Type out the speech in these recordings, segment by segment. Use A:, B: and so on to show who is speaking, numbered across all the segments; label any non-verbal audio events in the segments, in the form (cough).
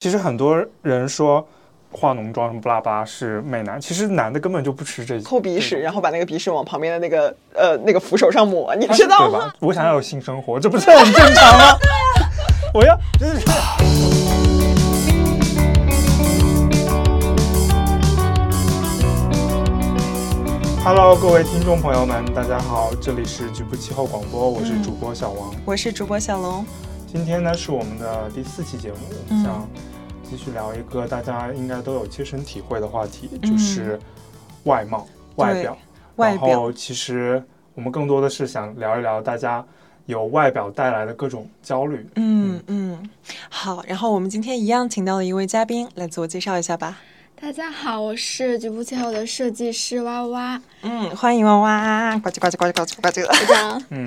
A: 其实很多人说化浓妆什么不拉巴是美男，其实男的根本就不吃这些，
B: 抠鼻屎，然后把那个鼻屎往旁边的那个呃那个扶手上抹，你知道
A: 对
B: 吗？
A: 吧？我想要有性生活，这不是很正常
B: (laughs)
A: 吗？我要真是，Hello，各位听众朋友们，大家好，这里是局部气候广播，我是主播小王。
B: 我是主播小龙，
A: 今天呢是我们的第四期节目，
B: 嗯
A: 想继续聊一个大家应该都有切身体会的话题，
B: 嗯
A: 就是外貌、外表。
B: 外
A: 然
B: 表
A: 后其实我们更多的是想聊一聊大家由外表带来的各种焦虑。
B: 嗯嗯，好，然后我们今天一样请到了一位嘉宾来自我介绍一下吧。
C: 大家好，我是局部气候的设计师哇
B: (laughs)
C: 哇。
B: 嗯，欢迎娃娃，呱唧呱唧呱唧呱唧呱唧。
C: 就这样，
A: 嗯，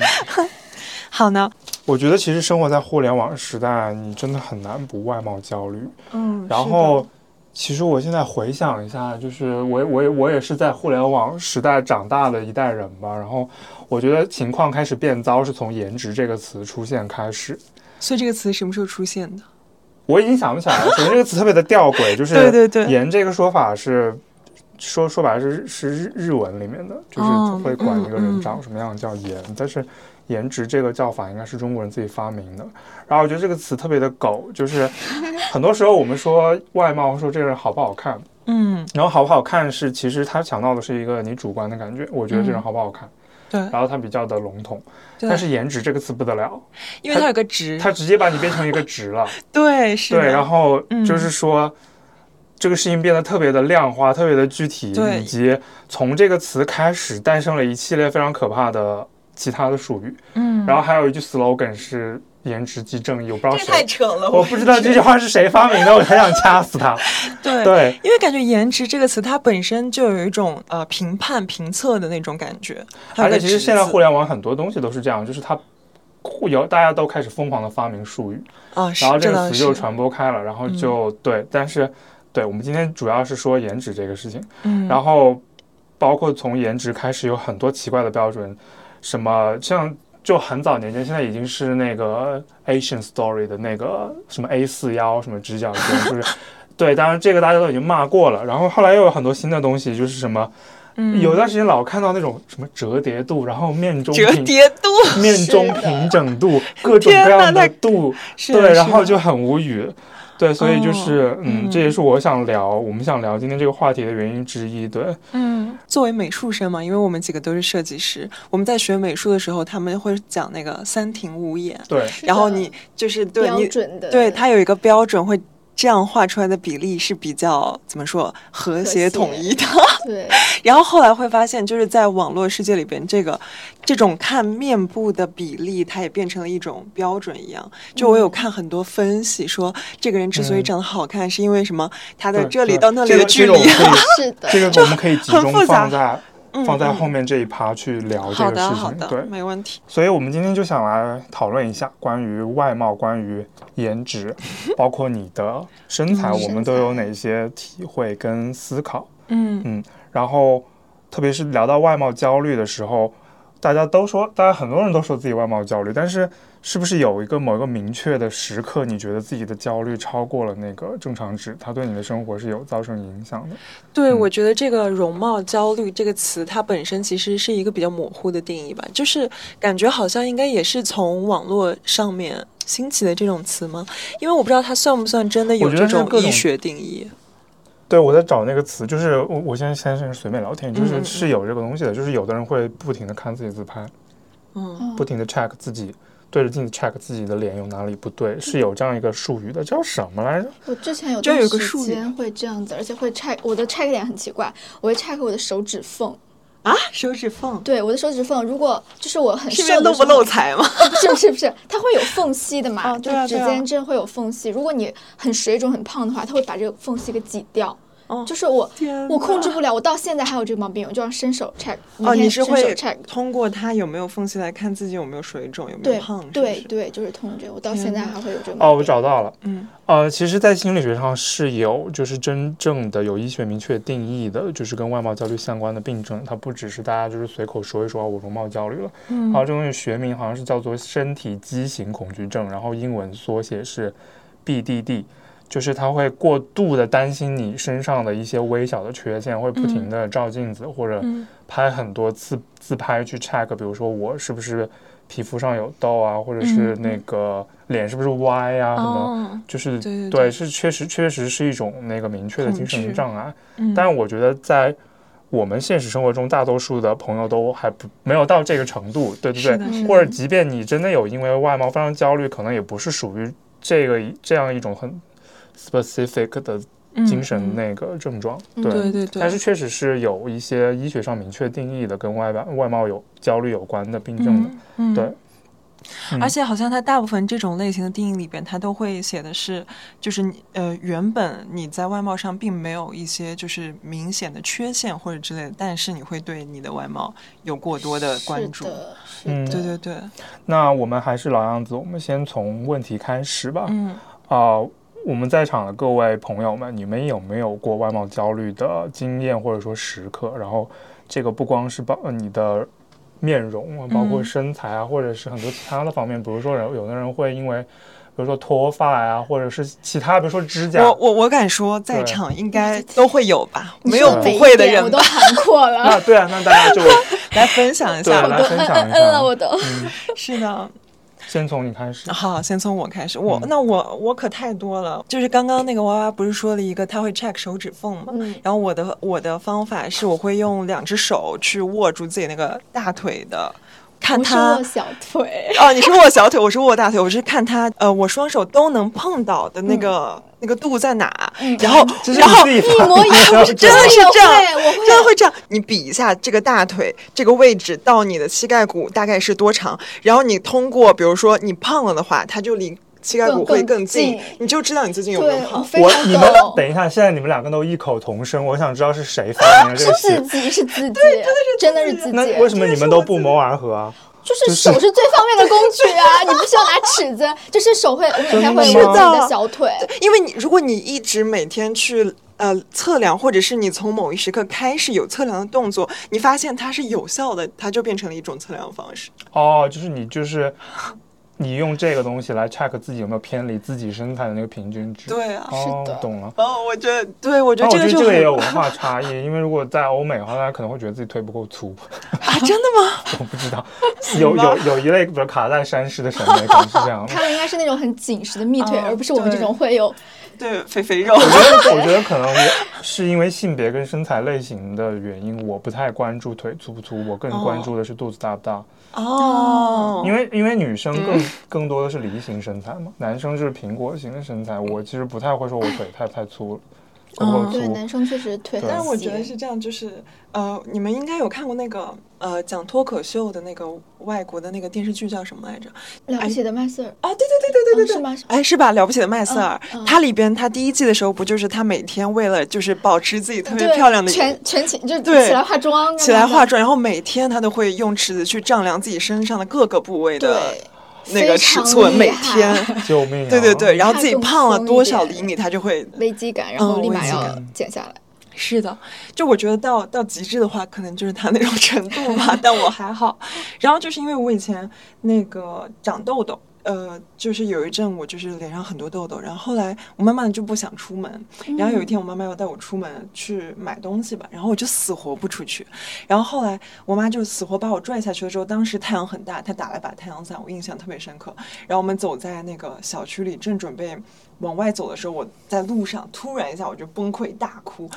B: 好呢，
A: 我觉得其实生活在互联网时代，你真的很难不外貌焦虑。
B: 嗯，
A: 然
B: 是
A: 后
B: 的，
A: 其实我现在回想一下，就是我我也我也是在互联网时代长大的一代人吧。然后我觉得情况开始变糟是从“颜值”这个词出现开始。
B: 所以这个词什么时候出现的？
A: 我已经想不起来了，首先这个词特别的吊诡，就是
B: 对对对
A: 颜这个说法是说说白了是是日日文里面的，就是
B: 哦
A: 会管一个
B: 嗯
A: 人
B: 嗯
A: 长什么样叫颜，但是颜值这个叫法应该是中国人自己发明的。然后我觉得这个词特别的狗，就是
B: (laughs)
A: 很多时候我们说外貌，说这个人好不好看，
B: 嗯，
A: 然后好不好看是其实他强调的是一个你主观的感觉，我觉得这人
B: 嗯
A: 好不好看，
B: 对，
A: 然后他比较的笼统，
B: 对嗯
A: 但是颜值这个词不得了，
B: 因为它有个值，
A: 他直接把你变成一个值了。
B: 对是的，
A: 对，然后
B: 嗯
A: 就是说、这个事情变得特别的量化、特别的具体，
B: 对
A: 以及从这个词开始诞生了一系列非常可怕的其他的术语。
B: 嗯，
A: 然后还有一句 slogan 是“颜值即正义”，我不知道
B: 这太
A: 谁，哦
B: 扯了，
A: 我不知道这句话是谁发明的，我很想掐死他。
B: (laughs) 对
A: 对，
B: 因为感觉颜值这个词，它本身就有一种呃评判、评测的那种感觉。它有
A: 而且
B: 个
A: 其实
B: 值
A: 现在
B: 字
A: 互联网很多东西都是这样，就是它。有大家都开始疯狂的发明术语，
B: 啊，是
A: 然后这
B: 倒嗯
A: 个词就是传播开了，然后就、对，但是对我们今天主要是说颜值这个事情。
B: 嗯，
A: 然后包括从颜值开始有很多奇怪的标准，什么像就很早年间，现在已经是那个 Asian Story 的那个什么 A 四幺什么直
B: (laughs)
A: 角肩，就是对，当然这个大家都已经骂过了。然后后来又有很多新的东西，就是什么
B: 嗯
A: 有一段时间老看到那种什么折叠度，然后面中
B: 折
A: 平
B: 叠度
A: 面中
C: 是的
A: 平整
B: (laughs)
A: 度，各种
B: 天
A: 各
B: 呐
A: 样的
B: 太
A: 度，
B: (laughs) 是
A: 对，
B: 的
A: 然
B: 是
A: 后
B: 的
A: 就很无语。对，所以就
B: 哦
A: 是，嗯，这也
B: 嗯
A: 是我想聊，我们想聊今天这个话题的原因之一。对，
B: 嗯，作为美术生嘛，因为我们几个都是设计师，我们在学美术的时候，他们会讲那个三庭五眼，
A: 对，
C: 是
B: 然后
C: 的
B: 你就是对
C: 标
B: 你
C: 准的，
B: 对它有一个标准会。这样画出来的比例是比较怎么说和谐
C: 谐
B: 统一的， (laughs)
C: 对，
B: 然后后来会发现，就是在网络世界里边，这个这种看面部的比例，它也变成了一种标准一样。就我有看很多分析说，这个人之所以
A: 嗯
B: 长得好看，是因为什么？他的
A: 对
B: 这里
A: 对
B: 到那里
A: 这
B: 的
A: 个
B: 距
A: 这个
B: 离
A: 我。可以
C: 是的，
B: (laughs)
A: 这个我们可以集
B: 很
A: 中
B: 复杂
A: 放在
B: 嗯
A: 放在
B: 嗯
A: 后面这一趴去聊这
B: 好
A: 个
B: 的，
A: 事
B: 好
A: 情。
B: 的，
A: 对，
B: 没问题。
A: 所以我们今天就想来讨论一下关于外貌、关于颜值，包括你的身材，
B: 嗯
A: 我们
C: 身
A: 都有
C: 材
A: 哪些体会跟思考。
B: 嗯
A: 然后，特别是聊到外貌焦虑的时候，大家都说，大家很多人都说自己外貌焦虑，但是是不是有一个某一个明确的时刻，你觉得自己的焦虑超过了那个正常值，它对你的生活是有造成影响的？
B: 对，
A: 嗯
B: 我觉得这个“容貌焦虑”这个词，它本身其实是一个比较模糊的定义吧，就是感觉好像应该也是从网络上面兴起的这种词吗？因为我不知道它算不算真的有
A: 我觉
B: 这
A: 得是
B: 种
A: 各种
B: 医学定义。
A: 对，我在找那个词，就是我我现在现在是随便聊天，就
B: 嗯嗯
A: 是
B: 嗯
A: 是有这个东西的，就是有的人会不停的看自己自拍，
B: 嗯
C: 嗯
A: 不停的 check 自己，对着镜子 check 自己的脸有哪里不对，是有这样一个术语的，叫什么来着？
C: 我之前有
B: 就
C: 段
B: 有个
C: 时
B: 术语
C: 间会这样子，而且会 check 我的 check 点很奇怪，我会 check 我的手指缝，
B: 啊，手指缝
C: 对我的手指缝，如果就是我很
B: 是因
C: 瘦
B: 为
C: 的
B: 露
C: 时
B: 不
C: 候
B: 露财吗？
C: 不 (laughs) 是不是不是，它会有缝隙的嘛，
B: 哦对啊
C: 就
B: 对
C: 指
B: 啊
C: 尖针会有缝隙。如果你很水肿、很胖的话，它会把这个缝隙给挤掉。
B: 哦
C: 就是我
B: (laughs) 天
C: 我控制
B: 哪
C: 不了，我到现在还有这个毛病，我就要伸手 check，
B: 哦，
C: 每
B: 你
C: 天
B: 是
C: 伸手
B: 会
C: check。
B: (laughs) 通过它有没有缝隙来看自己有没有水肿，有没有
C: 对
B: 胖？是不
C: 对
B: 是，
C: 对，就是嗯痛觉，我到
B: 天
C: 现在
B: 哪
C: 还会有这个毛
A: 哦，我
C: 病。
A: 找到了。
B: 嗯
A: 呃，其实，在心理学上是有，就是真正的有医学明确定义的，就是跟外貌焦虑相关的病症，它不只是大家就是随口说一说啊，我容貌焦虑了。
B: 嗯
A: 还有这东西学名好像是叫做身体畸形恐惧症，然后英文缩写是 BDD，就是他会过度的担心你身上的一些微小的缺陷，会不停的照镜子、或者
B: 嗯
A: 拍很多自自拍去 check，比如说我是不是皮肤上有痘啊，或者是
B: 嗯
A: 那个脸是不是歪啊，什么，
B: 哦，
A: 就是
B: 对对对
A: 对，是确实确实是一种那个明确的
B: 恐
A: 精神
B: 惧
A: 障碍。
B: 嗯
A: 但我觉得在我们现实生活中，大多数的朋友都还不没有到这个程度，对
B: 是
A: 对
B: 的
A: 对。
C: 嗯
B: 是的
A: 或者即便你真的有因为外貌非常焦虑，可能也不是属于这个这样一种很 specific 的
B: 嗯
A: 精神
B: 嗯
A: 那个症状，
C: 嗯
A: 对。
B: 对对对，
A: 但是确实是有一些医学上明确定义的跟外表外貌有焦虑有关的病症的，
B: 嗯
C: 嗯
A: 对嗯
B: 而且好像它大部分这种类型的定义里边，它都会写的是，就是你呃，原本你在外貌上并没有一些就是明显的缺陷或者之类的，但是你会对你的外貌有过多的关注
C: 是。的，是
A: 嗯
C: 的
B: 对对对，
A: 那我们还是老样子，我们先从问题开始吧。
B: 嗯
A: 啊、我们在场的各位朋友们，你们有没有过外貌焦虑的经验或者说时刻？然后这个不光是包呃你的面容啊，包括
B: 嗯
A: 身材啊，或者是很多其他的方面，比如说有有的人会因为，比如说脱发呀、或者是其他，比如说指甲，
B: 我我我敢说，在
A: 对
B: 场应该都会有吧，
C: 你
B: 没
C: 说
B: 有
A: 的
C: 每
B: 不
C: 一
B: 会的
C: 点
B: 人
C: 我都
B: 吧？
C: 喊过了，
A: 那对啊，那大家就
B: 来分享一
A: 对
B: 下吧。
A: 来分享一
C: 嗯了，
A: 下。
C: 我都。
A: 嗯，
B: 是的，
A: 先从你开
B: (laughs)
A: 始。
B: 好，先从我开始。我、
A: 嗯
B: 那我我可太多了，就是刚刚那个娃娃不是说了一个他会 check 手指缝吗？
C: 嗯
B: 然后我的我的方法是，我会用两只手去握住自己那个大腿的，看
C: 不是
B: 它
C: 我小
B: (laughs)
C: 腿，
B: 哦，你是握小腿，我是握大腿，我是看它呃，我双手都能碰到的那个、那个度在哪，
C: 嗯
B: 然后
A: 这是
B: 然后
A: 你自己
C: 一
A: 发
C: 模一
A: 的
C: 样，
A: 是
B: 真的是这样
C: 我会，我会
B: 真的会这样，你比一下这个大腿这个位置到你的膝盖骨大概是多长，然后你通过比如说你胖了的话，它就离膝盖骨
C: 更
B: 会更近，
C: 更近
B: 你就知道你最近有没有
C: 对，我
B: 胖。
C: 非
A: 我
C: 常
A: 你们
C: 懂，
A: 等一下，现在你们两个都异口同声，我想知道是谁发明了这
C: 是
A: 个
C: 自
A: 词。
C: 己是自己，真的是自己，
A: 那为什么你们都不谋而合啊？
C: 就是
A: 就是
C: 手是最方便的工具啊，你不需要拿尺子，就是手会，我每天会
A: 真的
C: 握自
A: 吗
C: 己的小腿，
B: 因为你如果你一直每天去呃测量，或者是你从某一时刻开始有测量的动作，你发现它是有效的，它就变成了一种测量方式。
A: 哦，就是你就是你用这个东西来 check 自己有没有偏离自己身材的那个平均值。
B: 对啊，
A: 哦
C: 是的
A: 懂了。
B: 哦，我觉得对，我觉
A: 那
B: 得
A: 我觉
B: 这个
A: 得
B: 就
A: 这个
B: 很
A: 也有文化差异，因为如果在欧美的话，大家可能会觉得自己腿不够粗， (laughs)
B: 啊，真的吗？
A: 我不知
C: (laughs)
A: 道。
B: 行
A: 有
B: 吧
A: 有有一类，比如卡戴珊式的审美可能是这样的
C: 他。们应该是那种很紧实的蜜腿，
B: 哦
C: 而不是我们这
B: 对
C: 种会有，
B: 对，肥肥肉。
A: 我觉得我觉得可能也是因为性别跟身材类型的原因，我不太关注腿粗不粗，我更关注的是肚子大不大。
B: 哦，
A: 因为因为女生
B: 嗯
A: 更、更多的是梨形身材嘛，男生就是苹果型的身材。我其实不太会说我腿太太粗了，不够
B: 嗯
A: 粗。
C: 对，男生确实腿很
A: 对
B: 但
C: 细，
B: 是我觉得是这样，就是呃，你们应该有看过那个呃讲脱口秀的那个外国的那个电视剧叫什么来着？
C: 了不起的麦穗儿，
B: 啊，对对对对对对
C: 嗯
B: 对，
C: 是吗是
B: 哎，是吧？了不起的麦瑟尔，
C: 嗯嗯
B: 它里边它第一季的时候，不就是她每天为了就是保持自己特别
C: 对，
B: 漂亮的
C: 全全起就
B: 对
C: 起来化妆啊，
B: 起来化妆，然后每天她都会用尺子去丈量自己身上的各个部位的
C: 对，
B: 那个尺寸，每
C: 非常厉害哦
B: 天，
C: (laughs)
A: 救命、啊！
B: (laughs) 对对对，然后
C: 它
B: 自己
C: 更
B: 胖了
C: 松一
B: 多少
C: 点
B: 厘米，她就会
C: 危机感，然后
B: 嗯
C: 立
B: 危
C: 马
B: 机啊
C: 要
A: 感
C: 减下来。
B: 是的，就我觉得到到极致的话，可能就是他那种程度
C: (laughs)
B: 吧，但我还好。然后就是因为我以前那个长痘痘，呃，就是有一阵我就是脸上很多痘痘，然后后来我慢慢就不想出门，然后有一天我妈妈要带我出门去买东西吧，然后我就死活不出去，然后后来我妈就死活把我拽下去了之后，当时太阳很大，她打了一把太阳伞，我印象特别深刻。然后我们走在那个小区里，正准备往外走的时候，我在路上突然一下我就崩溃大哭，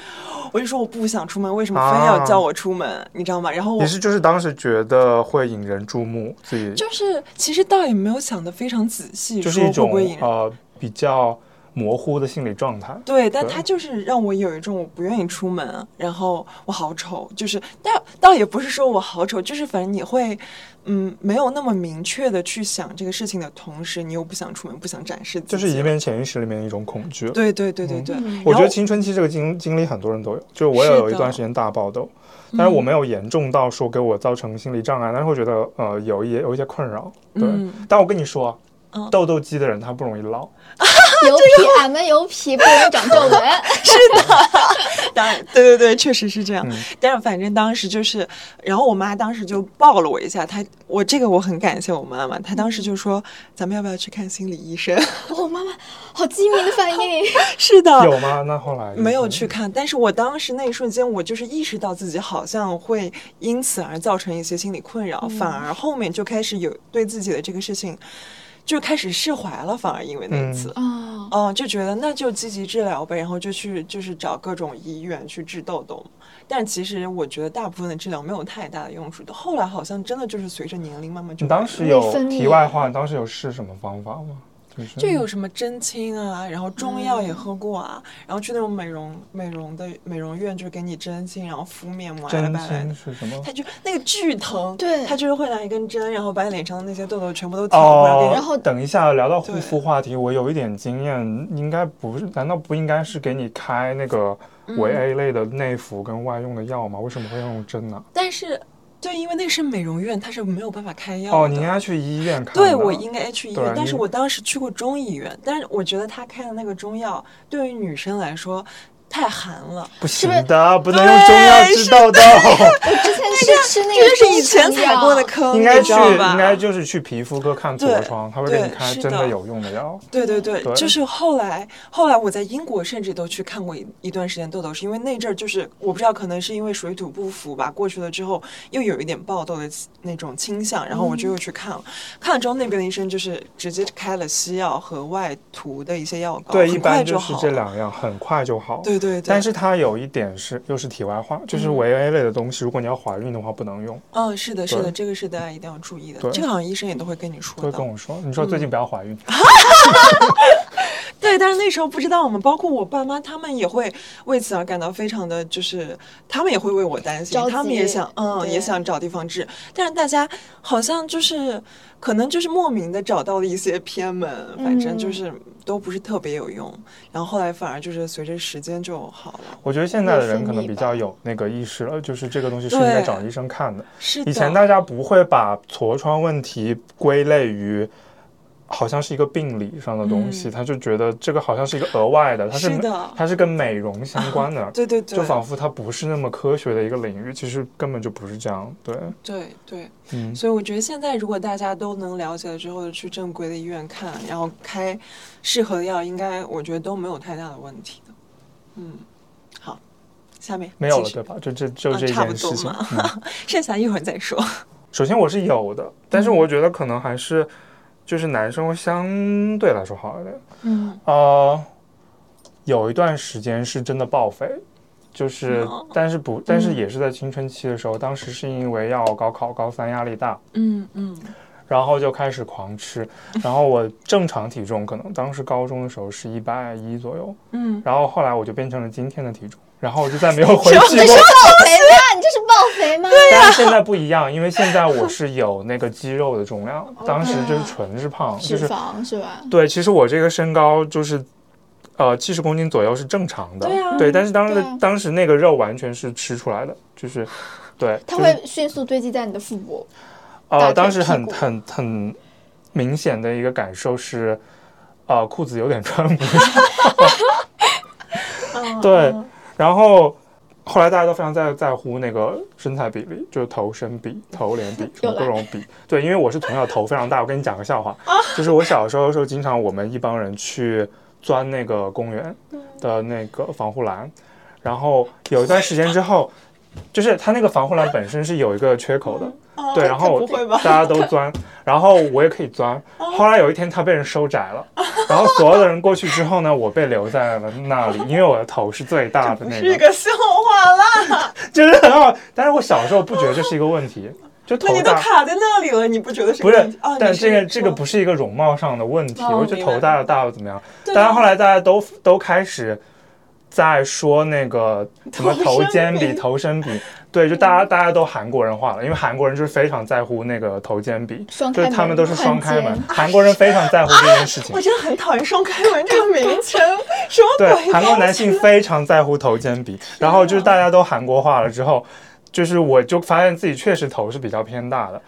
B: 我就说我不想出门，为什么非要叫我出门？你知道吗？然后我
A: 你是就是当时觉得会引人注目，自己
B: 就是其实倒也没有想的非常仔细，
A: 就是
B: 说
A: 一种
B: 会不会引人
A: 呃比较模糊的心理状态。
B: 对，但
A: 对
B: 他就是让我有一种我不愿意出门，然后我好丑，就是但倒也不是说我好丑，就是反正你会，嗯，没有那么明确的去想这个事情的同时，你又不想出门，不想展示自己，
A: 就是以免潜意识里面一种恐惧。
B: 对对对对对，
C: 嗯
A: 我觉
B: 然后
A: 得青春期这个经经历很多人都有，就是我也
B: 是
A: 有一
B: 的
A: 段时间大爆痘，但是我没有严重到说给我造成心理障碍，但是会觉得呃有一有一些困扰。对，
B: 嗯
A: 但我跟你说，
B: 嗯
A: 痘痘肌的人他不容易老。
C: 油皮，俺们油皮不容易长皱
B: (laughs)
C: 纹。
B: 当然，对对对，确实是这样。
A: 嗯
B: 但是反正当时就是，然后我妈当时就抱了我一下，她我这个我很感谢我妈妈，她当时就说咱们要不要去看心理医生？
C: 哦，妈妈，好机敏的反应。
B: 是的，
A: 有吗？那后来就是
B: 没 (laughs) 有去看，但是我当时那一瞬间，我就是意识到自己好像会因此而造成一些心理困扰，反而后面就开始有对自己的这个事情就开始释怀了，反而因为那一次。嗯
C: 哦，
B: 就觉得那就积极治疗呗，然后就去就是找各种医院去治痘痘嘛。但其实我觉得大部分的治疗没有太大的用处。后来好像真的就是随着年龄慢慢就
A: 你当
B: 没
A: 时
B: 了
A: 有
C: 内分泌
A: 题外话，当时有试什么方法吗？就是
B: 就有什么针清啊，然后中药
A: 嗯
B: 也喝过啊，然后去那种美容美容的美容院，就是给你针清，然后敷面膜，来来
A: 真
B: 来来
A: 心
B: 的，
A: 是什么
B: 他？就那个巨疼，
C: 对
B: 他就是会拿一根针，然后把你脸上的那些痘痘全部都挑出来给你，
C: 然后
A: 哦等一下聊到护
B: 对
A: 肤话题，我有一点经验，应该不是？难道不应该是给你开那个
B: 嗯
A: 维 A 类的内服跟外用的药吗？为什么会要用针呢？
B: (laughs) 但是对，因为那个是美容院，它是没有办法开药的。
A: 哦，你应该去医院看的。
B: 对，我应该去医
A: 对
B: 院，但是
A: 你
B: 我当时去过中医院，但是我觉得他开的那个中药对于女生来说太寒了，
A: 不
C: 不
A: 行
C: 是
A: 的，不能
B: 对
A: 用中药治痘痘，
C: 之前是吃那
B: 这
C: 个
B: 就是以前踩过的
C: 中成药
A: (laughs)
B: 坑，
A: 应该
B: 你
A: 去
B: 知道吧？
A: 应该就是去皮肤科看痤
B: 对
A: 疮，他会给你
B: 对
A: 开
B: 是
A: 真的
B: 的哦
A: 有用的药。
B: 对对对，
A: 对
B: 就是后来后来我在英国甚至都去看过一一段时间痘痘，是因为那阵儿就是我不知道，可能是因为水土不服吧，过去了之后又有一点爆痘的那种倾向，然后我就又去看了，看了之后那边的医生就是直接开了西药和外涂的一些药膏，
A: 对，一
B: 很快
A: 般
B: 就
A: 就是
B: 好
A: 这
B: 了。
A: 两样，很快就好。
B: 对嗯对对，
A: 但是它有一点是，又是题外话，就是维 A 类的东西，如果你要怀孕的话不能用。
B: 嗯，是的，是
A: 对
B: 的，这个是大家一定要注意的
A: 对。
B: 这个好像医生也都会跟你
A: 都
B: 说
A: 会
B: 的
A: 跟。我说，你说
B: 嗯
A: 最近不要怀孕，
B: 对，但是那时候不知道，我们包括我爸妈，他们也会为此而感到非常的，就是他们也会为我担心
C: 着，急
B: 他们也想，嗯，
C: 对
B: 也想找地方治。但是大家好像就是，可能就是莫名的找到了一些偏门，反正就
C: 嗯
B: 是都不是特别有用。然后后来反而就是随着时间就好了。
A: 我觉得现在的
C: 内
A: 人
C: 分
A: 可能
C: 泌
A: 比
C: 吧
A: 较有那个意识了，就是这个东西是应该找医生看的。
B: 是的，
A: 以前大家不会把痤疮问题归类于。好像是一个病理上的东西，
B: 嗯
A: 他就觉得这个好像是一个额外的，它是
B: 是的
A: 它是跟美容相关的，
B: 对对对，
A: 就仿佛它不是那么科学的一个领域，其实根本就不是这样。对，
B: 对对。
A: 嗯，
B: 所以我觉得现在如果大家都能了解了之后，去正规的医院看，然后开适合的药，应该我觉得都没有太大的问题的。嗯，好，下面
A: 没有了
B: 继续
A: 对吧？就这就
B: 啊
A: 这
B: 差不
A: 件事
B: 多
A: 情
B: 嘛。剩下一会儿再说。
A: 首先我是有的，但
B: 嗯
A: 是我觉得可能还是就是男生会相对来说好一点。
B: 嗯，
A: 呃，有一段时间是真的报废，就是、
B: 哦
A: 但是不，但是也是在青春期的时候，当时是因为要高考，高三压力大，
B: 嗯嗯
A: 然后就开始狂吃，然后我正常体重可能当时高中的时候是一百一左右，
B: 嗯，
A: 然后后来我就变成了今天的体重。然后我就再没有回
B: 什么
A: 去过，
C: 爆肥吧？你这是爆肥吗？
A: (laughs) 但是现在不一样，因为现在我是有那个肌肉的重量，当时就是纯是胖，就
C: 脂
A: 是
C: 肪是吧？
A: 对，其实我这个身高就是，呃，七十公斤左右是正常的，
B: 对啊
A: 但是当时的、
C: 对啊
A: 当时那个肉完全是吃出来的，就是，对，
C: 它
A: 就是
C: 会迅速堆积在你的腹部。
A: 呃，
C: 大腿
A: 当时很
C: 屁股
A: 很很明显的一个感受是，呃，裤子有点穿不 (laughs)
B: 嗯
A: 对，然后后来大家都非常在在乎那个身材比例，就是头身比、头脸比、什么各种比。对，因为我是从小头非常大，我跟你讲个笑话，
C: 啊
A: 就是我小时候的时候，经常我们一帮人去钻那个公园
C: 嗯
A: 的那个防护栏，然后有一段时间之后，就是它那个防护栏本身是有一个缺口的。
B: 哦
A: 对，然后
B: 这不会
A: 我
B: 吧？哦
A: 大家都钻，然后我也可以钻。后来有一天，它被人收窄了，然后所有的人过去之后呢，我被留在了那里，因为我的头是最大的
B: 不 (laughs)
A: 那
B: 是一
A: 个，
B: 个笑话啦，
A: 就是很好。但是我小时候不觉得这是一个问题，就
B: 那
A: 头
B: 你都
A: 大
B: 卡在那里了，你不觉得是
A: 不
B: 个问
A: 是
B: 题？哦，，
A: 但
B: 你
A: 这个这个
B: 说
A: 不是一个容貌上的问题，
B: 哦
A: 我觉得
B: 明白
A: 头大的大又怎么样？
B: 对
A: 但是
B: 啊
A: 后来大家都都开始在说那
B: (laughs)
A: 个什么头
B: 头嗯
A: 肩
B: 身
A: 比、
B: 比
A: 头身比，对，就大家大家都韩国人化了，因为韩国人就是非常在乎那个头肩比，
C: 双
A: 就
C: 开
A: 是
C: 门
A: 他们都是双开门
C: 汉，
A: 韩国人非常在乎这件事情
B: (laughs) 我。真的很讨厌“双开门”这个名称，什么
A: 对
B: 鬼东西？，
A: 韩国男性非常在乎头肩比，然后就是大家都韩国化了之后，就是我就发现自己确实头是比较偏大的，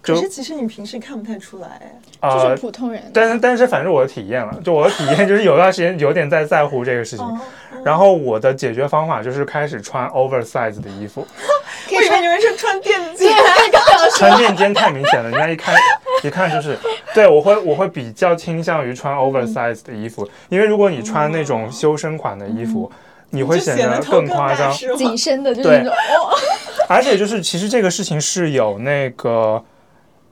D: 可
A: 就是
D: 其实你平时看不太出来，
C: 就
A: 啊
C: 是。普通人。
A: 但是但是，反正我的体验了，就我的体验就是有段时间有点在在乎这个事情，
C: 哦嗯
A: 然后我的解决方法就是开始穿 oversize 的衣
C: 哦
A: 服，
C: 可以说，
D: 你们是穿电竞，
A: 穿垫肩太明显了，人家一
C: (laughs)
A: 看一看就是，对我会我会比较倾向于穿 oversize 的衣服，因为如果你穿那种修身款的衣服，
C: 嗯
A: 你会显得更夸张，
C: 紧身的就是
A: 对
C: 那种哦，
A: 而且就是其实这个事情是有那个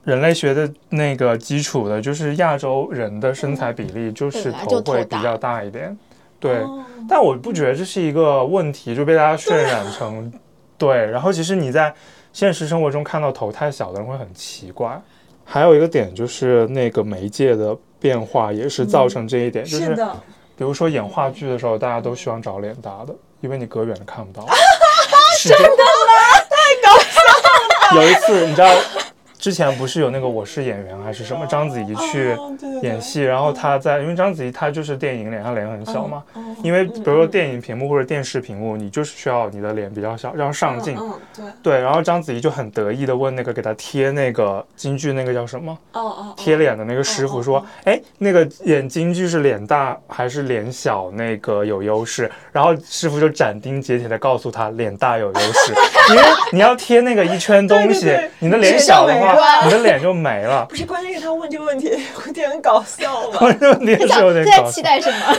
A: 人类学的那个基础的，就是亚洲人的身材比例就是
C: 本来
A: 头
C: 嗯啊就
A: 会
C: 头大哦
A: 比较大一点，对，但我不觉得这是一个问题，就被大家渲染成 (laughs) 对。然后其实你在现实生活中看到头太小的人会很奇怪。还有一个点就是那个媒介的变化也是造成这一点，就是
D: 的，
A: 比如说演话剧的时候，大家都希望找脸大的，因为你隔远了看不到。 (laughs) 真的吗？太搞笑了！ (laughs) 有一次，你知道，之前不是有那个《我是演员》还是什么，章子怡去
D: 哦对对对
A: 演戏，然后她在，因为章子怡她就是电影脸，她脸很小嘛，
D: 哦
A: 因为比如说电影屏幕或者电视屏幕，你就是需要你的脸比较小，要上镜。
D: 嗯，嗯对，哦
A: 对，然后章子怡就很得意的问那个给她贴那个京剧那个叫什么
D: 哦，哦
A: 贴脸的那个师傅说：“哎，那个演京剧是脸大还是脸小那个有优势？”然后师傅就斩钉截铁的告诉他：“脸大有优势， (laughs) 因为你要贴那个一圈东西，
D: 对对对
A: 你的脸小的
D: 脸就没
A: 话，你的脸就没
D: (laughs)
A: 了。 (laughs)
D: 不是，关键是他问这个问题有点搞笑吧？
A: 我这个脸是有
C: 在
A: 点
C: 在
A: 搞
C: 期
A: 笑。
C: 待什么？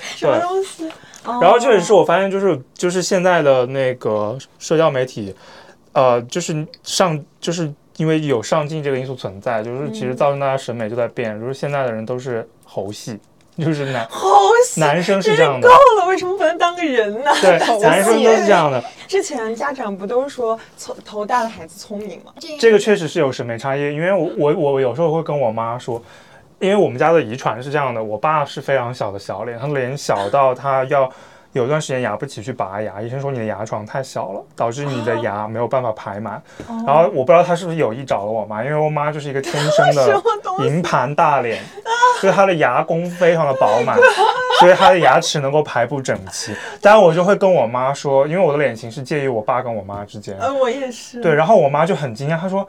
D: 什么东西？
A: 然后这也是
D: 哦
A: 我发现，就是就是现在的那个社交媒体，呃，就是上就是因为有上镜这个因素存在，就是其实造成大家审美就在变，就是现在的人都是猴戏，就是男
D: 哦好喜
A: 男生是
D: 真是
A: 这样的
D: 够，了，为什么不能当个人呢？
A: 对
C: 好，
A: 男生都是这样的。
D: 之前家长不都说头头大的孩子聪明吗？
A: 这个确实是有审美差异，因为我我我有时候会跟我妈说，因为我们家的遗传是这样的，我爸是非常小的小脸，他脸小到他要有段时间牙不齐去拔牙，医生说你的牙床太小了，导致你的牙没有办法排满。
D: 哦
A: 然后我不知道他是不是有意找了我妈，因为我妈就是一个天
D: (laughs)
A: 生
D: 什
A: 的
D: 么啊东西？
A: 银盘大脸， (laughs) 所以她的牙弓非常的饱
D: (laughs)
A: 满， (laughs) 所以她的牙齿能够排布整齐。当然我就会跟我妈说，因为我的脸型是介于我爸跟我妈之间。
D: 呃，我也是。
C: 嗯
A: 对，，然后我妈就很惊讶，她说：“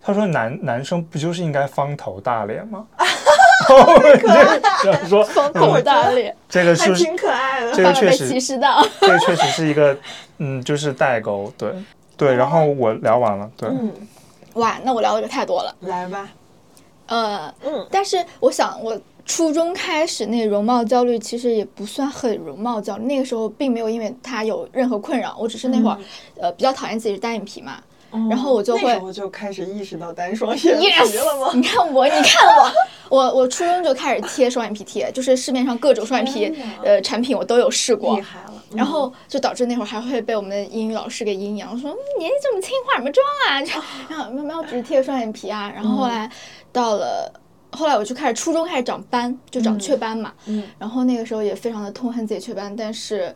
A: 她说男男生不就是应该方头大脸吗？” (laughs) 然后我就想说，
C: 风口大脸，
A: 这个
D: 还
A: 是
D: 挺可爱的。
A: 嗯这
C: 爸
A: 个
C: 爸
A: 确
C: 被
A: 实
C: 歧，视到。
A: 这个确实是一个，嗯，就是代沟，对
C: 嗯
A: 对。然后我聊完了，对，
D: 嗯，
C: 哇，那我聊的太多了。
D: 来吧。
C: 呃，
D: 嗯，
C: 但是我想，我初中开始那容貌焦虑，其实也不算很容貌焦虑。那个时候并没有因为它有任何困扰，我只是那会儿、呃比较讨厌自己是单眼皮嘛。然后我就
D: 哦
C: 会
D: 那时候就开始意识到单双眼皮
C: Yes，
D: 了吗？
C: 呃你看我， (laughs) 你看我，我我初中就开始贴双眼皮贴，就是市面上各种双眼皮
D: 天哪
C: 呃产品我都有试过
D: 厉。害了。嗯
C: 然后就导致那会儿还会被我们的英语老师给阴阳，说嗯年纪这么轻化什么妆啊？这 (laughs) 然后慢慢我只是贴个双眼皮啊。然后后来到了后来我就开始初中开始长斑，就长雀斑嘛。
D: 嗯
C: 然后那个时候也非常的痛恨自己雀斑，但是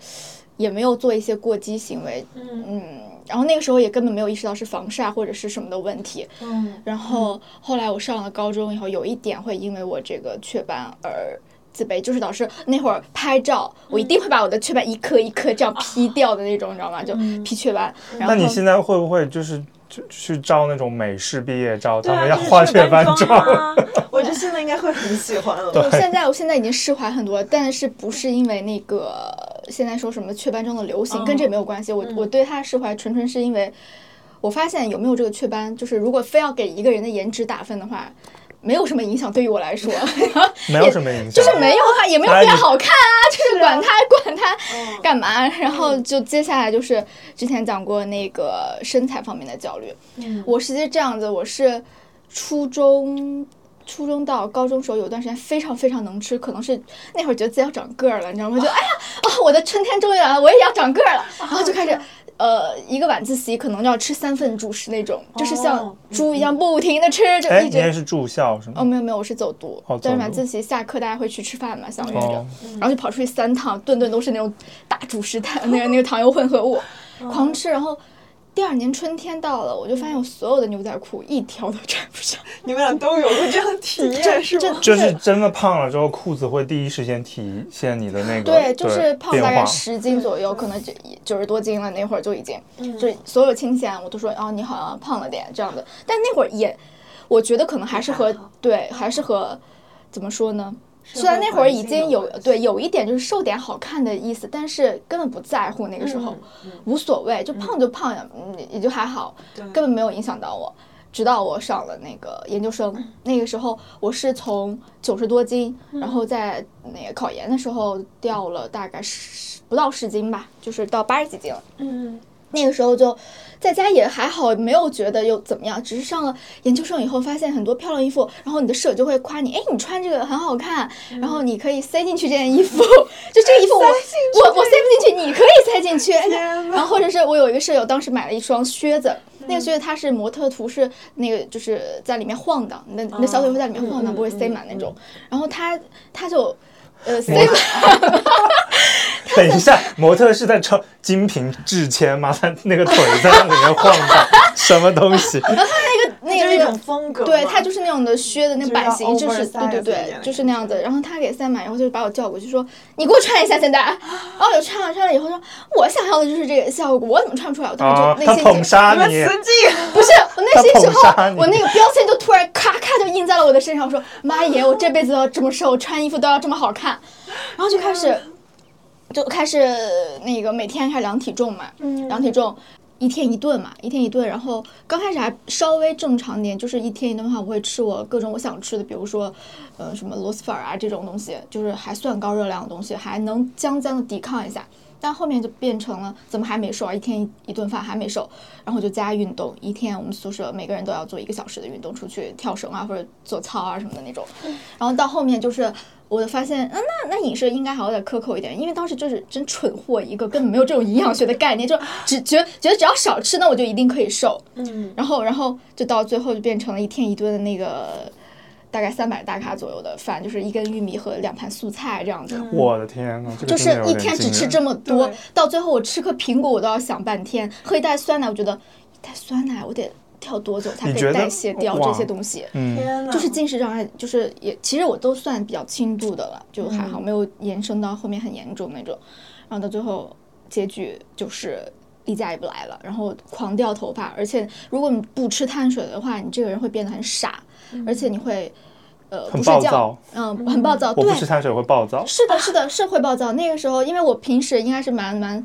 C: 也没有做一些过激行为。
D: 嗯
C: 嗯，然后那个时候也根本没有意识到是防晒或者是什么的问题。
D: 嗯
C: 然后后来我上了高中以后，有一点会因为我这个雀斑而自卑，就是导致那会儿拍照，我一定会把我的雀斑一颗一颗这样 P 掉的那种，你知道吗？就 P 雀斑。
A: 嗯那
C: 然后
A: 你现在会不会就是去去照那种美式毕业照，
D: 对
A: 他
D: 啊，
A: 们要
D: 就是
A: 化
D: 这
A: 雀
D: 个
A: 斑
D: 单
A: 妆？
D: 啊，
A: (laughs)
D: 我觉得现在应该会很喜欢了。
C: 我现在我现在已经释怀很多了，但是不是因为那个现在说什么雀斑妆的流行，跟这没有关系。我我对它的释怀，纯纯是因为我发现有没有这个雀斑，就是如果非要给一个人的颜值打分的话，没有什么影响，对于我来说。 (laughs)
A: 没有什么影响，
C: 就是没有啊，也没有
A: 哎
C: 变
A: 你
C: 好
D: (laughs)
C: 看啊，就是管他管他
D: 嗯
C: 干嘛？然后就接下来就是之前讲过那个身材方面的焦虑，
D: 嗯
C: 我实际这样子，我是初中。初中到高中时候有段时间非常非常能吃，可能是那会儿觉得自己要长个儿了，你知道
D: (laughs)
C: 吗？就哎呀，啊、我的春天终于来了，我也要长个儿了，然后就开
D: 啊
C: 始，呃，一个晚自习可能要吃三份主食那种，就是像
D: 哦
C: 猪一样不停的吃，就
A: 哎，
C: 一
A: 你
C: 直
A: 也是住校是吗？
C: 哦，没有没有，我是走读，
A: 哦
C: 但
A: 走
C: 是晚
A: 读
C: 自习下课大家会去吃饭嘛，相约着，
A: 哦
C: 然后就跑出去三趟，顿顿都是那种大主食蛋，那个那个糖油混合物，狂吃。然后第二年春天到了，我就发现我所有的牛仔裤一条都穿不上，
D: 你们俩都有过这样的体验是
C: 这
D: 吗？
A: 就是真的胖了之后，裤子会第一时间体现你的那个
C: 对，就是胖大
A: 变
C: 概
A: 化。
C: 十斤左右，可能就九十多斤了，那会儿就已经，
D: 嗯
C: 就是所有亲戚啊，我都说哦，你好像胖了点这样的，但那会儿也我觉得可能还是和对，还是和怎么说呢？虽然那会儿已经有对有一点就是瘦点好看的意思，但是根本不在乎那个时候，
E: 嗯
C: 无所谓，就胖就胖呀，嗯也就还好，根本没有影响到我。直到我上了那个研究生，那个时候我是从九十多斤，然后在那个考研的时候掉了大概十不到十斤吧，就是到八十几斤了。
E: 嗯，
C: 那个时候就在家也还好，没有觉得又怎么样，只是上了研究生以后，发现很多漂亮衣服，然后你的舍友就会夸你，哎，你穿这个很好看，
D: 嗯
C: 然后你可以塞进去这件衣服， (laughs) 就这个衣服我我我塞不进去，你可以塞进去。 (laughs) 然后或者是我有一个舍友，当时买了一双靴子。
D: 嗯
C: 那个靴子它是模特图，是那个就是在里面晃荡，那
D: 哦
C: 那小腿会在里
D: 嗯
C: 面晃荡，不会塞满那种。然后他他就，呃，塞满 (laughs)
A: 等一下，模特是在穿精品制签吗？他那个腿在那里面晃荡，什么东西？
C: 那
D: 就
C: 个
D: 是一
C: 那个
D: 种风格嘛。
C: 对，它就是那种的靴的那
E: 就是
C: 版
E: 要
C: 型，就是对
E: oversize
C: 对
E: 一
C: 对
E: 点，
C: 就是那样子。然后他给塞满以后，就把我叫过去说：“你给我穿一下现在。”然后我就穿了，穿了以后说：“我想要的就是这个效果，我怎么穿不出 (laughs) 来？”我
A: 啊
C: 当，时
A: 他
C: 就内心
A: 捧
C: 就
A: 杀
D: 你们
A: 你
D: 死，
E: 啊
D: 寂，
C: 不是我内心时候
A: 他捧杀，你
C: 我那个标签就突然咔咔就印在了我的身上。我说：“妈耶，我这辈子都要这么瘦，穿衣服都要这么好看。”然后就开始就开始那个每天开始量体重嘛，量体重，一天一顿嘛，一天一顿。然后刚开始还稍微正常点，就是一天一顿的话，我会吃我各种我想吃的，比如说，呃，什么螺蛳粉儿啊这种东西，就是还算高热量的东西，还能将将的抵抗一下。但后面就变成了怎么还没瘦啊？一天一一顿饭还没瘦，然后就加运动，一天我们宿舍每个人都要做一个小时的运动，出去跳绳啊或者做操啊什么的那种。然后到后面就是我就发现，嗯，那那饮食应该还要再克扣一点，因为当时就是真蠢货一个，根本没有这种营养学的概念，就只觉觉得只要少吃，那我就一定可以瘦。
E: 嗯，
C: 然后然后就到最后就变成了一天一顿的那个。大概三百大卡左右的饭，就是一根玉米和两盘素菜这样子。
A: 我的天呐，这个嗯
C: 就
A: 真的
C: 是
A: 有
C: 一
A: 点
C: 天只
A: 惊
C: 吃
A: 人
C: 这么多
E: 对，
C: 到最后我吃颗苹果我都要想半天，喝一袋酸奶，我觉得一袋酸奶我得跳多久才
A: 你
C: 可
A: 觉
C: 以
A: 得
C: 代谢掉
A: 哇
C: 这些东西？
A: 嗯，
E: 天呐，
C: 就是进食障碍，就是也其实我都算比较轻度的了，就还好，没有延伸到后面很严重那种。然后到最后结局就是例假也不来了，然后狂掉头发，而且如果你不吃碳水的话，你这个人会变得很傻，
E: 嗯
C: 而且你会呃
A: 很
C: 不睡
A: 暴
C: 觉
A: 躁，
C: 嗯，很暴躁，
A: 我
C: 对
A: 不，吃碳水会暴躁。
C: 是的，是的，是会暴躁。那个时候，因为我平时应该是蛮蛮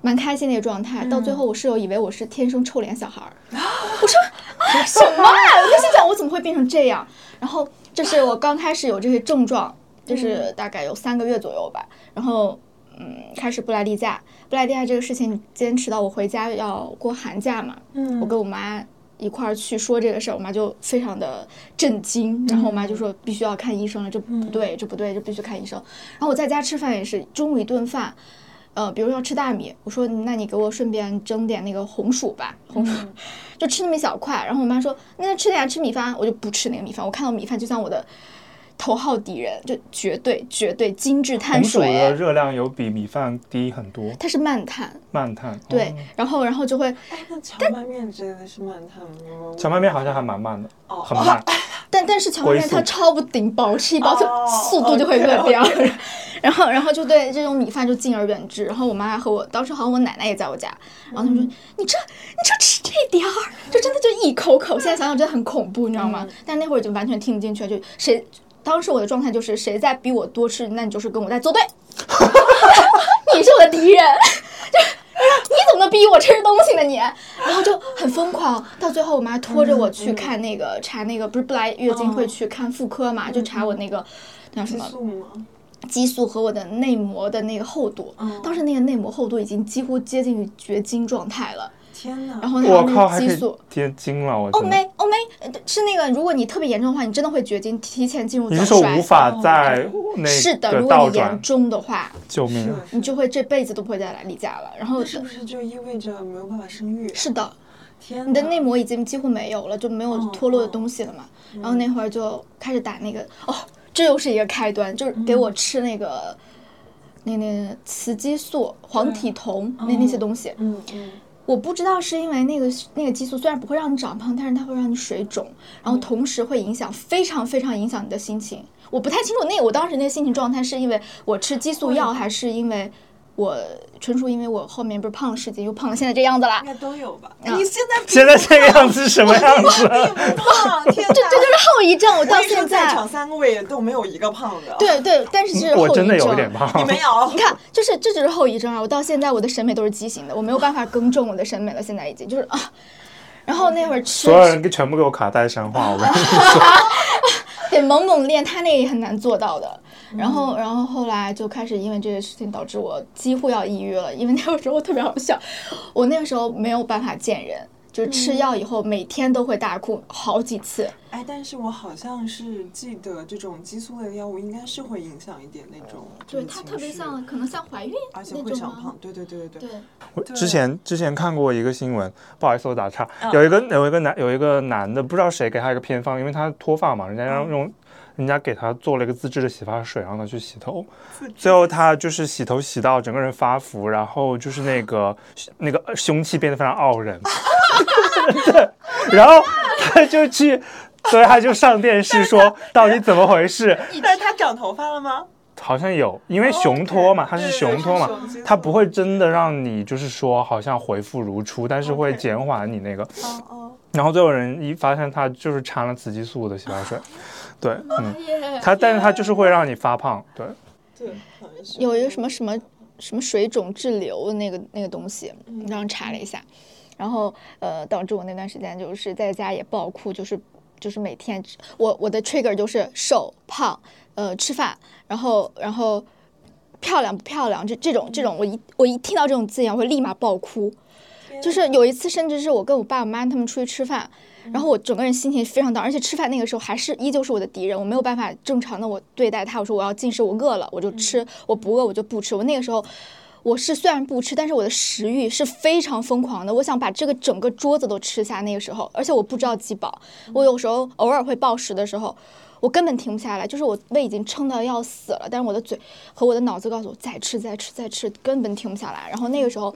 C: 蛮开心的一个状态，到最后我室友以为我是天生臭脸小孩儿，我说啊什么啊！我就心想我怎么会变成这样？然后这是我刚开始有这些症状，就是大概有三个月左右吧。然后嗯，开始不来例假，不来例假这个事情坚持到我回家要过寒假嘛，
E: 嗯
C: 我
A: 嗯
C: 跟我妈一块儿去说这个事儿，我妈就非常的震惊，然后我妈
A: 嗯
C: 就说必须要看医生了，这不对，这不对，这必须看医生。然后我在家吃饭也是，中午一顿饭，呃，比如说要吃大米，我说那你给我顺便蒸点那个红薯吧，红薯、
A: 嗯
C: (laughs) 就吃那么一小块。然后我妈说那吃点啊吃米饭，我就不吃那个米饭，我看到米饭就像我的。头号敌人就绝对绝对精致碳
A: 红薯的
C: 水，
A: 热量有比米饭低很多，
C: 它是慢碳，
A: 慢碳。
C: 对
A: 哦，
C: 然后然后就会
E: 哎，那荞麦面真的是蛮他们
A: 荞麦面好像还蛮慢的，
E: 哦
A: 很慢。
C: 但但是荞麦
A: 龟
C: 面它
A: 速
C: 超不顶饱，吃一包就
E: 哦
C: 速度就会饿掉。 (laughs) 然后然后就对这种米饭就敬而远之。然后我妈还和我当时好像我奶奶也在我家，然后她们说、你这你这吃这点儿，啊就真的就一口口。现在想想真的很恐怖，你知道吗？但那会儿就完全听不进去，就谁当时我的状态就是谁在逼我多吃，那你就是跟我在作对， (laughs) 你是我的敌人。 (laughs) 哎你怎么能逼我吃东西呢你？然后就很疯狂，到最后我妈拖着我去看那个、查那个，不是不来月经会
E: 嗯
C: 去看妇科嘛，就查我那个那叫什
E: 激
C: 么
E: 素吗？
C: 激素和我的内膜的那个厚度。
E: 嗯
C: 当时那个内膜厚度已经几乎接近于绝经状态了，
E: 嗯天呐，
C: 然后
A: 我
C: 那
A: 靠，
C: 个
A: 还可
C: 激
A: 以
C: 素。
A: 贴金了，我
C: 欧
A: 真的。
C: 美欧美呃是那个，如果你特别严重的话，你真的会绝经，提前进入
A: 你
C: 早
A: 是说
C: 衰。
A: 无法在
C: 是
A: 那
C: 的，
A: 个
C: 如果
A: 倒
C: 你严
A: 转？
C: 重的话，
A: 救命
E: 是
A: 啊！
C: 你就会这辈子都不会再来例假了。然后
E: 那是不是就意味着没有办法生育？啊
C: 是的，
E: 天呐，
C: 你的内膜已经几乎没有了，就没有脱落的东西了嘛。然后那会儿就开始打那个，哦，这又是一个开端，就是给我吃那个、那那雌激素、黄体酮那那些东西。
E: 嗯嗯，
C: 我不知道是因为那个那个激素虽然不会让你长胖，但是它会让你水肿，然后同时会影响非常非常影响你的心情。我不太清楚那我当时那个心情状态是因为我吃激素药，还是因为我纯属因为我后面不是胖了十斤，又胖了现在这样子啦
E: 应。该都有吧？
C: 啊
E: 你现在
A: 现在这个样子是什么样
C: (laughs)
A: 子？
E: 并不胖，天哪！
C: 这这就是后遗症，我
E: 我
C: 到
E: 跟你说
C: 现
E: 在
C: 在
E: 场三位都没有一个胖的，，
C: 对对，但是这是后遗症。啊
A: 我真的有一点
E: 你
A: 胖，
E: 没有
C: 你。看，就是这就是后遗症啊！我到现在我的审美都是畸形的，我没有办法更正我的审美了，现在已经就是啊。然后那会儿吃
A: 所有人全部给我卡带山
E: (laughs)
A: 话，我跟你
C: 得猛猛练，他那也很难做到的。然后，然后后来就开始因为这些事情导致我几乎要抑郁了，因为那个时候特别好笑，我那个时候没有办法见人，就是吃药以后每天都会大哭好几次。
E: 哎，但是我好像是记得这种激素类的药物应该是会影响一点那种，就是情绪，
C: 可能像怀孕啊
E: 而且会长胖。对对对对
C: 对
E: 对，，
A: 我
E: 对
A: 之前之前看过一个新闻，不好意思我打岔，
E: 嗯
A: 有一个有一个男有一个男的，不知道谁给他一个偏方，因为他脱发嘛，人家
E: 嗯
A: 让用。人家给他做了一个自制的洗发水，让他去洗头。
E: 自
A: 最后他就是洗头洗到整个人发福，然后就是那个 (laughs) 那个凶器变得非常傲人。 (laughs) 对，然后他就去，所以他就上电视
E: (laughs)
A: 说到底怎么回事。
E: 但是他长头发了吗？
A: 好像有，因为
E: 哦
A: 雄脱嘛，
E: 对
A: 它是
E: 对对
A: 雄
E: 是
A: 脱嘛
E: 雄激，
A: 它
E: 素
A: 不会真的让你就是说好像恢复如初，但是会
E: OK
A: 减缓你那个。
E: 哦哦，
A: 然后最后人一发现他就是掺了雌激素的洗发水，对，嗯，
C: 耶
A: 它但是它就是会让你发胖，对，
E: 对，好像是
C: 有一个什么什么什么水肿滞留的那个那个东西，然后查了一下，然后呃，导致我那段时间就是在家也暴哭，就是就是每天只我我的 trigger 就是瘦胖，呃，吃饭，然后然后漂亮不漂亮，这这种这种我一我一听到这种字眼，我会立马暴哭。就是有一次，甚至是我跟我爸我妈他们出去吃饭，然后我整个人心情非常 down，而且吃饭那个时候还是依旧是我的敌人，我没有办法正常的我对待他。我说我要进食，我饿了我就吃，我不饿我就不吃。我那个时候我是虽然不吃，但是我的食欲是非常疯狂的，我想把这个整个桌子都吃下。那个时候，而且我不知道饥饱，我有时候偶尔会暴食的时候。我根本停不下来，就是我胃已经撑到要死了，但是我的嘴和我的脑子告诉我再吃再吃再吃，根本停不下来。然后那个时候，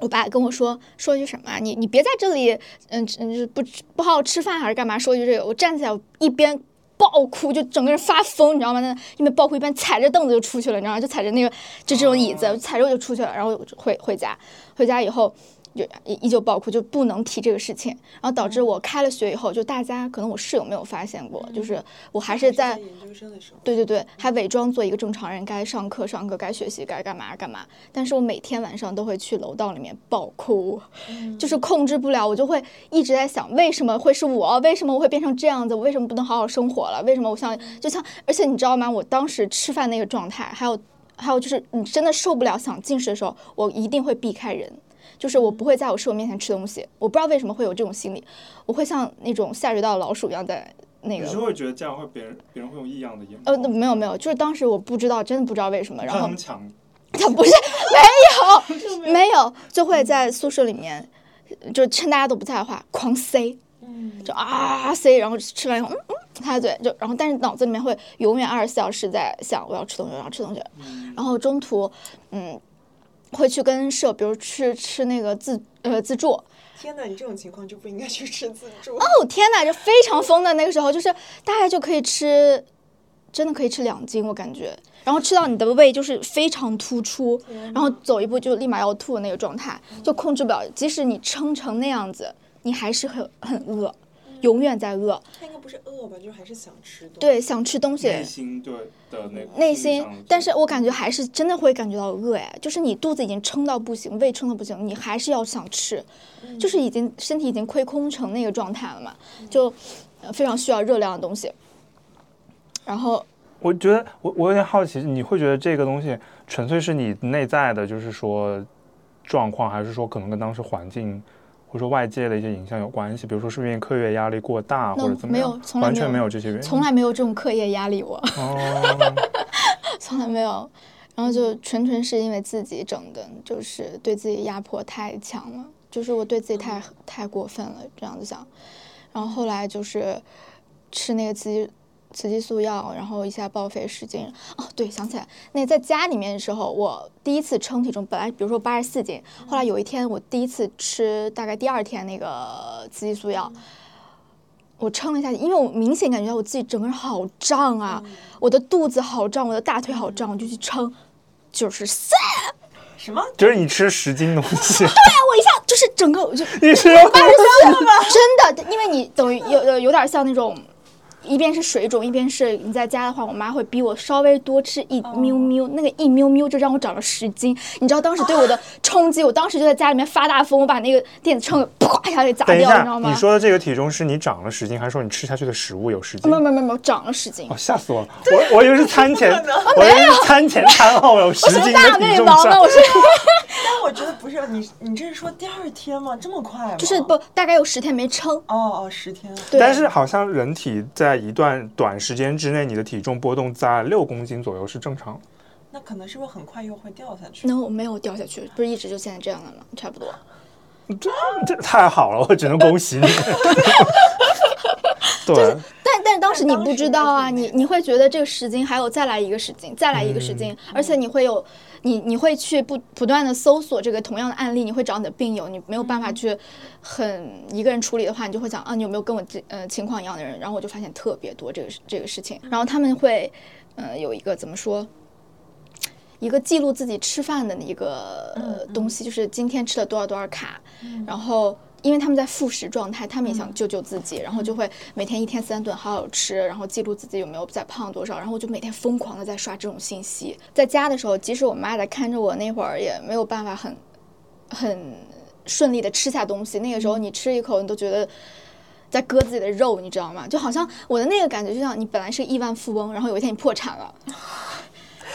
C: 我爸跟我说说一句什么啊，你你别在这里，嗯嗯，就是不吃不好好吃饭还是干嘛？说一句这个，我站起来，我一边暴哭，就整个人发疯，你知道吗？那一边暴哭一边踩着凳子就出去了，你知道吗？就踩着那个就这种椅子，踩着我就出去了，然后我就回回家，回家以后。就依依旧暴哭，就不能提这个事情，然后导致我开了学以后，就大家可能我室友没有发现过，就是我嗯还是在
E: 研究生的时候，
C: 对对对，还伪装做一个正常人，该上课上课，该学习该干嘛干嘛。但是我每天晚上都会去楼道里面暴哭，就是控制不了，我就会一直在想，为什么会是我？为什么我会变成这样子？我为什么不能好好生活了？为什么我像就像，而且你知道吗？我当时吃饭那个状态，还有还有就是，你真的受不了想进食的时候，我一定会避开人。就是我不会在我室友面前吃东西，我不知道为什么会有这种心理，我会像那种下水道老鼠一样在那个
A: 会觉得这样会别人别人会用异样的眼
C: 呃，那没有没有，就是当时我不知道，真的不知道为什么，然后
A: 抢，
C: (laughs) 他不是没有没有，就会在宿舍里面，就趁大家都不在的话狂塞，
E: 嗯，
C: 就啊塞，然后吃完以后嗯嗯擦嘴，就然后但是脑子里面会永远二十四小时在想我要吃东西，我要吃东西，然后中途嗯会去跟舍友，比如吃吃那个自呃自助，
E: 天哪，你这种情况就不应该去吃自助。
C: 哦天哪，就非常疯的那个时候，就是大概就可以吃，真的可以吃两斤，我感觉，然后吃到你的胃就是非常突出，然后走一步就立马要吐的那个状态，就控制不了。即使你撑成那样子，你还是很很饿，永远在饿。
E: 他应该不是饿吧，就是还是想吃东西。
C: 对，想吃东西，
A: 心对的那个
C: 内心，但是我感觉还是真的会感觉到饿哎，就是你肚子已经撑到不行，胃撑到不行，你还是要想吃，就是已经身体已经亏空成那个状态了嘛，就呃非常需要热量的东西。然后
A: 我觉得我我有点好奇，你会觉得这个东西纯粹是你内在的，就是说状况，还是说可能跟当时环境或者说外界的一些影响有关系？比如说是不是因为课业压力过大
C: 那
A: 或者怎么
C: 没
A: 样？
C: 有从来
A: 完
C: 没
A: 全
C: 有
A: 没有这些原因。
C: 从来没有这种课业压力我， (laughs)
A: 哦，
C: 从来没有，然后就纯纯是因为自己整的，就是对自己压迫太强了，就是我对自己太太过分了，这样子想。然后后来就是吃那个雌激雌激素药，然后一下报废十斤。哦，对，想起来，那在家里面的时候，我第一次称体重，本来比如说八十四斤，后来有一天我第一次吃，大概第二天那个雌激素药。我称了一下，因为我明显感觉到我自己整个人好嗯胀啊，我的肚子好胀，我的大腿好胀，我就去称，九十四，
E: 什么？
A: 就是你吃十斤东西，
C: 我一下就是整个 (laughs) 我就
A: 你吃
C: 八十三了吗？ (laughs) 真的，因为你等于有有有点像那种，一边是水肿，一边是你在家的话，我妈会逼我稍微多吃一喵喵，那个一喵喵就让我长了十斤。你知道当时对我的冲击，我当时就在家里面发大疯，我把那个电子秤给啪一下给砸
A: 等一
C: 掉，你
A: 下
C: 知道，吗？
A: 你说的这个体重是你长了十斤，还是说你吃下去的食物有十斤
C: 没有？没有没有没有，长了十斤
A: 哦，。吓死我了！我我以为是餐
C: (laughs)
A: 前，我以为是餐前餐后有十
C: 我是
A: 斤的
C: 大
A: 体
C: 胃
A: 重
C: 王吗？
A: 秤
C: 我是
E: 但我觉得不是你，你这是说第二天吗？这么快吗？
C: 就是不大概有十天没称，
E: 哦哦，十天。
C: 对，
A: 哦但是好像人体在一段短时间之内，你的体重波动在六公斤左右是正常。
E: 那可能是不是很快又会掉下去？
C: 能我没有掉下去，不是一直就现在这样了吗？差不多。
A: 这这太好了，我只能
C: 呃
A: 恭
C: (laughs)
A: 喜你。对，
C: 但但当时你不知道啊，
E: 但当时
C: 你
E: 不
C: 你会觉得这个十斤还有再来一个十斤，再来一个十斤，而且你会有你你会去不不断的搜索这个同样的案例，你会找你的病友，你没有办法去很一个人处理的话，你就会想啊，你有没有跟我这呃情况一样的人？然后我就发现特别多这个这个事情，然后他们会呃有一个怎么说？一个记录自己吃饭的一个、呃、东西，就是今天吃了多少多少卡，然后因为他们在复食状态，他们也想救救自己，然后就会每天一天三顿好好吃，然后记录自己有没有再胖多少，然后我就每天疯狂的在刷这种信息。在家的时候，即使我妈在看着我那会儿，也没有办法很很顺利的吃下东西。那个时候你吃一口，你都觉得。在割自己的肉，你知道吗？就好像我的那个感觉，就像你本来是个亿万富翁，然后有一天你破产了，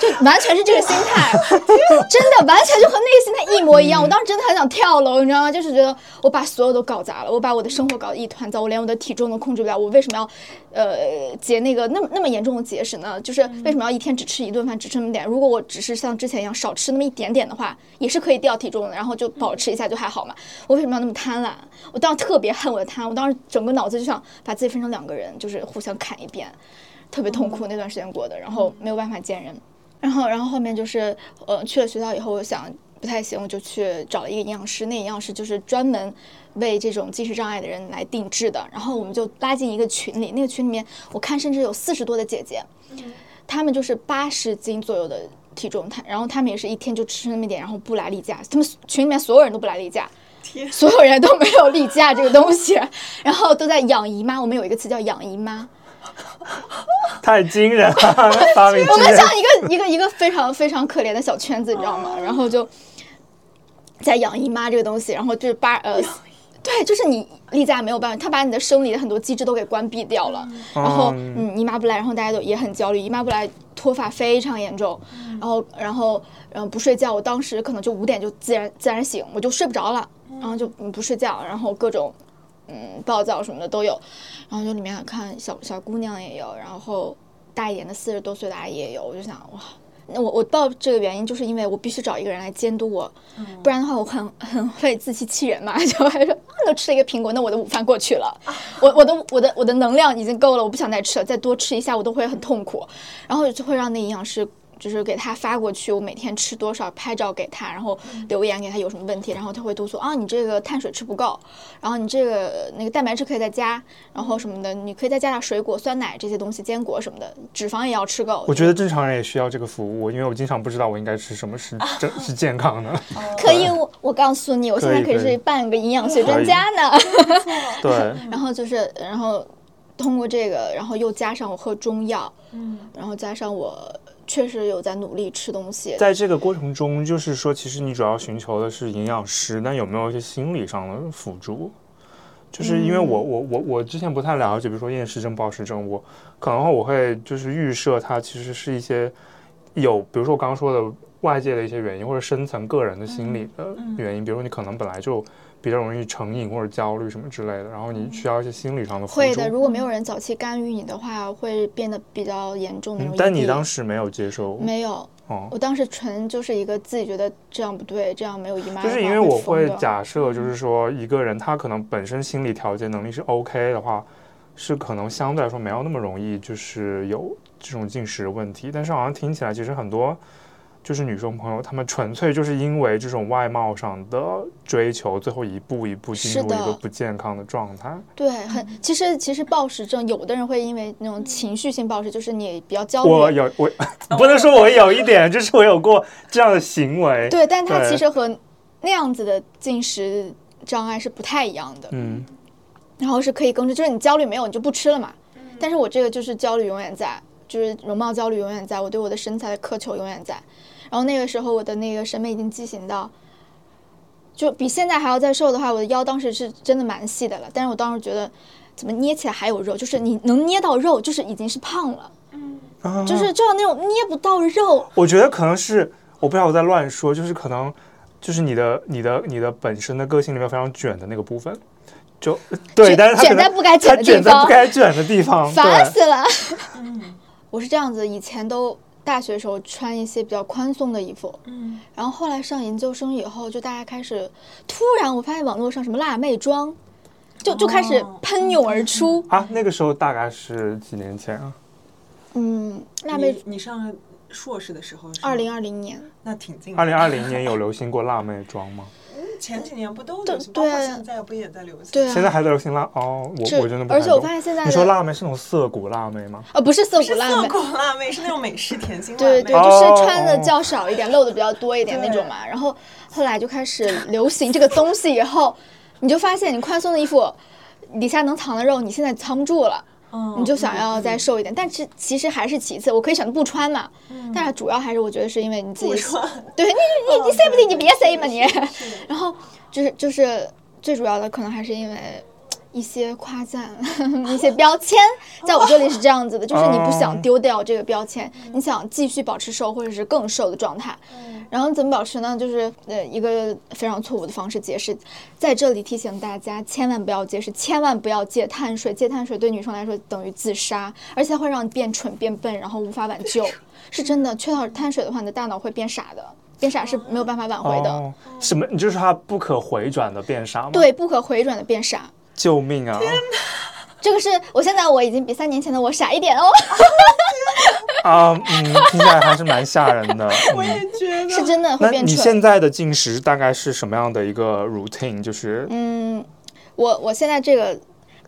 C: 就完全是这个心态，真的完全就和那个心态一模一样。我当时真的很想跳楼，你知道吗？就是觉得我把所有都搞砸了，我把我的生活搞得一团糟，我连我的体重都控制不了，我为什么要呃节那个那么那么严重的节食呢？就是为什么要一天只吃一顿饭，只吃那么点？如果我只是像之前一样少吃那么一点点的话，也是可以掉体重的，然后就保持一下就还好嘛。我为什么要那么贪婪？我当时特别恨我的贪婪，我当时整个脑子就想把自己分成两个人，就是互相砍一遍，特别痛苦那段时间过的，然后没有办法见人。然后，然后后面就是，呃，去了学校以后，我想不太行，我就去找了一个营养师。那营养师就是专门为这种进食障碍的人来定制的。然后我们就拉进一个群里，那个群里面我看甚至有四十多的姐姐，她们就是八十斤左右的体重，她然后她们也是一天就吃那么一点，然后不来例假，她们群里面所有人都不来例假，
E: 天，
C: 所有人都没有例假这个东西，然后都在养姨妈。我们有一个词叫养姨妈，
A: 太惊人了，发明
C: (laughs) 我们
A: 之
C: 像
A: 人。
C: 一个一个一个非常非常可怜的小圈子，你知道吗？然后就在养姨妈这个东西，然后就是八呃，对，就是你例假没有办法，他把你的生理的很多机制都给关闭掉了，然后
A: 嗯
C: 嗯，姨妈不来，然后大家都也很焦虑，姨妈不来脱发非常严重，然后然后然后不睡觉，我当时可能就五点就自然自然醒，我就睡不着了，然后就嗯不睡觉，然后各种。嗯，暴躁什么的都有，然后就里面看小小姑娘也有，然后大一点的四十多岁的阿姨也有，我就想哇，那我我报这个原因就是因为我必须找一个人来监督我，不然的话我很很会自欺欺人嘛， (laughs) 就还说啊都吃了一个苹果，那我的午饭过去了，我我的我的我的能量已经够了，我不想再吃了，再多吃一下我都会很痛苦，然后就会让那营养师。就是给他发过去，我每天吃多少，拍照给他，然后留言给他有什么问题，然后他会督促啊，你这个碳水吃不够，然后你这个那个蛋白质可以再加，然后什么的，你可以再加点水果、酸奶这些东西，坚果什么的，脂肪也要吃够。
A: 我觉得正常人也需要这个服务，因为我经常不知道我应该吃什么是
C: 啊
A: 正是健康
C: (laughs)
A: 的。
C: 可以，我我告诉你，我现在
A: 可以
C: 可
A: 可以
C: 是半个营养学专家呢。
A: 对，
C: 然后就是，然后通过这个，然后又加上我喝中药，
E: 嗯，
C: 然后加上我确实有在努力吃东西。
A: 在这个过程中，就是说，其实你主要寻求的是营养师，那有没有一些心理上的辅助？就是因为我
C: 嗯
A: 我我我之前不太了解，比如说厌食症、暴食症，我可能我会就是预设它其实是一些有，比如说我刚刚说的外界的一些原因，或者深层个人的心
C: 嗯
A: 理的原因，比如说你可能本来就比较容易成瘾或者焦虑什么之类的，然后你需要一些心理上的辅
C: 嗯会
A: 助
C: 的，。如果没有人早期干预你的话，会变得比较严重的那
A: 嗯
C: 种。
A: 但你当时没有接受
C: 没有，
A: 哦，
C: 我当时纯就是一个自己觉得这样不对，这样没有姨妈的
A: 就
C: 话
A: 是因为我
C: 会
A: 会
C: 疯的嗯
A: 假设，就是说一个人他可能本身心理调节能力是 OK 的话，是可能相对来说没有那么容易就是有这种进食问题。但是好像听起来其实很多就是女生朋友，她们纯粹就是因为这种外貌上的追求，最后一步一步进
C: 是
A: 入一个
C: 的
A: 不健康的状态。
C: 对，很其实其实暴食症，有的人会因为那种情绪性暴食，就是你比较焦
A: 我
C: 虑，
A: 有我
C: 哦
A: 不能说我有一点，就是我有过这样的行为。
C: 对，但它
A: 对
C: 其实和那样子的进食障碍是不太一样的，
A: 嗯，
C: 然后是可以根治，就是你焦虑没有你就不吃了嘛。但是我这个就是焦虑永远在，就是容貌焦虑永远在，我对我的身材的苛求永远在。然后那个时候我的那个审美已经畸形到，就比现在还要再瘦的话，我的腰当时是真的蛮细的了。但是我当时觉得，怎么捏起来还有肉？就是你能捏到肉，就是已经是胖了，
A: 啊
C: 就是就像那种捏不到肉，
A: 我觉得可能是我不知道我在乱说，就是可能就是你的你的你的本身的个性里面非常卷的那个部分，就对，
C: 卷
A: 但是它可
C: 卷
A: 能
C: 在不该
A: 它
C: 卷的
A: 卷
C: 地
A: 在不
C: 方，
A: 该卷的地方，
C: 烦
A: 对，
C: 死了。
E: 嗯
C: 我是这样子，以前都大学时候穿一些比较宽松的衣服，
E: 嗯
C: 然后后来上研究生以后，就大家开始突然我发现网络上什么辣妹妆，就就开始
E: 哦
C: 喷涌而出。
A: 啊，那个时候大概是几年前啊，
C: 嗯，辣妹
E: 你你上硕士的时候是吗，
C: 二零二零年，
E: 那挺近的，
A: 二零二零年有流行过辣妹妆吗？
E: 前几年不都
C: 对
E: 流行，包括
C: 对
E: 现在不也在流行？
C: (laughs) 对啊
A: 现在还在流行辣哦，
C: 这
A: 我我真的不
C: 而
A: 太
C: 且我
A: 懂
C: 发。现现在
A: 你说
C: 的
A: 辣妹是那种涩谷辣妹吗？
C: 呃不是
E: 不
C: 涩谷
E: 是
C: 辣
E: 涩
C: 妹，
E: 谷辣妹，是那种美式甜心辣
C: 对
E: 妹。
C: 对，
A: 哦
C: 就是穿的较少一点，露的比较多一点
E: 对
C: 那种嘛。然后后来就开始流行这个东西，以后你就发现你宽松的衣服底下能藏的肉，你现在藏不住了。
E: 嗯
C: 你就想要再瘦一点，但是其实还是其次，我可以选择不穿嘛。但是主要还是我觉得是因为你自己
E: 嗯不穿，
C: 对你你你
E: 哦
C: 塞不
E: 对
C: 进，你别塞嘛啊你。然后就是就是最主要的，可能还是因为一些夸赞、 (laughs) 一些标签，在我这里是这样子的，就是你不想丢掉这个标签，你想继续保持瘦或者是更瘦的状态。然后怎么保持呢？就是呃一个非常错误的方式节食，在这里提醒大家，千万不要节食，千万不要戒碳水，戒碳水对女生来说等于自杀，而且它会让你变蠢变笨，然后无法挽救。是真的，缺少碳水的话，你的大脑会变傻的，变傻是没有办法挽回的。
A: 哦，什么？你就是它不可回转的变傻吗？，
C: 对，不可回转的变傻。
A: 救命啊！
C: 这个是我现在我已经比三年前的我傻一点哦，
A: 啊，嗯，听起来还是蛮吓人
C: (laughs)
A: 的。
E: 我
A: 嗯。
E: 也觉得
C: 是真的
A: 那
C: 会变
A: 你
C: 蠢。
A: 现在的进食大概是什么样的一个 routine？就是
C: 嗯，我我现在这个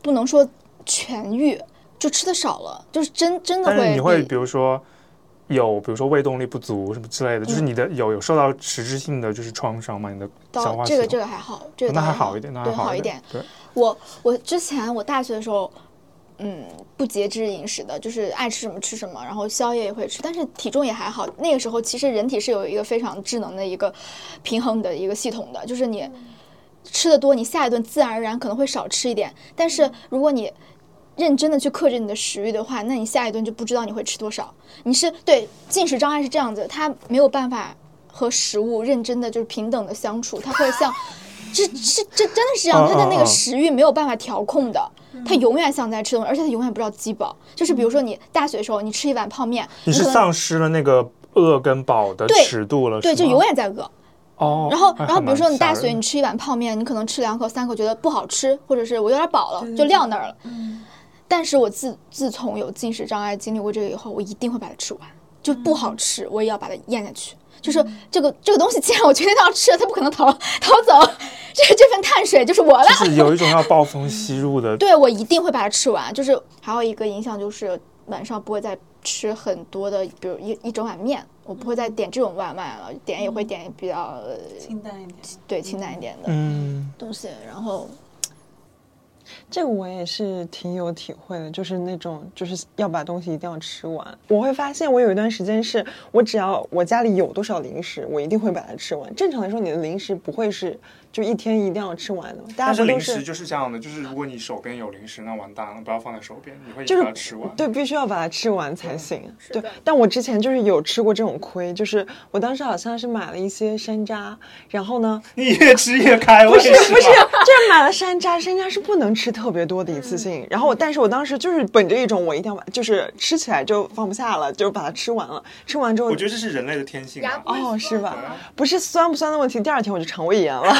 C: 不能说痊愈，就吃的少了，就是真真的
A: 但是
C: 会
A: 你会
C: 比
A: 比如说有，比如说胃动力不足什么之类的，就是你的有有受到实质性的就是创伤吗？你的消
C: 嗯到
A: 化系
C: 这
A: 统
C: 个
A: 哦
C: 这个还好，这个
A: 那
C: 倒
A: 还好一点，那还
C: 对好
A: 一
C: 一
A: 点
C: 点。。
A: 对，
C: 我我之前我大学的时候，嗯，不节制饮食的，就是爱吃什么吃什么，然后宵夜也会吃，但是体重也还好。那个时候其实人体是有一个非常智能的一个平衡的一个系统的，就是你吃的多，你下一顿自然而然可能会少吃一点，但是如果你认真的去克制你的食欲的话，那你下一顿就不知道你会吃多少。你是对进食障碍是这样子，它没有办法和食物认真的就是平等的相处，它会像，这这这真的是这样，它的那
A: 嗯嗯嗯
C: 个食欲没有办法调控的，它永远想在吃东西，而且它永远不知道饥饱。就是比如说你大学的时候，你吃一碗泡面，
A: 嗯你是
C: 可能
A: 丧失了那个饿跟饱的
C: 对
A: 尺度了，
C: 对，
A: 是
C: 就
A: 吗
C: 永远在饿。
A: 哦。
C: 然后，
A: 还
C: 然后
A: 还
C: 比如说
A: 蛮
C: 你大
A: 吓
C: 学
A: 人
C: 你吃一碗泡面，你可能吃两口、三口觉得不好吃，或者是我有点饱了
E: 对对
C: 就
E: 对
C: 撂那儿了。
E: 嗯
C: 但是我自自从有进食障碍，经历过这个以后，我一定会把它吃完，就不
E: 嗯
C: 好吃我也要把它咽下去。就是这个这个东西，既然我决定要吃了，它不可能逃逃走， (laughs) 这这份碳水就是我的。
A: 就是有一种要暴
C: (laughs)
A: 风吸入的
C: 对我一定会把它吃完。就是还有一个影响就是晚上不会再吃很多的，比如一一整碗面，我不会再点这种外卖了，点也会点比较呃
E: 清淡一点。
C: 对清淡一点的
A: 嗯，
C: 东西。然后
B: 这个我也是挺有体会的，就是那种就是要把东西一定要吃完。我会发现我有一段时间是我只要我家里有多少零食，我一定会把它吃完。正常来说，你的零食不会是就一天一定要吃完的嘛，大家
A: 但
B: 不
A: 是
B: 都
A: 零
B: 是
A: 食就是这样的，就是如果你手边有零食，那完蛋了，不要放在手边，你会一
B: 就
A: 定
B: 是
A: 把它吃完。
B: 对，必须要把它吃完才行。
C: 的
B: 对，但我之前就是有吃过这种亏，就是我当时好像是买了一些山楂，然后呢，
A: 你越吃越开胃，
B: 不是不是，
A: 吗
B: 就是买了山楂，山楂是不能吃特别多的一次性。然后我，但是我当时就是本着一种我一定要把，就是吃起来就放不下了，就把它吃完了。吃完之后
A: 我，觉得这是人类的天性、啊。
B: 哦哦，是吧？不是酸不酸的问题，第二天我就肠胃炎了。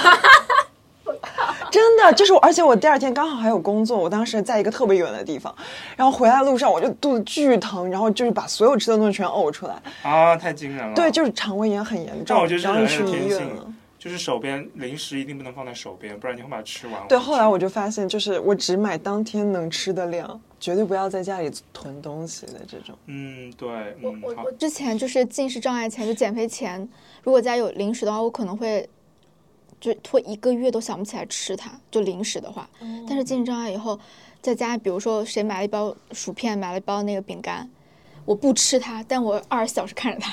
B: 真的就是我，而且我第二天刚好还有工作，我当时在一个特别远的地方，然后回来的路上我就肚子巨疼，然后就是把所有吃的东西全呕出来，
F: 啊，太惊人了。
B: 对，就是肠胃炎很严重，
F: 但我觉得
B: 然
F: 这
B: 后
F: 人
B: 去
F: 是
B: 医
F: 天
B: 院
F: 性
B: 了
F: 的。，就是手边零食一定不能放在手边，不然你会把它吃完。
B: 对，后来我就发现，就是我只买当天能吃的量，绝对不要在家里囤东西的这种。
F: 嗯，对，
C: 我
F: 嗯，
C: 我
F: 好
C: 我，之前就是进食障碍前，就减肥前，如果家有零食的话，我可能会就拖一个月都想不起来吃它，就零食的话。但是进食障碍以后，在家比如说谁买了一包薯片，买了一包那个饼干，我不吃它，但我二十四小时看着它。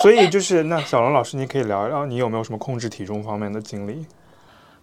A: 所以就是那小龙老师，你可以聊一聊你有没有什么控制体重方面的经历？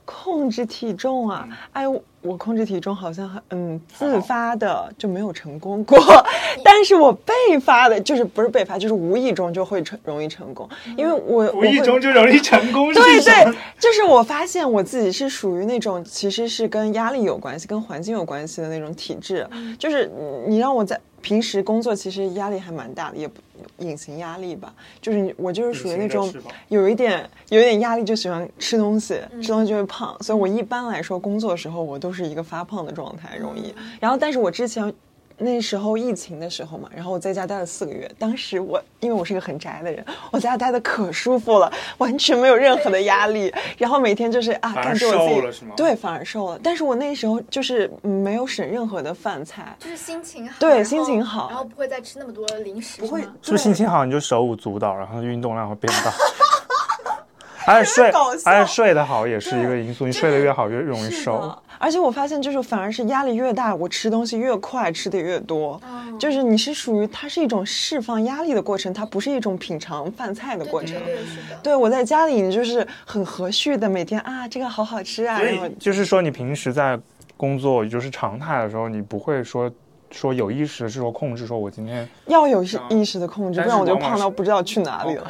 B: 控制体重啊，
F: 嗯
B: 哎，我我控制体重好像很嗯自发的就没有成功过，
F: 嗯
B: (laughs) 但是我被发的，就是不是被发，就是无意中就会成容易成功，因为我
F: (laughs) 嗯无意。
B: 我
F: 中
B: 会
F: 就容易成
B: (laughs)
F: 功，
B: 对
F: 是什么
B: 对，就是我发现我自己是属于那种其实是跟压力有关系、跟环境有关系的那种体质，
F: 嗯
B: 就是你你让我在平时工作其实压力还蛮大的，也不隐形压力吧，就是你我就是属于那
F: 隐
B: 种
F: 形的翅膀
B: 有一点有一点压力就喜欢吃东西，
F: 嗯
B: 吃东西就会胖，所以我一般来说工作的时候我都是一个发胖的状态，容易。
F: 嗯
B: 然后但是我之前。那时候疫情的时候嘛，然后我在家待了四个月。当时我因为我是一个很宅的人，我在家待的可舒服了，完全没有任何的压
F: (laughs)
B: 力。然后每天就是啊，
F: 反而
B: 感觉我自己
F: 瘦了是吗
B: 对，反而瘦了。但是我那时候就是没有省任何的饭菜，
G: 就是心情好，
B: 对
G: 然后
B: 心情好
G: 然后不会再吃那么多零食，
B: 不会
G: 是吗
A: 是不是心情好你就手舞足蹈，然后运动量会变大？ (laughs) 而且睡
B: 搞，笑
A: 而且睡得好也是一个因素，你睡得越好越容易
B: 是
A: 瘦
B: 的。，而且我发现，就是反而是压力越大，我吃东西越快，吃的越多。
G: 哦
B: 就是你是属于它是一种释放压力的过程，它不是一种品尝饭菜的过
G: 对
B: 程。
G: 对对，是的。
B: 对我在家里，你就是很和煦的，每天啊，这个好好吃啊，
F: 所
B: 然
F: 以
B: 后
A: 就是说，你平时在工作，也就是常态的时候，你不会说说有意识的去说控制，说我今天
B: 要有意
F: 啊
B: 意识的控制，
F: 但
B: 不然
F: 是
B: 我就
F: 往往
B: 胖
F: 是
B: 到不知道去哪里了。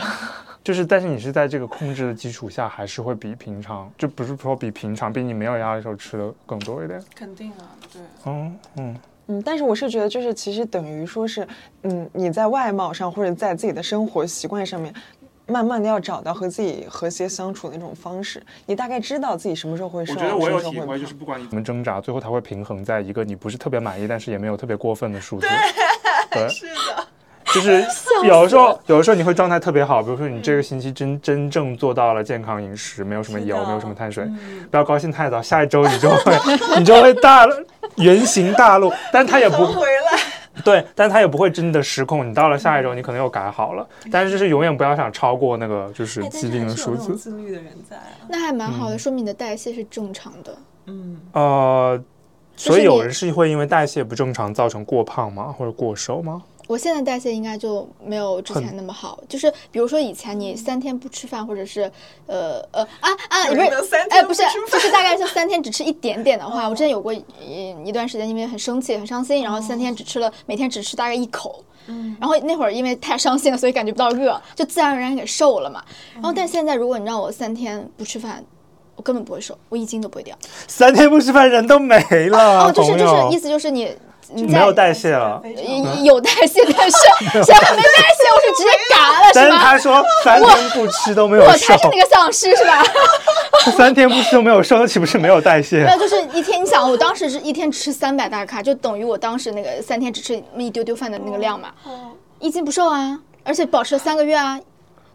A: 就是，但是你是在这个控制的基础下，还是会比平常，就不是说比平常，比你没有压力的时候吃的更多一点。
E: 肯定啊，对，
A: 嗯嗯，
B: 嗯，但是我是觉得，就是其实等于说是，嗯，你在外貌上或者在自己的生活习惯上面，慢慢的要找到和自己和谐相处的那种方式。你大概知道自己什么时候会瘦，
F: 我觉得我有
B: 什么
F: 体
B: 时候会
F: 会，就
B: 胖
F: 是不管你
A: 你们挣扎，最后它会平衡在一个你不是特别满意，但是也没有特别过分的数字。
E: (laughs)
A: 对，是的， (laughs) 就是有的时候，有的时候你会状态特别好，比如说你
E: 嗯
A: 这个星期真真正做到了健康饮食，没有什么油，没有什么碳水，
E: 嗯
A: 不要高兴太早，下一周你就会你就会大原形大露，但它也不
B: 回来。
A: 对，但它也不会真的失控。你到了下一周，你可能又改好了，但是就是永远不要想超过那个就是
E: 嗯哎但
A: 既
E: 是
A: 定
E: 还
A: 的
E: 是有
A: 数
E: 那
A: 字
E: 种。自律的人在啊。
C: 那还蛮好
B: 嗯
C: 的，说明你的代谢是正常的。
A: 呃，
C: 就是
A: 所以有
C: 你
A: 人是会因为代谢不正常造成过胖吗？或者过瘦吗？
C: 我现在代谢应该就没有之前那么好，就是比如说以前你三天不吃饭，或者是呃呃啊啊，
E: 有
C: 不
E: 人
C: 是
E: 能三
C: 哎
E: 天
C: 不是
E: 不吃，嗯
C: 就是大概是三天只吃一点点的话，我之前有过一一段时间，因为很生气很伤心，然后
E: 哦
C: 三天只吃了每天只吃大概一口，嗯，然后那会儿因为太伤心了，所以感觉不到饿，就自然而然给瘦了嘛。然后
E: 嗯
C: 但现在如果你让我三天不吃饭，我根本不会瘦，我一斤都不会掉。
A: 三天不吃饭，人都没啊了，
C: 哦，就是
A: 朋
C: 就是
A: 友
C: 意思就是你你
A: 没
C: 在
A: 有代谢了。
E: 非常
C: 有有代谢，
A: (laughs)
C: 但是谁还没代谢？我是直接嘎了，
A: 但是
C: 是吗？
A: 他说三天不吃都没有
C: 我
A: 瘦
C: 才，是那个丧尸是吧？
A: 三天不吃都没有瘦，岂不是没有代谢
C: 没？有，就是一天，你想，我当时是一天吃三百大卡，就等于我当时那个三天只吃那么一丢丢饭的那个量嘛，一斤不瘦啊，而且保持了三个月啊，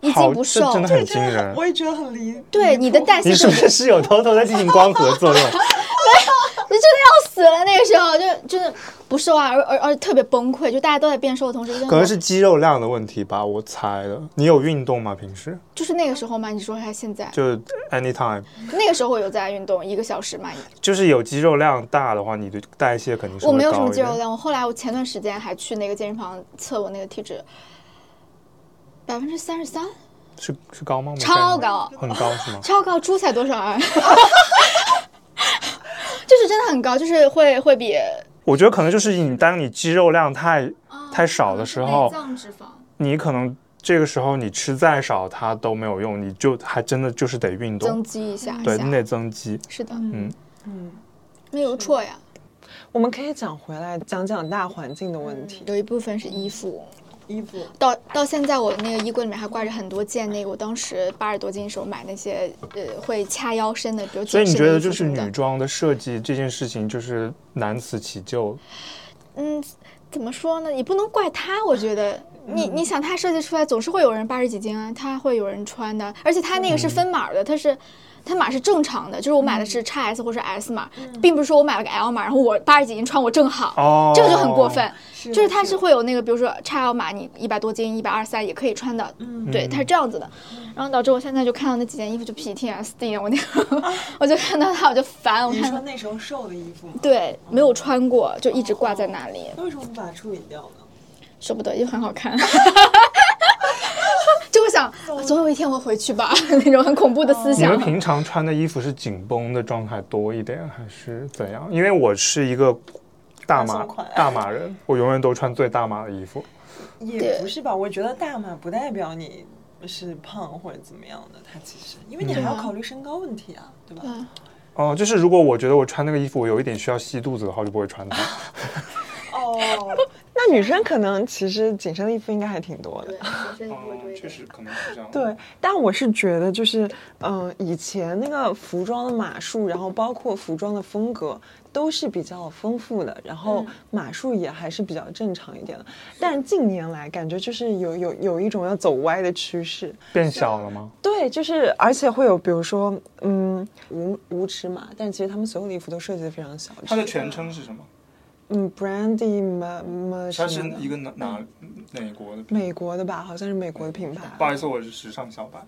C: 一
A: 好，
C: 斤不
A: 这
C: 瘦
A: 真。的很惊人
B: 我。也觉得很离。
C: 对，你的代谢
A: 你是
C: 就
A: 不是室友偷偷在进行光合作用？
C: 就真的要死了，那个时候就真的不瘦啊，而而而且特别崩溃，就大家都在变瘦的同时，就
A: 可能是肌肉量的问题吧，我猜的。你有运动吗？平时
C: 就是那个时候嘛，你说还现在，
A: 就 anytime，
C: 那个时候我有在运动一个小时嘛，
A: 就是有肌肉量大的话，你的代谢肯定是
C: 我
A: 会
C: 没有什
A: 高一
C: 么肌
A: 点
C: 肉量，我后来我前段时间还去那个健身房测我那个体脂，百分之三十三，
A: 是是高吗？没概念
C: 超高，
A: 很高是吗？ (laughs)
C: 超高，猪才多少啊？ (laughs) 就是真的很高，就是会会比
A: 我觉得可能就是你，当你肌肉量太太少的时候
C: 哦
G: 内，脏脂肪，
A: 你可能这个时候你吃再少它都没有用，你就还真的就是得运
C: 增
A: 动，
C: 肌一下一
A: 对，嗯你
C: 下，
A: 得增肌。
C: 是的，
A: 嗯
C: 没有错呀。
B: 我们可以讲回来，讲讲大环境的问题。
C: 有一部分是衣服，
B: 衣服，
C: 到到现在，我那个衣柜里面还挂着很多件那个我当时八十多斤的时候买那些呃会掐腰身的，比如
A: 所以你
C: 紧身
A: 觉得
C: 的衣服
A: 就是
C: 什么的
A: 女装的设计这件事情就是难辞其咎，
C: 嗯，怎么说呢？也不能怪他，我觉得。
E: 嗯
C: 你你想，他设计出来总是会有人八十几斤啊，他会有人穿的，而且他
E: 嗯
C: 那个是分码的，他是，他码是正常的，就是我买的是 x S 或者 S 码，
E: 嗯
C: 并不是说我买了个 L 码，然后我八十几斤穿我正好，
A: 哦，
C: 这个就很过分。
E: 是
C: 嗯就是它是会有那个，比如说 x L 码，你一百多斤、一百二三也可以穿的，
E: 嗯
C: 对，它是这样子的。然后导致我现在就看到那几件衣服就 PTSD 了，我那个 (laughs) 我就看到它我就烦，我
E: 你
C: 看
E: 说
C: 到
E: 那时候瘦的衣服吗？
C: 对没有穿过就一直挂在那里。
E: 那为什么不把它处理掉呢？
C: (laughs) 舍不得，又很好看，就会想总有一天我回去吧， (laughs) 那种很恐怖的思
A: 你们
C: 想。
A: 平常穿的衣服是紧绷的状态多一点，还是怎样？因为我是一个大
E: 宽
A: 码
E: 松款
A: 大码人，我永远都穿最大码的衣服。
E: 也
C: 对
E: 不是吧，我觉得大码不代表你是胖或者怎么样的，它其实因为你还要
C: 啊
E: 考虑身高问题啊，对吧？
C: 嗯，
A: 哦、就是如果我觉得我穿那个衣服，我有一点需要吸肚子的话，我就不会穿它。
E: 哦，
B: (laughs) 那女生可能其实紧身的衣服应该还挺多的
G: 对，。本身会
F: 哦
G: 多，一
F: 确
G: 点。
F: 实可能是这样。
B: 对，但我是觉得就是，嗯、以前那个服装的码数，然后包括服装的风格，都是比较丰富的，然后码数也还是比较正常一点的。但是近年来感觉就是有有有一种要走歪的趋势，
A: 变小了吗？
B: 对，就是而且会有比如说，嗯，无无尺码，但其实他们所有的衣服都设计的非常小。
F: 它的全称是什么？
B: 嗯，Brandy 么么什
F: 它
B: 么
F: 是
B: 的
F: 一个哪哪哪国的？
B: 美国的吧，好像是美国的品牌。
F: 不好意思，我是时尚小白。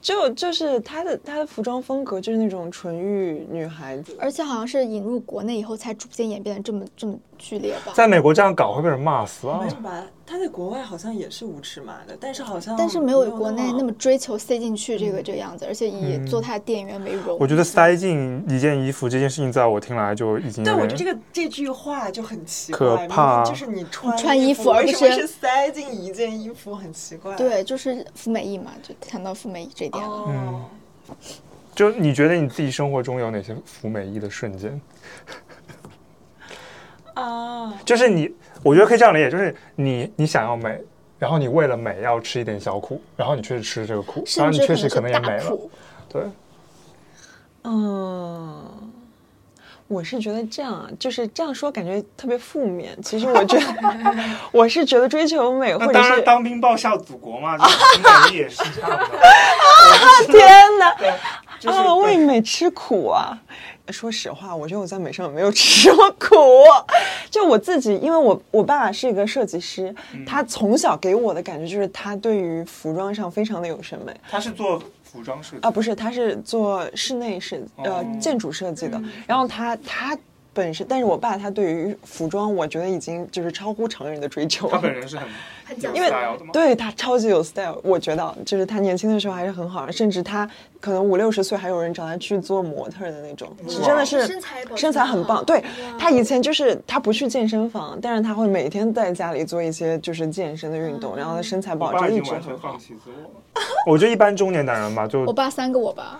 B: 就就是她的她的服装风格就是那种纯欲女孩子，
C: 而且好像是引入国内以后才逐渐演变得这么这么剧烈吧。
A: 在美国这样搞会被人骂死啊
C: 哦
E: 没！有吧？它在国外好像也是无尺码的，但是好
B: 嗯
E: 像
C: 但是没有国内那么
E: 么
C: 追求塞进去这个这个样子，而且以做它的店员为荣。
A: 嗯我觉得塞进一件衣服这件事情，在我听来就已经
E: 对，我
A: 有
C: 嗯
E: 觉得这
A: 点。
E: 个这句话就很奇怪，
A: 可
E: 明明
A: 怕
E: 就是你穿
C: 穿衣服而
E: 为
C: 不
E: 什么
C: 是
E: 是塞进一件衣服，很奇怪。
C: 对，就是赴美役嘛，就谈到赴美役这一点了。
E: 哦，
A: 就你觉得你自己生活中有哪些服美意的瞬间？
E: 啊，
A: 就是你，我觉得可以这样理解，就是你你想要美，然后你为了美要吃一点小苦，然后你确实吃了这个苦，然
C: 甚
A: 后你
C: 至
A: 确实可能
C: 是
A: 也
C: 大
A: 美了，
C: 苦，
A: 对。
B: 嗯，我是觉得这样啊，就是这样说感觉特别负面。其实我觉得，
E: (laughs)
B: 我是觉得追求美或
F: 那
B: 者
F: 当
B: 是
F: 然，当兵报效祖国嘛，这个也是这样
B: (laughs)
F: 的。
B: 天哪
F: 对，就是
B: 啊，为
F: 对
B: 美吃苦啊！说实话，我觉得我在美上没有吃过苦。就我自己，因为我我爸爸是一个设计师，
F: 嗯
B: 他从小给我的感觉就是他对于服装上非常的有审美。
F: 他是做服装设计
B: 啊，不是，他是做室内设呃
F: 哦
B: 建筑设计的。然后他他本身，但是我爸他对于服装，我觉得已经就是超乎常人的追求了。
F: 他本人是很
G: 很讲
F: 有
G: 究
F: style 的吗？
B: 对他超级有 style，我觉得就是他年轻的时候还是很好，甚至他可能五六十岁还有人找他去做模特儿的那种，是真的是
G: 身材保持
B: 身材
G: 得
B: 很
E: 啊
G: 好
B: 棒。对他以前就是他不去健身房，但是他会每天在家里做一些就是健身的运动，
E: 嗯
B: 然后他身材
F: 我
B: 保
F: 爸
B: 持
F: 已
B: 一
F: 经
B: 直
F: 完全
B: 很好
F: 放。弃自我了。
B: (laughs)
A: 我觉得一般中年男人吧，就
C: 我爸三个我吧，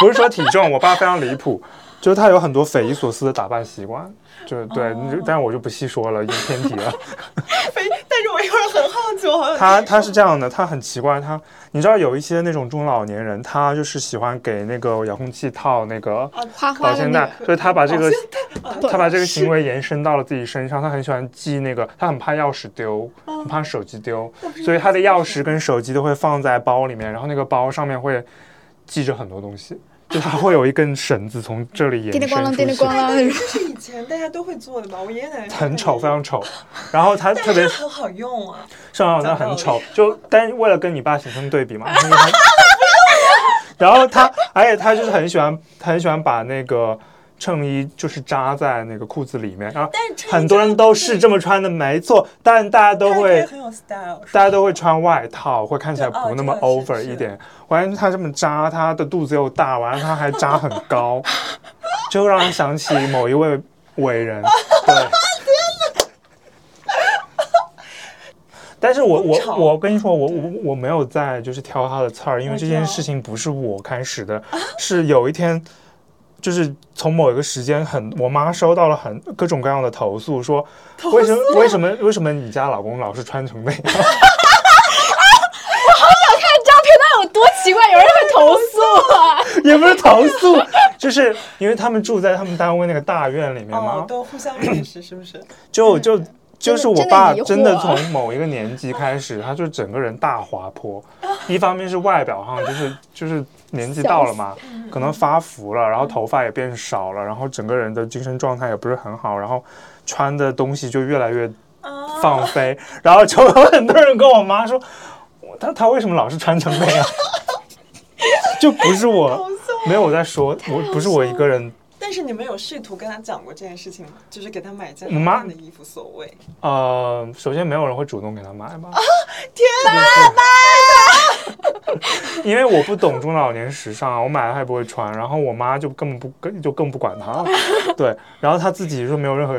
A: 不是说体重，我爸非常离谱，就是他有很多匪夷所思的打扮习惯，就是
B: 哦
A: 对，就但我就不细说了，已经偏题了。
B: 但是我一会儿很好奇，我好像
A: 他他是这样的，他很奇怪，他你知道有一些那种中老年人，他就是喜欢给那个遥控器套那个
E: 啊
C: 花花
A: 保
C: 的
A: 鲜
C: 那
A: 袋
C: 个，
A: 所以他把这个
C: 对
A: 他把这个行为延伸到了自己身上，他很喜欢记那个，他很怕钥匙丢，
C: 哦
A: 很怕手机丢，所以他的钥匙跟手机都会放在包里面，然后那个包上面会系着很多东西， (laughs) 就他会有一根绳子从这里延
C: 叮
A: 伸
C: 铃咣啷，
A: 出
C: 叮铃咣
A: 去，
C: 啷那种。
E: 是以前大家都会做的吧？我爷爷奶奶
A: 很丑，非
E: 常。
A: 常丑。然后他特
E: 但
A: 别
E: 是很好用啊！
A: 上海滩很丑，就但为了跟你爸形成对比嘛， (laughs) 那个很然后他，而且他就是很喜欢，他很喜欢把那个衬衣就是扎在那个裤子里面，然后
E: 但是
A: 很多人都是这么穿的，没错，但大家都
E: 但是
A: 会
E: 也很有 style，
A: 大家都会穿外套，会看起来不那么
E: 对哦这个
A: over
E: 是是
A: 一点。完了，他这么扎，他的肚子又大，完了他还扎很
E: (laughs)
A: 高，就让人想起某一位伟
E: (laughs)
A: 人。对，但是我我我跟你说，我我我没有
E: 哦
A: 在就是挑他的刺儿，因为
E: 我知
A: 这
E: 道啊
A: 件事情不是我开始的，是有一天。就是从某一个时间很，我妈收到了很各种各样的投诉，说为什么为什么为什么你家老公老是穿成那样？
C: 照片那有多奇怪，有人会投诉啊！
A: (laughs) 也不是投诉，就是因为他们住在他们单位那个大院里面嘛，
B: 哦，都互相认识是不是？
A: 就就就是我
C: 嗯真的
A: 爸
C: 疑惑
A: 真的从某一个年纪开始，他就整个人大滑
C: (laughs)
A: 坡。一方面是外表上，就是就是年纪到了嘛，
C: 嗯
A: 可能发福了，然后头发也变少了，然后整个人的精神状态也不是很好，然后穿的东西就越来越
C: 哦
A: 放飞，然后就有很多人跟我妈说，我他他为什么老是穿成那样？ (laughs) 就不是我，没有我在说，我不是我一个人
B: 但是你们有试图跟他讲过这件事情吗？就是给他买一件
A: 嗯
B: 好
A: 妈
B: 看的衣服，所谓
A: 呃，首先没有人会主动给他买吧？
C: 啊
B: 天
A: 哪！因为我不懂中老年时尚，啊我买了他也不会穿，然后我妈就更不更就更不管他了，对，然后他自己说没有任何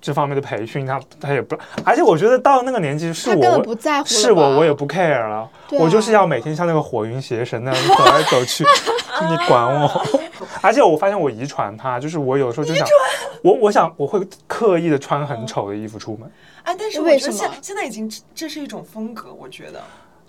A: 这方面的培训，他他也不，而且我觉得到那个年纪是
C: 他根本
A: 我
C: 不在乎了吧，
A: 是我我也不 care 了，
C: 对啊
A: 我就是要每天像那个火云邪神那样走来走
C: (laughs)
A: 去，你管我？而且我发现我遗传他，就是我有时候就想，我我想我会刻意的穿很丑的衣服出门。
B: 哎，但是我
C: 为
B: 觉得
C: 什
B: 现
C: 么
B: 现在已经这是一种风格，我觉得。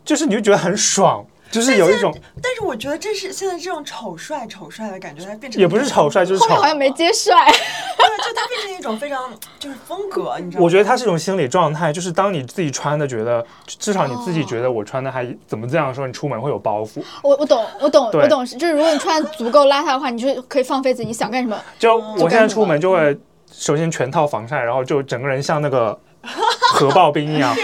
A: 就是你就觉得很爽，就是有一种
B: 但是我觉得这是现在这种丑帅丑帅的感觉，它变成
A: 也不是丑帅，就是
B: 后
A: 丑
B: 面。
C: 好像没接帅。
B: 对，就它变成一种非常就是风格，你知道吗？
A: 我觉得它是一种心理状态，就是当你自己穿的觉得，至少你自己觉得我穿的还怎么这样的时候，你出门会有包袱。
C: (laughs) 我我懂，我懂，
A: 对
C: 我懂，就是如果你穿得足够邋遢的话，你就可以放飞自己，你想干什么。
A: 就哦我现在出门就会首先全套防晒，然后就整个人像那个核爆冰一 (laughs) 样。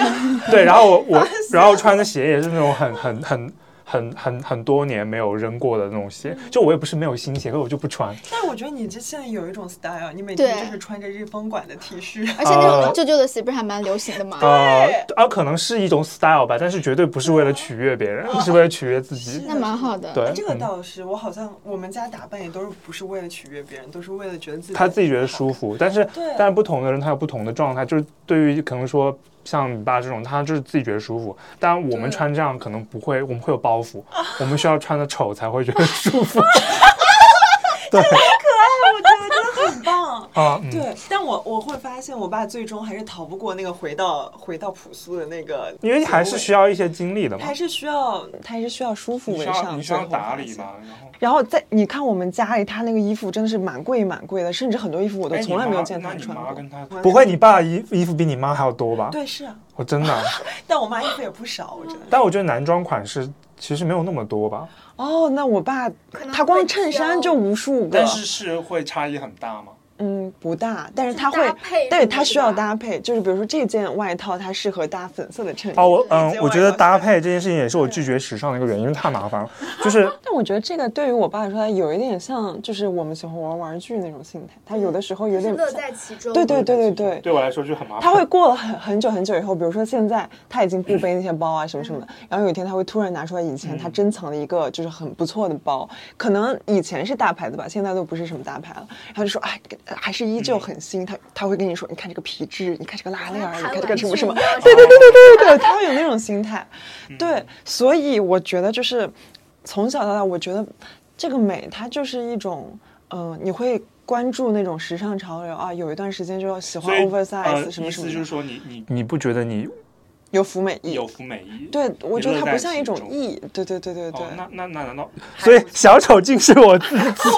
A: 对，然后我 (laughs) 我然后穿的鞋也是那种很很很。很很很多年没有扔过的那种鞋，就我也不是没有新鞋，可我就不穿。
B: 但是我觉得你这现在有一种 style，你每啊
C: 对
B: 天就是穿着日风馆的 T 恤，
C: 而且那
A: 呃
C: 种旧旧的鞋不是还蛮流行的嘛？
A: 呃，啊，可能是一种 style 吧，但是绝对不是为了取悦别人，哦是为了取悦自己。
C: 那蛮好的。
A: 对，
B: 哎这个
A: 嗯
B: 倒是，我好像我们家打扮也都是不是为了取悦别人，都是为了觉得自己
A: 他自己觉得舒服，但是
B: 对
A: 但是不同的人他有不同的状态，就是对于可能说像你爸这种，他就是自己觉得舒服，但我们穿这样可能不会，我们会有包袱，我们需要穿的丑才会觉得舒服 (laughs)
B: 我觉得真的很棒。
A: 啊。嗯，
B: 对，但我我会发现，我爸最终还是逃不过那个回到回到朴素的那个，
A: 因为还是需要一些经历的嘛
B: 还，是需要他还是需要舒服为上，最后发
F: 嘛？
B: 现。
F: 然后
B: 然后在你看我们家里，他那个衣服真的是蛮贵蛮贵的，甚至很多衣服我都
F: 哎
B: 从来没有见
F: 你妈
B: 他
F: 那你
B: 穿
F: 妈
B: 过。
F: 跟他
A: 不会，你爸衣衣服比你妈还要多吧？
B: 对，是啊，
A: 我真
B: (laughs)
A: 的，
B: 但我妈衣服也不少，我觉得。
A: 但我觉得男装款式其实没有那么多吧。
B: 哦，那我爸
G: 能
B: 他光
G: 会
B: 衬衫
G: 挑
B: 就无数个，
F: 但是是会差异很大吗？
B: 嗯，不大，但是
G: 是
B: 它
G: 搭
B: 会
G: 配，什
B: 对
G: 么
B: 它
G: 的
B: 需要
G: 吧
B: 搭配，就是比如说这件外套它适合搭粉色的衬衣。
A: 哦，我嗯
B: 这，
A: 我
B: 外
A: 觉得
B: 国
A: 搭
B: 是
A: 配这件事情也是我拒绝时尚的一个原因，因为太麻烦了。就是
B: 但我觉得这个对于我爸来说，他有一点像，就是我们喜欢玩玩具那种心态，他有的时候有点
G: 嗯乐
B: 像
G: 在其中。
B: 对对对对对。
F: (laughs) 对我来说就很麻烦。
B: 他会过了很很久很久以后，比如说现在他已经不背那些包啊什么什么的，
G: 嗯
B: 然后有一天他会突然拿出来以前他珍藏的一个就是很不错的包，可能以前是大牌子吧，现在都不是什么大牌了，然后就说哎还是依旧很新，他他会跟你说你看这个皮质，你看这个拉链儿，你
G: 嗯
B: 看
G: 还
B: 这
G: 玩
B: 个什么
G: 具嗯
B: 什么
G: 一，样
B: 对对对对对对，他会有那种心态，对，所以我觉得就是从小到大，我觉得这个美它就是一种，嗯、你会。关注那种时尚潮流啊，有一段时间就要喜欢
F: 所以
B: oversize
F: 呃
B: 什么什么
F: 意思
B: 的
F: 就是说你你
A: 你不觉得你
B: 有服美意，
F: 有服美意，
B: 对我觉得它不像一
F: 你
B: 种
F: 乐在其
B: 意，对对对对
F: 中。
B: 对。
F: 哦，那那那难道
A: 所以小丑竟是我自己。
B: 不，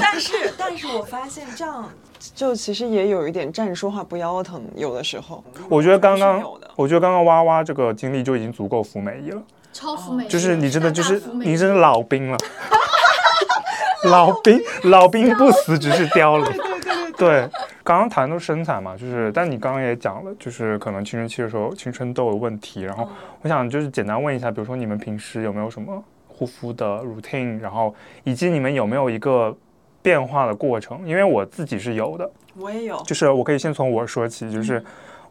B: 但是但是我发现这样 (laughs) 就其实也有一点站着说话不腰疼，有的时候。
A: 我觉得刚刚
B: 是有的，
A: 我觉得刚刚哇哇这个经历就已经足够服美役了，
G: 超服美，
A: 就是你真的就是
G: 大大服美
A: 你真的老兵了，老兵老兵不死，只是凋零。对，刚刚谈到身材嘛，就是，但你刚刚也讲了，就是可能青春期的时候青春痘的问题，然后我想就是简单问一下，比如说你们平时有没有什么护肤的 routine，然后以及你们有没有一个变化的过程？因为我自己是有的，
B: 我也有，
A: (laughs) 就是我可以先从我说起，就是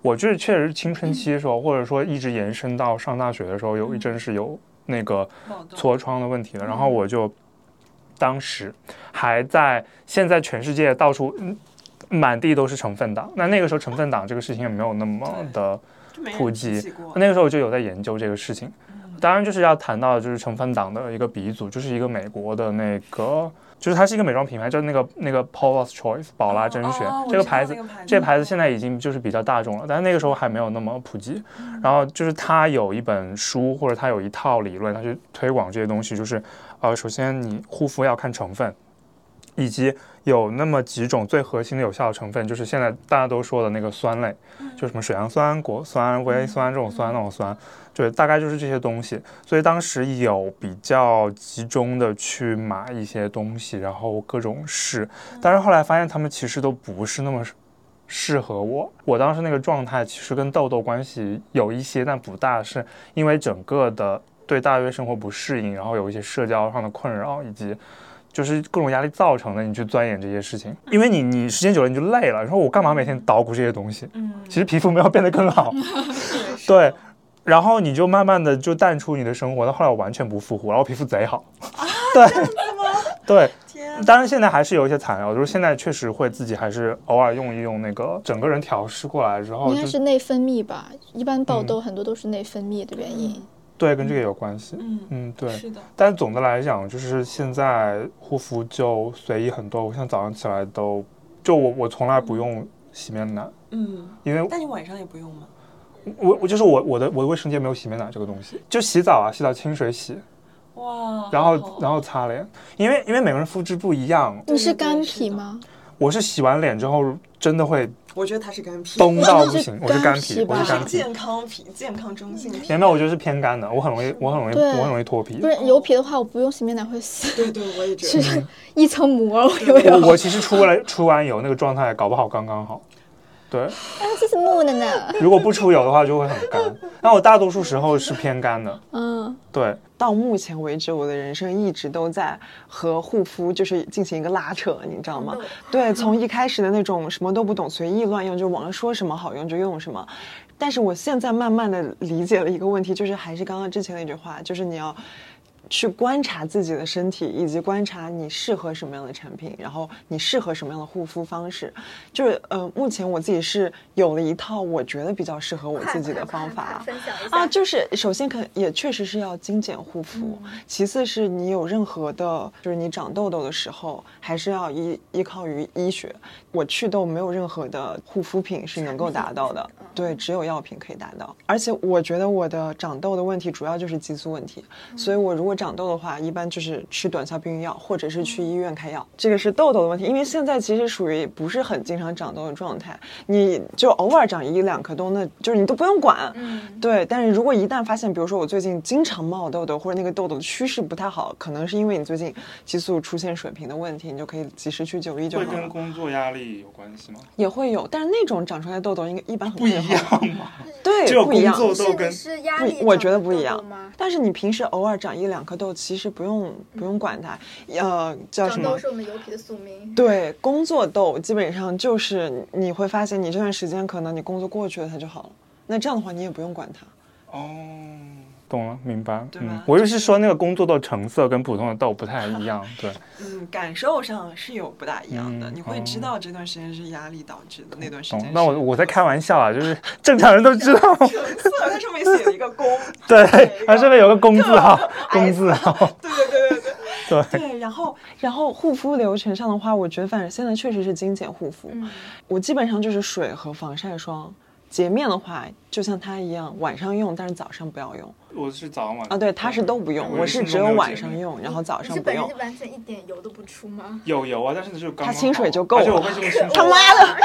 A: 我就是确实青春期的时候，或者说一直延伸到上大学的时候，有一阵是有那个
B: 暴动
A: 痤疮的问
E: 嗯
A: 题的，然后我就当时还在现在全世界到处嗯满地都是成分党，那那个时候成分党这个事情也没有那么的。
B: 就没人
A: 普
B: 提
A: 及
B: 起过。
A: 那个时候我就有在研究这个事
E: 嗯
A: 情，当然就是要谈到就是成分党的一个鼻祖，就是一个美国的那个就是它是一个美妆品牌，叫那个那个 Paula's Choice 宝拉甄选、
E: 哦哦我
A: 这个
E: 知道
A: 牌子
E: 那个牌子
A: 这牌子现在已经就是比较大众了，但是那个时候还没有那么普及。
E: 嗯
A: 然后就是它有一本书或者它有一套理论，它去推广这些东西，就是呃，首先你护肤要看成分，以及有那么几种最核心的有效的成分，就是现在大家都说的那个酸类，
E: 嗯
A: 就什么水杨酸、果酸、维 A 酸这种酸那种酸，就是大概就是这些东西。所以当时有比较集中的去买一些东西，然后各种试，
E: 嗯
A: 但是后来发现他们其实都不是那么适适合我。我当时那个状态其实跟痘痘关系有一些，但不大，是因为整个的对大学生活不适应，然后有一些社交上的困扰，以及就是各种压力造成的，你去钻研这些事情，因为你你时间久了你就累了，然后我干嘛每天捣鼓这些东西？
E: 嗯
A: 其实皮肤没有变得更好， (laughs) 对。然后你就慢慢的就淡出你的生活，到后来我完全不复活，然后皮肤贼好， (laughs) 对， (laughs) 对，
E: 天，
A: 当然，现在还是有一些残留，就是现在确实会自己还是偶尔用一用那个，整个人调试过来之后
C: 应
A: 哦
C: 该
A: 就是嗯
C: 内分泌吧，一般爆痘很多都是内分泌的原因。
A: 对，跟这个有关系。
E: 嗯，
A: 嗯，对。
E: 是的，
A: 但总的来讲，就是现在护肤就随意很多。我像早上起来都，就我我从来不用洗面奶，
E: 嗯，
A: 因为
E: 但你晚上也不用吗？
A: 我我就是我我的我的卫生间没有洗面奶这个东西，就洗澡啊，洗澡清水洗，
E: 哇，
A: 然
E: 好
A: 后然后擦脸，因为因为每个人肤质不一样，
C: 你是
E: 对对
C: 干
E: 对
C: 皮
E: 是的
C: 吗？
A: 我是洗完脸之后真的会
E: 我觉得它是干皮，
A: 崩到不
C: 是
A: 行，我是
C: 干
A: 干
C: 皮
A: 皮，我
C: 吧
A: 是
E: 它
A: 干
E: 是
A: 皮。
E: 健康皮，健康中性皮。
A: 也没有，我觉得是偏干的，我很容易，我很容易，
C: 对
A: 我很容易脱皮
C: 不。是油皮的话，我不用洗面奶会死，
E: 对对，我也觉
C: 就
E: 得。
A: 嗯
C: 是 (laughs) 一层膜。我以为
A: 我我其实出来出完油那个状态，搞不好刚刚好。对，
C: 啊 (laughs) 这是木的呢。
A: (laughs) 如果不出油的话，就会很干。那我大多数时候是偏干的。
C: 嗯，
A: 对，
B: 到目前为止，我的人生一直都在和护肤就是进行一个拉扯，你知道吗？对，从一开始的那种什么都不懂、随意乱用，就网上说什么好用就用什么。但是我现在慢慢的理解了一个问题，就是还是刚刚之前那句话，就是你要去观察自己的身体，以及观察你适合什么样的产品，然后你适合什么样的护肤方式。就是呃，目前我自己是有了一套我觉得比较适合我自己的方法。
G: 快快快分享一下
B: 啊，就是首先肯也确实是要精简护肤，其次是你有任何的，就是你长痘痘的时候，还是要依依靠于医学。我祛痘没有任何的护肤品是能够达到的，对，只有药品可以达到。而且我觉得我的长痘的问题主要就是激素问题，所以我如果长痘的话，一般就是吃短效避孕药，或者是去医院开药。这个是痘痘的问题，因为现在其实属于不是很经常长痘的状态，你就偶尔长一两颗痘，那就是你都不用管，对，但是如果一旦发现，比如说我最近经常冒痘痘，或者那个痘痘的趋势不太好，可能是因为你最近激素出现水平的问题，你就可以及时去就医就
F: 会
B: 好
F: 跟
B: 了。
F: 工作压力有关系吗？
B: 也会有，但是那种长出来的痘痘应该一般很
F: 不一
B: 快好，
F: 样嘛，只
B: 对，
F: 有
B: 不一
F: 工
B: 样。
F: 作
G: 是
F: 痘
G: 你
F: 跟
G: 是压
B: 不
G: 力，
B: 我觉得不一
G: 长痘
B: 样
G: 痘吗。？
B: 但是你平时偶尔长一两颗痘，其实不用不用管它，呃，
C: 啊
B: 叫什
G: 长痘
B: 么？
G: 是我们油皮的宿命。
B: 对，工作痘基本上就是你会发现，你这段时间可能你工作过去了，它就好了。那这样的话，你也不用管它。
F: 哦，
A: 懂了，明白。
E: 对
A: 嗯
E: 吧，
A: 我就是说那个工作痘成色跟普通的痘不太一样。
B: (laughs)
A: 对，
E: 嗯，感受上是有不大一样的，
A: 嗯
E: 你会知道这段时间是压力导致的，那段时
A: 懂
E: 间。。
A: 那我我在
B: (laughs)
A: 开玩笑啊，就是正常人都知道。 (laughs)
E: 色，它上面写了一个弓。
B: (laughs)
A: 对，它这边有个工字号，
B: 啊
A: 工字号。
E: 对对对对对，
A: (laughs) 对，
B: 对，然后然后护肤流程上的话，我觉得反正现在确实是精简护肤，
G: 嗯，
B: 我基本上就是水和防晒霜。洁面的话，就像它一样，晚上用，但是早上不要用
F: 我是早晚
B: 啊。对，它
A: 嗯
B: 是都不用，我是只有晚上用，然后早
G: 嗯你
B: 上
G: 是
B: 不
G: 本人
B: 用
G: 就。完全一点油都不
C: (laughs)
G: 出吗？
F: 有油啊，但是就刚
B: 它
F: 刚
B: 清水
F: 好
B: 就够
F: 而且
B: 了
F: 我会这么清水，
B: (laughs) 他妈的，
G: 啊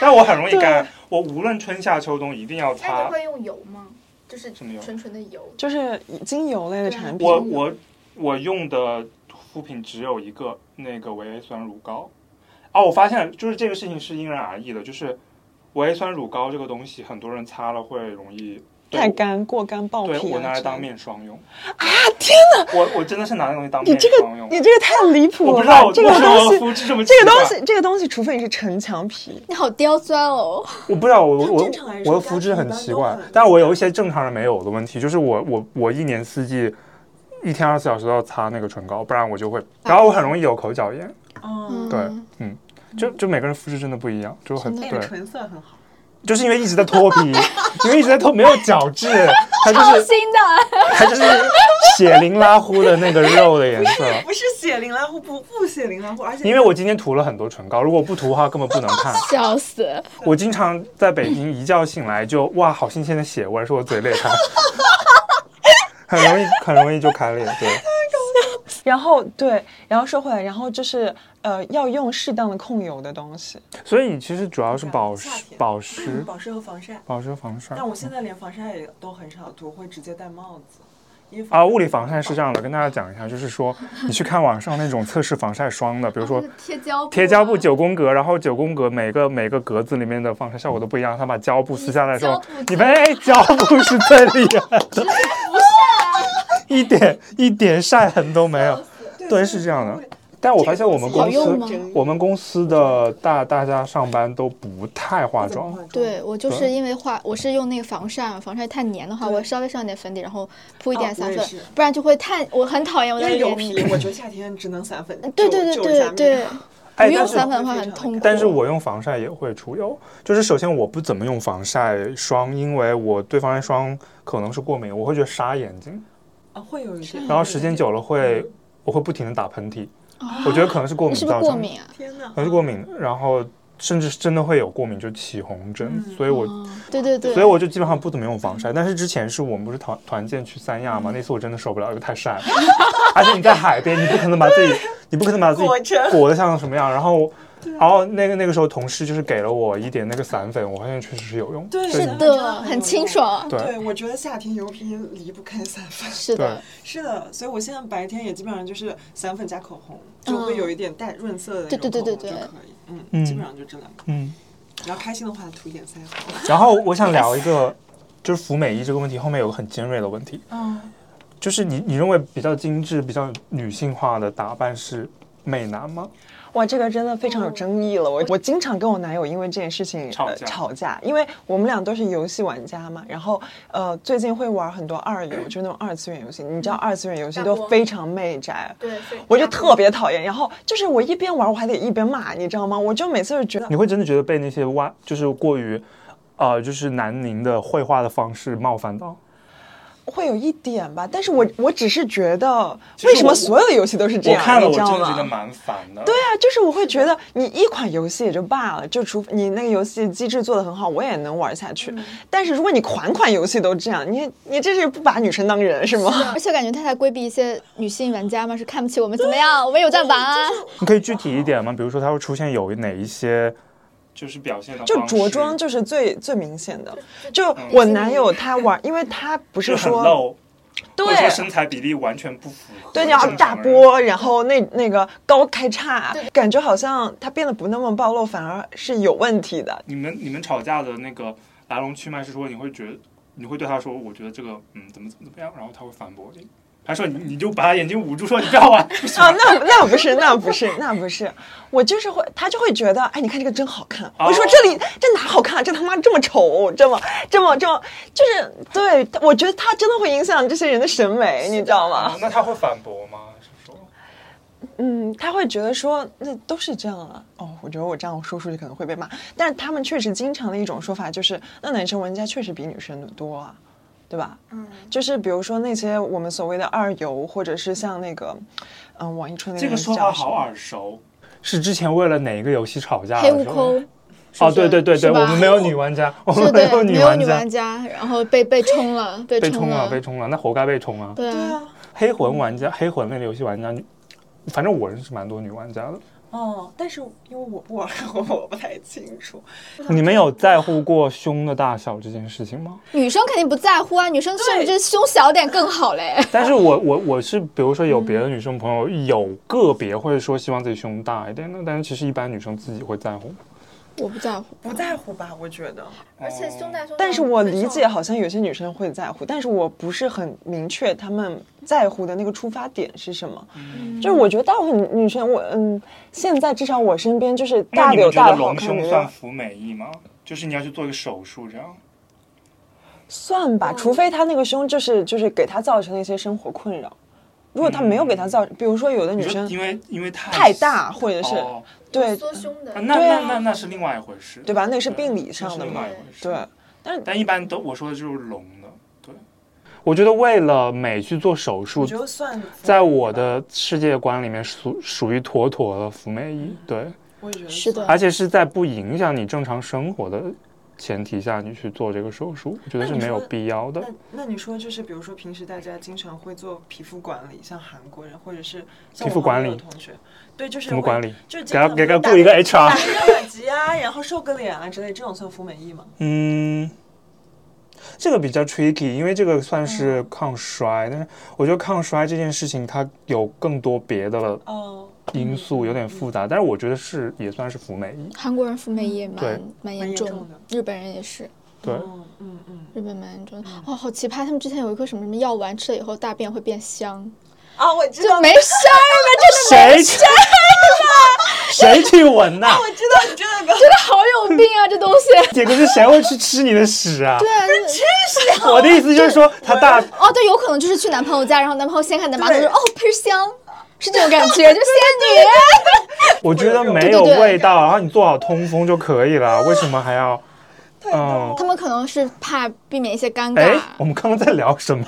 F: 但我很容易干，我无论春夏秋冬一定要
G: 那
F: 擦
G: 你。会用油吗？就是
F: 什么油
G: 纯纯的油。
B: 就是精油类的产品。
F: 我我我用的护肤品只有一个，那个维 A 酸乳膏。哦，我发现了就是这个事情是因人而异的，就是维 A 酸乳膏这个东西，很多人擦了会容易对
B: 太干、过干、爆
F: 对
B: 皮
F: 我
B: 啊
F: 拿来
B: 之类
F: 当
B: 的。
F: 面霜用。啊天哪！我我真的是拿那东西当
B: 你
F: 面
B: 这个
F: 霜用。
B: 你这个太离谱
F: 我不
B: 了
F: 知道
B: 吧！
F: 我为
B: 这个
F: 什么我
B: 东
F: 的
B: 西，
F: 肤质这么
B: 这个
F: 奇怪
B: 东西，这个东西，除非你是城墙皮，
C: 你好刁钻哦。
A: 我不知道，我我
E: 正常来说
A: 我的肤质很奇
E: 干
A: 怪
E: 皮一般都很，
A: 但我有一些正常人没有的问题，就是我我我一年四季。一天二十四小时都要擦那个唇膏，不然我就
E: 啊
A: 会，然后我很容易有口角炎。
E: 嗯，
C: 嗯 (laughs)
A: 对，嗯，就就每个人肤质真的不一样，就很
C: 真
E: 那
A: 对
E: 个唇色很好。
A: 就是因为一直在脱皮，因为一直在脱，没有角质，它就
H: 超
A: 是
H: 新的，
A: 它就是血淋拉呼的那个肉的颜色。
E: 不是血淋拉呼，不不血淋拉呼，而且
A: 因为我今天涂了很多唇膏，如果不涂的话根本不能看。
C: 笑死！
A: 我经常在北京一觉醒来就哇，好新鲜的血味，说我嘴裂开，很容易很容易就开裂。对，
B: 然后对，然后说回来，然后就是呃，要用适当的控油的东西。
A: 所以你其实主要是保湿
E: 夏天、
A: 保湿、
E: 保湿和防晒。
A: 保湿防晒。
E: 但我现在连防晒也都很少涂，会直接戴帽子，因为防
A: 啊，物理防晒是这样的，跟大家讲一下，就是说你去看网上那种测试防晒霜的，比
C: 哦
A: 如说
G: 就是贴胶布啊
A: 贴胶布九宫格，然后九宫格每个每个格子里面的防晒效果都不一样。他把胶布撕下来之后，你
G: 胶布
A: 们哎，胶布是最厉害的，一点一点晒痕都没有。对，是这样的。但我发现我们公
C: 这个东西好
A: 司
C: 用吗，
A: 我们公司的大大家上班都不太化
E: 怎么
A: 妆，
E: 化妆
C: 对我就
A: 对
C: 是因为化，我是用那个防晒嘛，防晒太黏的话，我稍微上点粉底，然后铺一点
E: 哦
C: 散
E: 我也
C: 粉
E: 是，
C: 不然就会太，我很讨厌我
E: 因
C: 的
E: 为
C: 脸。。
E: 油皮，我觉得夏天只能散粉
C: 对对对
E: 就就一下
C: 对对
E: 面，
A: 哎但
C: 不用
A: 是
C: 散粉的话很痛苦。
A: 但是我用防晒也会出油，就是首先我不怎么用防晒霜，因为我对防晒霜可能是过敏，我会觉得沙眼睛，
E: 啊，会有一点。
A: 然后时间久了会，我会不停的打喷嚏，我觉得可能是过
C: 你
A: 敏
C: 嗯哦是不是
A: 造
C: 过
A: 成，
C: 敏啊？
E: 天哪
A: 可，能是过敏，然后甚至是真的会有过敏，就起红疹，
E: 嗯
A: 所以我。
C: 对对哦对，
A: 所以我就基本上不怎么用防晒，但是之前是我们不是团团建去三亚嘛，那次我真的受不了，因为太晒了， (laughs) 而且你在海边，你不可能把自己，你不可能把自
C: (laughs)
A: 己
E: 裹着
A: 裹得像什么样。然后，然后那个那个时候同事就是给了我一点那个散粉，我发现确实是有用。
E: 对
A: 所以
E: 是的
C: 对很清爽。
A: 对
E: 对，我觉得夏天油皮离不开散粉。
C: 是的，
E: 是的，所以我现在白天也基本上就是散粉加口红，
B: 嗯
E: 就会有一点带润色的那
C: 对对
E: 种口
C: 对
E: 红
C: 对对
E: 就
C: 对
E: 可以。嗯，
A: 嗯
E: 基本上就这两个。
A: 嗯。
E: 然后开心的话涂一点腮红。
A: 然后我想聊一个，就是服美仪这个问题后面有个很尖锐的问题，
E: 嗯，
A: 就是你你认为比较精致、比较女性化的打扮是美男吗？
B: 哇，这个真的非常有争议了。我
E: 哦
B: 我经常跟我男友因为这件事情
F: 吵
B: 呃
F: 架
B: 吵架，因为我们俩都是游戏玩家嘛。然后呃，最近会玩很多二游，就是那种二次元游戏。你
E: 嗯
B: 知道二次元游戏
G: 大
B: 都
G: 锅
B: 非常媚宅，
G: 对，所以
B: 我就特别讨厌。然后就是我一边玩，我还得一边骂，你知道吗？我就每次就觉得
A: 你会真的觉得被那些挖，就是过于，呃，就是南宁的绘画的方式冒犯到？
B: 会有一点吧，但是我我只是觉得，
F: 其实
B: 为什
F: 我
B: 么所有的游戏都是这
F: 我
B: 样？
F: 看了我
B: 你知
F: 真
B: 道
F: 的觉得
B: 吗？
F: 蛮烦的。
B: 对啊，就是我会觉得你一款游戏也就罢了，就除非你那个游戏机制做的很好，我也能玩下去。但是如果你款款游戏都这样，你你这是不把女生当人是啊吗？
C: 而且感觉他在规避一些女性玩家嘛，是看不起我们怎么样？我们有在玩啊。
A: 你可以具体一点吗？比如说，它会出现有哪一些？
F: 就是表现的
B: 就
F: 方式
B: 着装就是最最明显的。就我男友他玩，因为他不
F: 就是很
B: 说
F: low，或者
B: 对
F: 说身材比例完全不符合。
B: 对，你要大
F: 波。
B: 波，然后那那个高开叉，感觉好像他变得不那么暴露，反而是有问
F: (laughs)
B: 题的。
F: 你们你们吵架的那个来龙去脉是说你会觉得你会对他说，我觉得这个嗯怎么怎么怎么样，然后他会反驳你，还说你你就把他眼睛捂住说你不要玩， (laughs)
B: 啊，那那不是，那不是，那不是，我就是会，他就会觉得，哎，你看这个真好看。我说
F: 哦
B: 这里这哪好看？这他妈这么丑，这么这么这么，就是对，我觉得他真的会影响这些人的审美，你知道吗
F: 啊？那他会反驳吗？是说
B: 嗯，他会觉得说那都是这样了。哦，我觉得我这样说出去可能会被骂，但是他们确实经常的一种说法就是，那男生玩家确实比女生的多啊，对吧？嗯，就是比如说那些我们所谓的二游，或者是像那个，嗯，网易春的
F: 这
B: 那
F: 个
B: 个
F: 说
B: 叫
F: 法
B: 什么
F: 好耳熟，
A: 是之前为了哪一个游戏吵架的
C: 黑
A: 时候？
C: 悟空，
A: 啊哦，对对对
C: 是
A: 对，
C: 吧
A: 我
C: (laughs)
A: 们没有女玩家，我
C: 对
A: 们没
C: 对，
A: 有
C: 没
A: 女
C: 有女
A: 家
C: 玩，家，然后被被冲了，被
A: 被
C: 冲
A: 冲啊了，被冲了，那活该被冲啊！
C: 对啊，
A: 黑魂玩家，黑魂类的游戏玩家，反正我认识蛮多女玩家的。
E: 哦，但是因为我不 (laughs) 玩，我我不太清楚。
A: (laughs) 你们有在乎过胸的大小这件事情
F: (laughs)
A: 吗？
C: 女生肯定不在乎啊，女生甚至胸小点更好嘞。 (laughs)
A: 但是我我我是，比如说有别的女生朋友，有个别会说希望自己胸大一点的，但是其实一般女生自己会在乎。
C: 我不在乎，
E: 不在乎吧，我觉得。嗯
G: 而且胸大胸大
B: 但是我理解，好像有些女生会在乎，但是我不是很明确她们在乎的那个出发点是什么。
G: 嗯
B: 就是我觉得大部分女生，我嗯，现在至少我身边就是
F: 那
B: 大
F: 你
B: 的有
F: 们觉
B: 大
F: 得
B: 的好
F: 隆
B: 看
F: 胸
B: 的
F: 算
B: 人，
F: 服美役吗？就是你要去做一个手术这样。
B: 算吧，除非她那个胸就是就是给她造成了一些生活困扰。如果他没有给他造，比如说有的
F: 嗯你
B: 女
F: 说
B: 生
F: 因为因为太
B: 太大，或者是
F: 哦
B: 对
G: 缩胸的
F: 啊，那
B: 对啊
F: 那那那是另外一回事，
B: 对吧那是病理上的
F: 那是另
B: 嘛
F: 外一回事。
B: 对，
F: 但一般都我说的就是隆的，对，
A: 我觉得为了美去做手
E: 我
A: 术
E: 觉，得算，
A: 在我的世界观里面属属于妥妥的服美
E: 嗯
A: 役，对，
E: 我也觉得
C: 是的
E: 算
A: 而且是在不影响你正常生活的前提下，你去做这个手术，我觉得是没有必要的。
E: 那那你说就是，比如说平时大家经常会做皮肤管理，像韩国人或者是像
A: 皮肤
E: 我旁
A: 管
E: 边有
A: 理
E: 同学，对，就是
A: 怎么
E: 会
A: 管理？
E: 就是
A: 给他
E: 经常
A: 给他
E: 会打
A: 雇一个
E: 打
A: HR，
E: 个 (laughs) 耳机啊，然后瘦个脸啊之类，这种算服美役吗？
A: 嗯，这个比较 tricky，因为这个算是
E: 嗯
A: 抗衰，但是我觉得抗衰这件事情它有更多别的
E: 哦，
A: 因素，有点复
E: 嗯
A: 杂，但是我觉得是也算是服美役，
C: 韩国人服美也蛮
A: 对
C: 蛮
E: 蛮
C: 严
E: 严
C: 重
E: 重
C: 的，日本人也是，
A: 对。
E: 嗯嗯嗯，
C: 日本蛮严重的。哦，好奇葩！他们之前有一颗什么什么药丸，吃了以后大便会变香，
E: 啊，我知
C: 就
E: 道，
C: 没事儿了，真的
A: 谁
C: 没
A: 去？谁去闻呐、
E: 我知道你这个
C: 真的好有病啊！这东西。
A: 姐，可是谁会去吃你的屎啊？
C: 对啊，就是
A: 我的意思就是说，他大
C: 哦，对，有可能就是去男朋友家，然后男朋友掀开你的马桶
E: 对
C: 说：“哦，喷香。”是这种感觉，就仙女。
A: 我觉得没有味道，然后你做好通风就可以了，为什么还要？嗯，
F: 啊
E: (laughs)
C: 他们可能是怕避免一些尴
A: 哎
C: 尬。，
A: 我们刚刚在聊什么？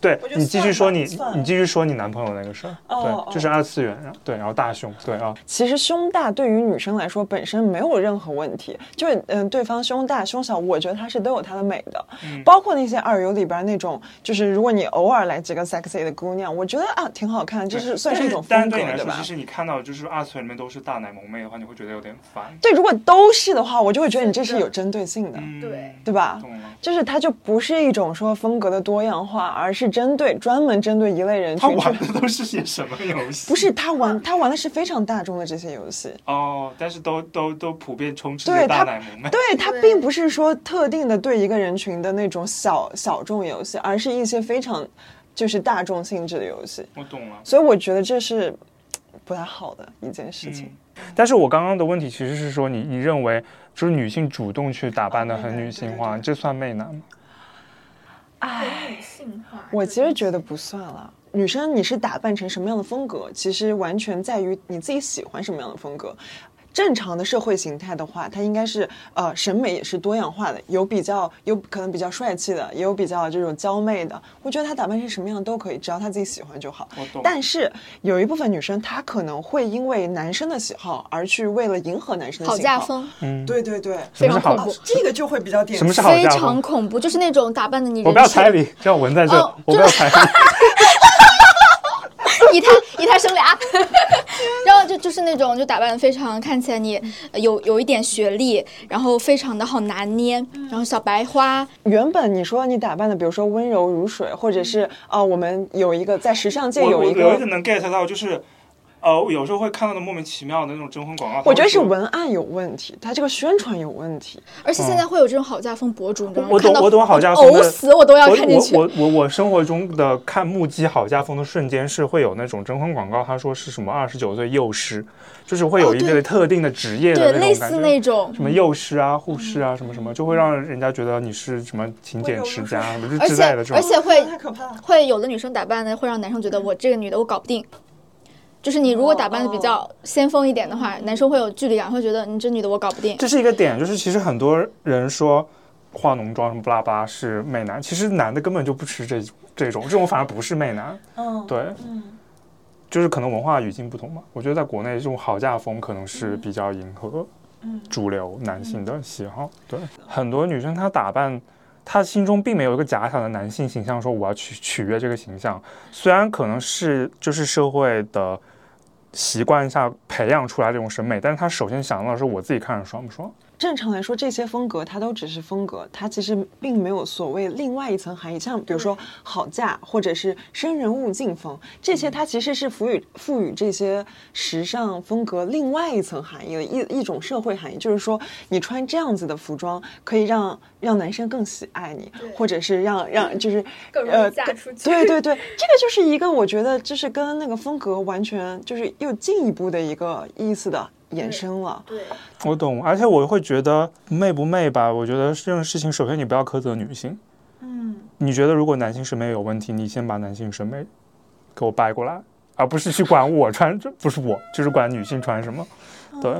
A: 对
E: 我觉得
A: 你继续说你
E: 算了算了
A: 你继续说你男朋友那个事儿，
E: 哦
A: 对，就是二次元，然后对，然后大胸，对啊，
B: 其实胸大对于女生来说本身没有任何问题，就是嗯、对方胸大胸小，我觉得它是都有它的美的，
F: 嗯
B: 包括那些二游里边那种，就是如果你偶尔来几个 sexy 的姑娘，我觉得啊挺好看，这是算是一种
F: 但是
B: 风格
F: 对你来
B: 对
F: 说，
B: 吧
F: 其？实你看到就是二次元里面都是大奶萌妹的话，你会觉得有点烦。
B: 对，如果都是的话，我就会觉得你这是有针对性的，
F: 嗯
G: 对
B: 对吧？
F: 懂了。
B: 就是它就不是一种说风格的多样化，而是针对专门针对一类人
F: 他
B: 群去。
F: 玩的都是些什么游戏？
B: 不是他玩，他玩的是非常大众的这些游戏。
F: 哦，但是都都都普遍充斥
B: 对
F: 着大
B: 他
F: 奶萌
A: 哎
F: 妹。
B: 对它
G: 对
B: 并不是说特定的对一个人群的那种小小众游戏，而是一些非常就是大众性质的游戏。
F: 我懂了。
B: 所以我觉得这是嘖不太好的一件事情。
F: 嗯，
A: 但是我刚刚的问题其实是说你，你认为就是女性主动去打扮的
E: 哦
A: 很
E: 媚
A: 女
E: 男
A: 性
E: 对
A: 化，
E: 对
A: 这算媚男吗？
B: 唉，
G: 女性化。
B: 我其实觉
G: 得
B: 得不算了。女生你是打扮成什么样的风格，其实完全在于你自己喜欢什么样的风格。正常的社会形态的话，它应该是呃审美也是多样化的，有比较有可能比较帅气的，也有比较这种娇媚的。我觉得她打扮成什么样都可以，只要她自己喜欢就好。
F: 我懂。
B: 但是有一部分女生，她可能会因为男生的喜好而去为了迎合男生的
C: 讨
B: 喜好。
C: 价风
A: 嗯，
E: 对对对，
A: 什
C: 非
A: 么是
C: 常
A: 好
B: 啊
C: 恐怖，
E: 这个就会比较典
A: 什么
E: 型
A: 是。好
C: 非
A: 价
C: 常
A: 风？
C: 恐怖，就是那种打扮的你人
A: 我不要
C: 设 (laughs)
A: 彩礼，让我纹在这，
C: 哦
A: 我不要彩礼。
C: (laughs) 一胎一胎生俩，然后就就是那种就打扮得非常看起来你呃有有一点学历，然后非常的好拿捏，然后小白花，
B: 原本你说你打扮的，比如说温柔如水，或者是啊、我们有一个在时尚界
F: 我
B: 有
F: 我
B: 一
F: 有一
B: 个
F: 点，能 get 到，就是呃，我有时候会看到的莫名其妙的那种征婚广告。
B: 我觉得是
F: 他会说
B: 文案有问题，它这个宣传有问题。
C: 而且现在会有这种好嫁风博主，你知道吗？
A: 嗯我懂
C: 看到
A: 我懂好嫁风
C: 呕
A: 的
C: 死我都要
A: 我
C: 看进去。
A: 我我我我生活中的看目击好家风的瞬间是会有那种征婚广告，他说是什么二十九岁幼师，就是会有
C: 哦
A: 一
C: 对
A: 个特定的职业
C: 对
A: 的，那
C: 类
A: 种感
C: 似
A: 觉。
C: 那种，
A: 什么幼师啊、
C: 嗯
A: 护士啊，什么什么，就会让人家觉得你是什么勤俭持家什么
C: 而
A: 之
C: 且
A: 类的这
C: 而
A: 种。
C: 且会
E: 太可怕了，
C: 会有的女生打扮的会让男生觉得我这个女的我搞不定，就是你如果打扮的比较先锋一点的话，男生会有距离感，会觉得你这女的我搞不定。
A: 这是一个点，就是其实很多人说化浓妆什么不拉不拉是媚男，其实男的根本就不吃这这种，这种反而不是媚男。
E: 嗯，
A: 对，
E: 嗯，
A: 就是可能文化语境不同嘛。我觉得在国内这种好嫁风可能是比较迎合
E: 嗯
A: 主流男性的喜好。对，很多女生她打扮，她心中并没有一个假想的男性形象，说我要去取悦这个形象。虽然可能是就是社会的习惯下培养出来这种审美，但是她首先想到的是我自己看着爽不爽。
B: 正常来说，这些风格它都只是风格，它其实并没有所谓另外一层含义。像比如
G: 嗯
B: 说好嫁，或者是生人勿近风，这
G: 嗯
B: 些它其实是赋予赋予这些时尚风格另外一层含义的一一种社会含义，就是说你穿这样子的服装可以让让男生更喜爱你
G: 对，嗯
B: 或者是让让就是呃
G: 更容易嫁
B: 更
G: 出去
B: 对对对，这个就是一个我觉得就是跟那个风格完全就是又进一步的一个意思的延伸了。
G: 对，
A: 我懂，而且我会觉得媚不媚吧，我觉得这种事情首先你不要苛责女性。
E: 嗯，
A: 你觉得如果男性审美有问题，你先把男性审美给我掰过来，而不是去管我穿，这不是我，就是管女性穿什么。对，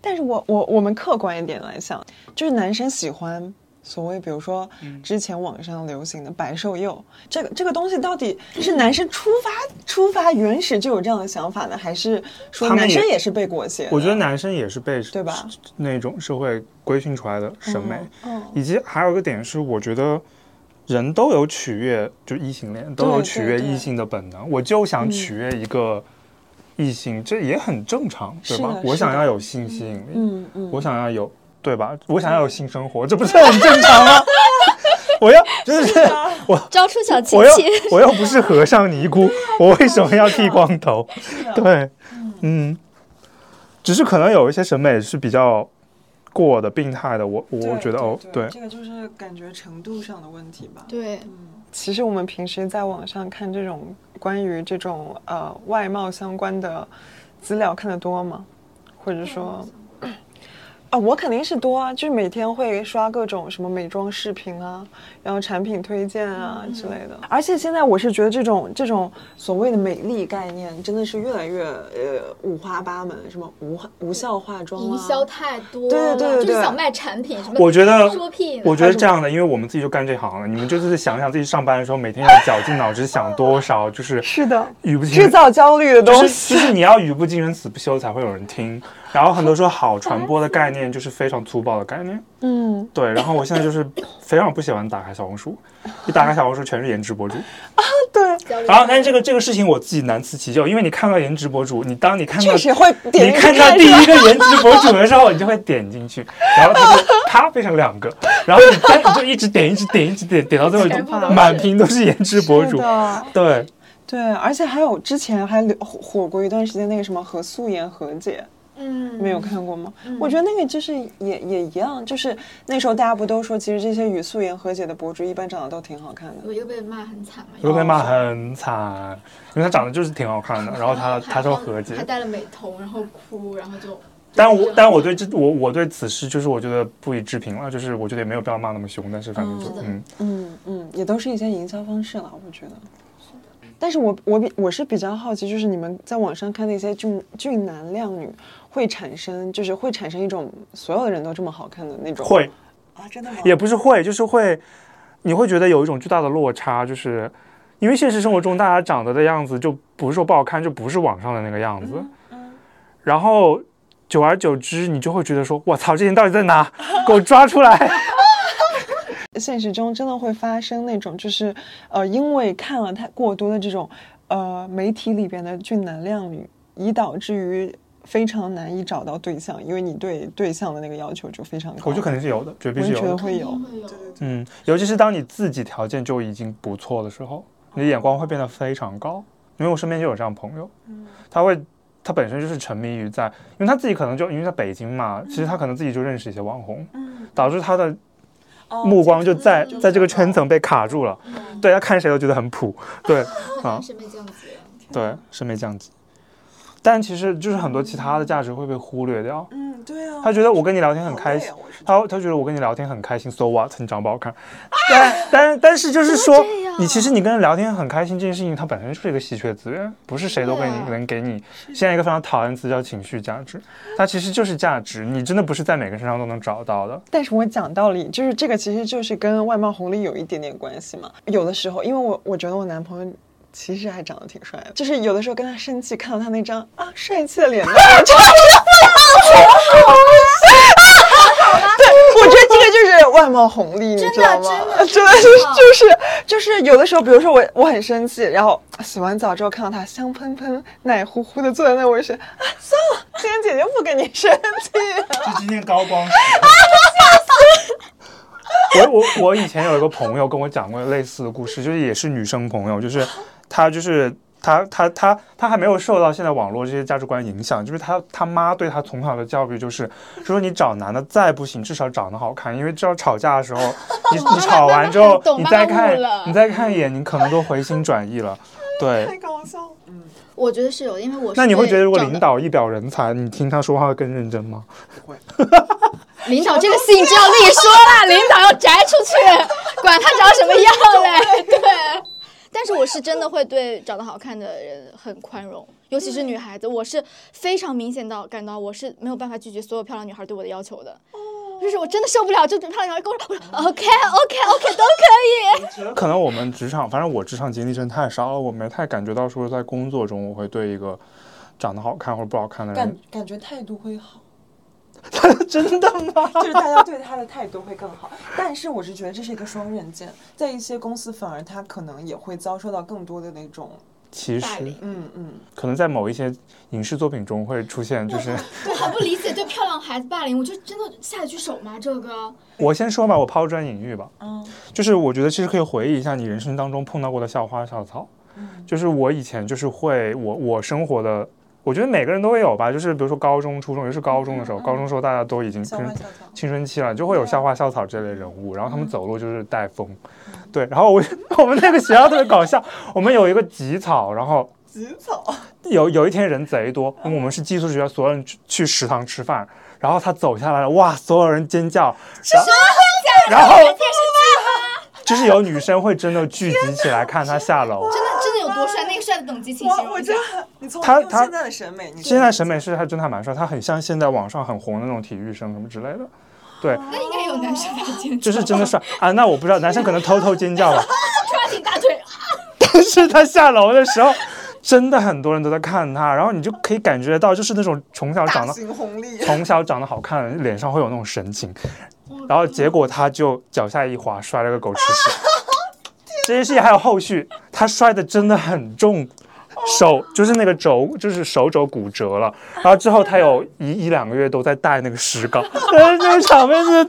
B: 但是我我我们客观一点来讲，就是男生喜欢所谓，比如说
A: 嗯
B: 之前网上流行的白瘦幼，这个这个东西到底是男生出发出发原始就有这样的想法呢，还是说
A: 他们
B: 男生
A: 也
B: 也是被裹挟的？
A: 我觉得男生也是被
B: 对吧？
A: 那种社会规训出来的审美，
B: 嗯
A: 以及还有一个点是，我觉得人都有取悦，就异性恋都有
B: 对
A: 取
B: 对
A: 悦
B: 对嗯
A: 异性的本能，我就想取悦一个异性，这也很正常，对
B: 是
A: 吧
B: 的？
A: 我
B: 是
A: 想
B: 的
A: 要有性吸引力，
B: 嗯嗯，
A: 我想要有，对吧？我想要有性生活，这不是很正常吗？ (laughs) 我要就是
H: 招出小亲
A: 我又
H: 戚，
A: 我又不是和尚尼姑，我为什么要剃光头？对，嗯，只是可能有一些审美是比较过的、病态的，我我
E: 对
A: 觉得
E: 对
A: 哦，对
E: 对，，这个就是感觉程度上的问题吧。
C: (laughs) 对，
E: 嗯，
B: 其实我们平时在网上看这种关于这种呃外貌相关的资料看得多吗？或者说，啊，我肯定是多啊，就是每天会刷各种什么美妆视频啊，然后产品推荐啊之类的。而且现在我是觉得这种这种所谓的美丽概念真的是越来越呃五花八门，什么无化无效化妆
C: 营
B: 啊，
C: 销太多
B: 对对
C: 了，
B: 对对
C: 就是
B: 对
C: 想卖产品什么。
A: 我觉得。
C: 说屁呢，
A: 我觉得这样的，因为我们自己就干这行了，你们就是想想自己上班的时候，每天要绞尽脑汁想多少，就是
B: 是的，
A: 语不惊
B: 制
A: 人，
B: 造焦虑
A: (laughs) 就
B: 的 (laughs) 东
A: 是
B: 西。
A: 就是你要语不惊人死不休才会有人听。然后很多时候好传播的概念就是非常粗暴的概念，
B: 嗯，
A: 对。然后我现在就是非常不喜欢打开小红书，一打开小红书全是颜值博主，
B: 对，
A: 然后，但是这个这个事情我自己难辞其咎，因为你看到颜值博主，你当你看到
B: 确实会点
A: 你
B: 进去
A: 看到
B: 看
A: 第
B: 是吧
A: 一个颜值博主的时候，你就会点进去，然后他就啪变成两个，然后你再你就一直点一直点一直点，点到最后
C: 全部都
A: 就是满屏都是颜值博
B: 是
A: 主。
B: 的
A: 对，
B: 对，而且还有之前还流火火过一段时间那个什么和素颜和解，
G: 嗯，
B: 没有看过吗？我觉得那个就是也也一样，就是那时候大家不都说，其实这些与素颜和解的博主一般长得都挺好看的。
G: 我又被骂很惨嘛，
A: 我被
C: 哦
A: 骂很惨，因为他长得就是挺好看的，然后他他说和解
G: 还，戴了美瞳，然后哭，然后就
A: 但我但我对这我我对此事就是我觉得不予置评了，就是我觉得也没有必要骂那么凶，但是反正就嗯
B: 嗯嗯，也都是一些营销方式了，我觉得。但是我我比我是比较好奇，就是你们在网上看那些俊俊男靓女，会产生就是会产生一种所有的人都这么好看的那种
A: 会
B: 啊，真的吗？
A: 也不是会，就是会，你会觉得有一种巨大的落差，就是因为现实生活中大家长得的样子就不是说不好看，就不是网上的那个样子。然后久而久之，你就会觉得说，我操，这人到底在哪？给我抓出来！
B: 现实中真的会发生那种，就是呃，因为看了太过多的这种呃媒体里边的俊男靓女，以导致于非常难以找到对象，因为你对对象的那个要求就非常高。
A: 我觉得肯定是有的，绝
B: 我
A: 对是
B: 也
A: 有
B: 觉得
A: 的。
B: 会有，
G: 会有
E: 对对对，
A: 嗯，尤其是当你自己条件就已经不错的时候，你的眼光会变得非常高。因为我身边就有这样朋友，他会他本身就是沉迷于在，因为他自己可能就因为在北京嘛，其实他可能自己就认识一些网红，
E: 嗯，
A: 导致他的
E: 哦
A: 目光就在
E: 就
A: 在这个哦圈层被卡住了。
C: 嗯
A: 对他看谁都觉得很普，对啊 (laughs)
G: 当，时被这样子，
A: 对审美降级。但其实就是很多其他的价值会被忽略掉。
E: 嗯，对啊，
A: 他觉得我跟你聊天很
E: 好累
A: 开心
E: 啊我是，
A: 他他觉得我跟你聊天很开心，so what？你长得不好看，但但但是就是说，你其实你跟人聊天很开心这件事情，它本身就是一个稀缺资源，不是谁都给你能给你。现在一个非常讨厌的词叫情绪价值，它其实就是价值，你真的不是在每个人身上都能找到的。
B: 但是我讲道理，就是这个其实就是跟外貌红利有一点点关系嘛。有的时候，因为我我觉得我男朋友其实还长得挺帅的，就是有的时候跟他生气，看到他那张啊帅气的脸蛋，我 (laughs) 真的是对，我觉得这个就是外貌红利，你知道吗？ (laughs) 真的就是就是就是有的时候，比如说我我很生气，然后洗完澡之后看到他香喷喷、奶乎乎的坐在那，我就说啊算了，今天姐姐不跟你生气了。
A: 就今天高光时刻。 (laughs) 我我我以前有一个朋友跟我讲过类似的故事，就是也是女生朋友，就是她就是 (laughs) 她她她她还没有受到现在网络这些价值观影响，就是她她妈对她从小的教育就是说你找男的再不行，至少长得好看，因为至少吵架的时 (laughs) 候，你你吵完之后，
C: 懂
A: 你再
C: 妈妈
A: 看
C: 懂了
A: 你再看一眼，你可能都回心转意了。 (laughs) 对，
B: 搞笑了。
C: 我觉得是有的，因为我是
A: 那你会
C: 对
A: 觉得如果
C: 长
A: 领导一表人才，你听他说话会更认真吗？
C: 领导这个事情只有自己说了，领导要摘出去，管他长什么样嘞？对，但是我是真的会对长得好看的人很宽容，尤其是女孩子，我是非常明显到感到我是没有办法拒绝所有漂亮女孩对我的要求的。就是我真的受不了，就漂亮女孩跟我说，我说 OK OK OK 都可以。
A: 可能我们职场，反正我职场经历真的太少了，我没太感觉到说在工作中我会对一个长得好看或者不好看的
E: 感
A: 人，
E: 感觉态度会好， (laughs)
A: (laughs) 真的吗？
E: 就是大家对他的态度会更好。但是我是觉得这是一个双刃剑，在一些公司反而他可能也会遭受到更多的那种，
A: 其
G: 霸
A: 实
G: 凌
E: 嗯嗯，
A: 可能在某一些影视作品中会出现，就是 (laughs)
G: 我很不理解对漂亮孩子霸凌，我就真的下得去手吗？这
C: 哦
G: 个
A: 我先说吧，我抛砖引玉吧。
E: 嗯，
A: 就是我觉得其实可以回忆一下你人生当中碰到过的校花校草。
E: 嗯
A: 就是我以前就是会，我我生活的，我觉得每个人都会有吧。就是比如说高中、初中，尤其是高中的时候，
E: 嗯嗯
A: 高中时候大家都已经
E: 小
A: 跟
E: 花小草，
A: 青春期了，就会有
G: 啊
A: 校花校草这类人物，然后他
G: 嗯
A: 们走路就是带风。对，然后我 (laughs) 我们那个学校特别搞笑，我们有一个集草，然后
E: 紫草，
A: 有有一天人贼多，我们是寄宿学校，所有人去去食堂吃饭，然后他走下来了，哇，所有人尖叫，然
G: 哎
A: 后然后就是有女生会真的聚集起来看他下楼。
G: (laughs) 真的真的有多帅？那个帅的等级，请形
E: 我
G: 容
E: 我
G: 一下
E: 真。的很，你从
A: 他
E: 用
A: 他
E: 现在的审美，你
A: 现在审
E: 美
A: 美是还真的还蛮帅，他很像现在网上很红的那种体育生什么之类的，对，
G: 那应该有男生把尖
A: 就是真的帅啊。那我不知道，男生可能偷偷尖叫吧，
G: (laughs) 抓紧大腿，
A: (laughs) 但是他下楼的时候，真的很多人都在看他，然后你就可以感觉到，就是那种从小长
E: 大
A: 得
E: 型红利，
A: 从小长得好看的人脸上会有那种神情，然后结果他就脚下一滑，摔了个狗
E: (laughs)
A: 吃屎。这件事情还有后续，他摔的真的很重，手就是那个肘，就是手肘骨折了。然后之后他有一一两个月都在戴那个
E: (laughs)
A: 石膏，但是这个场面是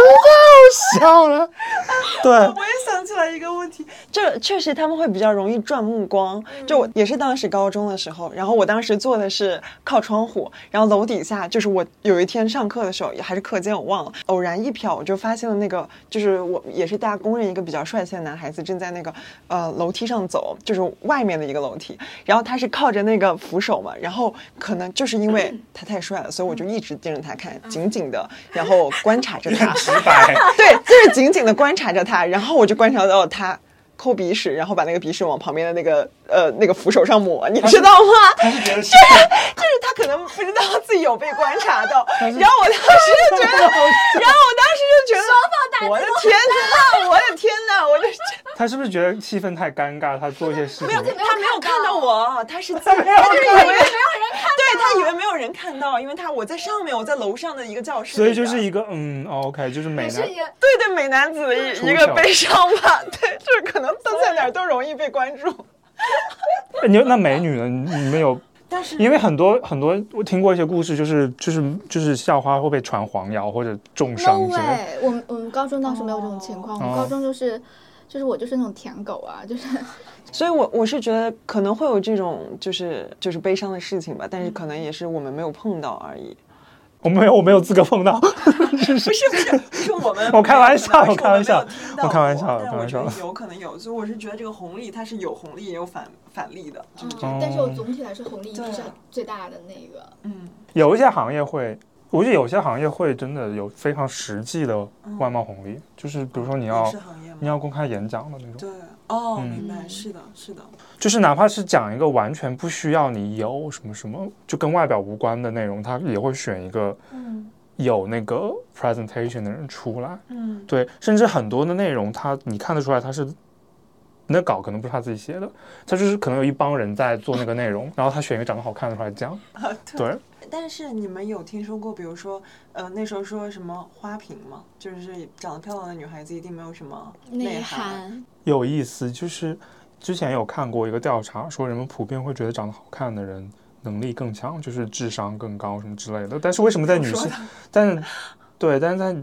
A: 太好笑了。
E: (laughs)
A: 对，
E: 我也想起来一个问题，
B: 这确实他们会比较容易转目光。就我也是当时高中的时候，然后我当时坐的是靠窗户，然后楼底下就是我有一天上课的时候，也还是课间我忘了，偶然一瞟我就发现了那个，就是我也是大家公认一个比较帅气的男孩子正在那个呃楼梯上走，就是外面的一个楼梯，然后他是靠着那个扶手嘛，然后可能就是因为他太帅了，所以我就一直盯着他看，紧紧的，然后观察着他。
A: 直白。
B: (laughs) 对，就是紧紧的观察着他，然后我就观察到他抠鼻屎，然后把那个鼻屎往旁边的那个呃那个扶手上抹，你知道吗？
A: 他是
E: (laughs)
A: 觉得是
B: (laughs) 就是他可能不知道自己有被观察到，然后我当时就觉得，然后我当时就觉得，我的天呐，我的天呐，我这
A: 他是不是觉得气氛太尴尬，他做一些事情？
B: 他没有看到我，啊他是在，他就以为没有人看，啊对他以为没有人看到，因为他我在上面，我在楼上的一个教室里
A: 所
B: 边，
A: 以就是一个嗯哦，OK，就是美
G: 也
A: 男
G: 是。也
B: 对对，美男子的一一
A: 出
B: 个
A: 糗
B: 悲伤吧， (laughs) 对，就是可能都在哪儿都容易被关注。
A: 哎你那美女呢？你你们有
E: 但是
A: 因为很多很多，我听过一些故事，就是就是就是校花会被传黄谣或者重
C: No
A: 伤之类的。
C: way！我们我们高中当时没有这种情况，我们
A: 哦
C: 高中就是就是我就是那种舔狗啊，就是
B: (laughs)
E: 哦
C: (laughs)
B: 所以我，我是觉得可能会有这种就是就是悲伤的事情吧，但是可能也是我们没有碰到而已。
A: 我没有我没有资格碰到，(laughs)
B: (laughs) 不是不是，是我们
A: 我开玩笑
B: 没有
A: 我开玩笑
B: 可能是我们没有听到
A: 我开玩笑
B: 过
A: 我开
B: 但是我
A: 玩
B: 觉
A: 笑
B: 得有可能有，所以我是觉得这个红利它是有红利也有反反利的，就是这样。
A: 哦
G: 嗯，但是我总体来说红利一直是
E: 对
G: 最大的那个。
B: 嗯，
A: 有一些行业会，我觉得有些行业会真的有非常实际的外貌红利，就是比如说你
E: 影
A: 要
E: 视行业
A: 你
E: 吗？
A: 要公开演讲的那种，
E: 对，哦，
A: 嗯
E: 明白，是的，是的，
A: 就是哪怕是讲一个完全不需要你有什么什么，就跟外表无关的内容，他也会选一个
E: 嗯
A: 有那个 presentation 的人出来。
E: 嗯，
A: 对，甚至很多的内容，他你看得出来他是。那稿可能不是他自己写的，他就是可能有一帮人在做那个内容，然后他选一个长得好看的出来讲。啊对，
E: 但是你们有听说过，比如说，呃，那时候说什么花瓶吗？就是长得漂亮的女孩子一定没有什么
G: 内
E: 涵。
G: 涵，
A: 有意思，就是之前有看过一个调查，说人们普遍会觉得长得好看的人能力更强，就是智商更高什么之类的。但是为什么在女性，但是对，但是在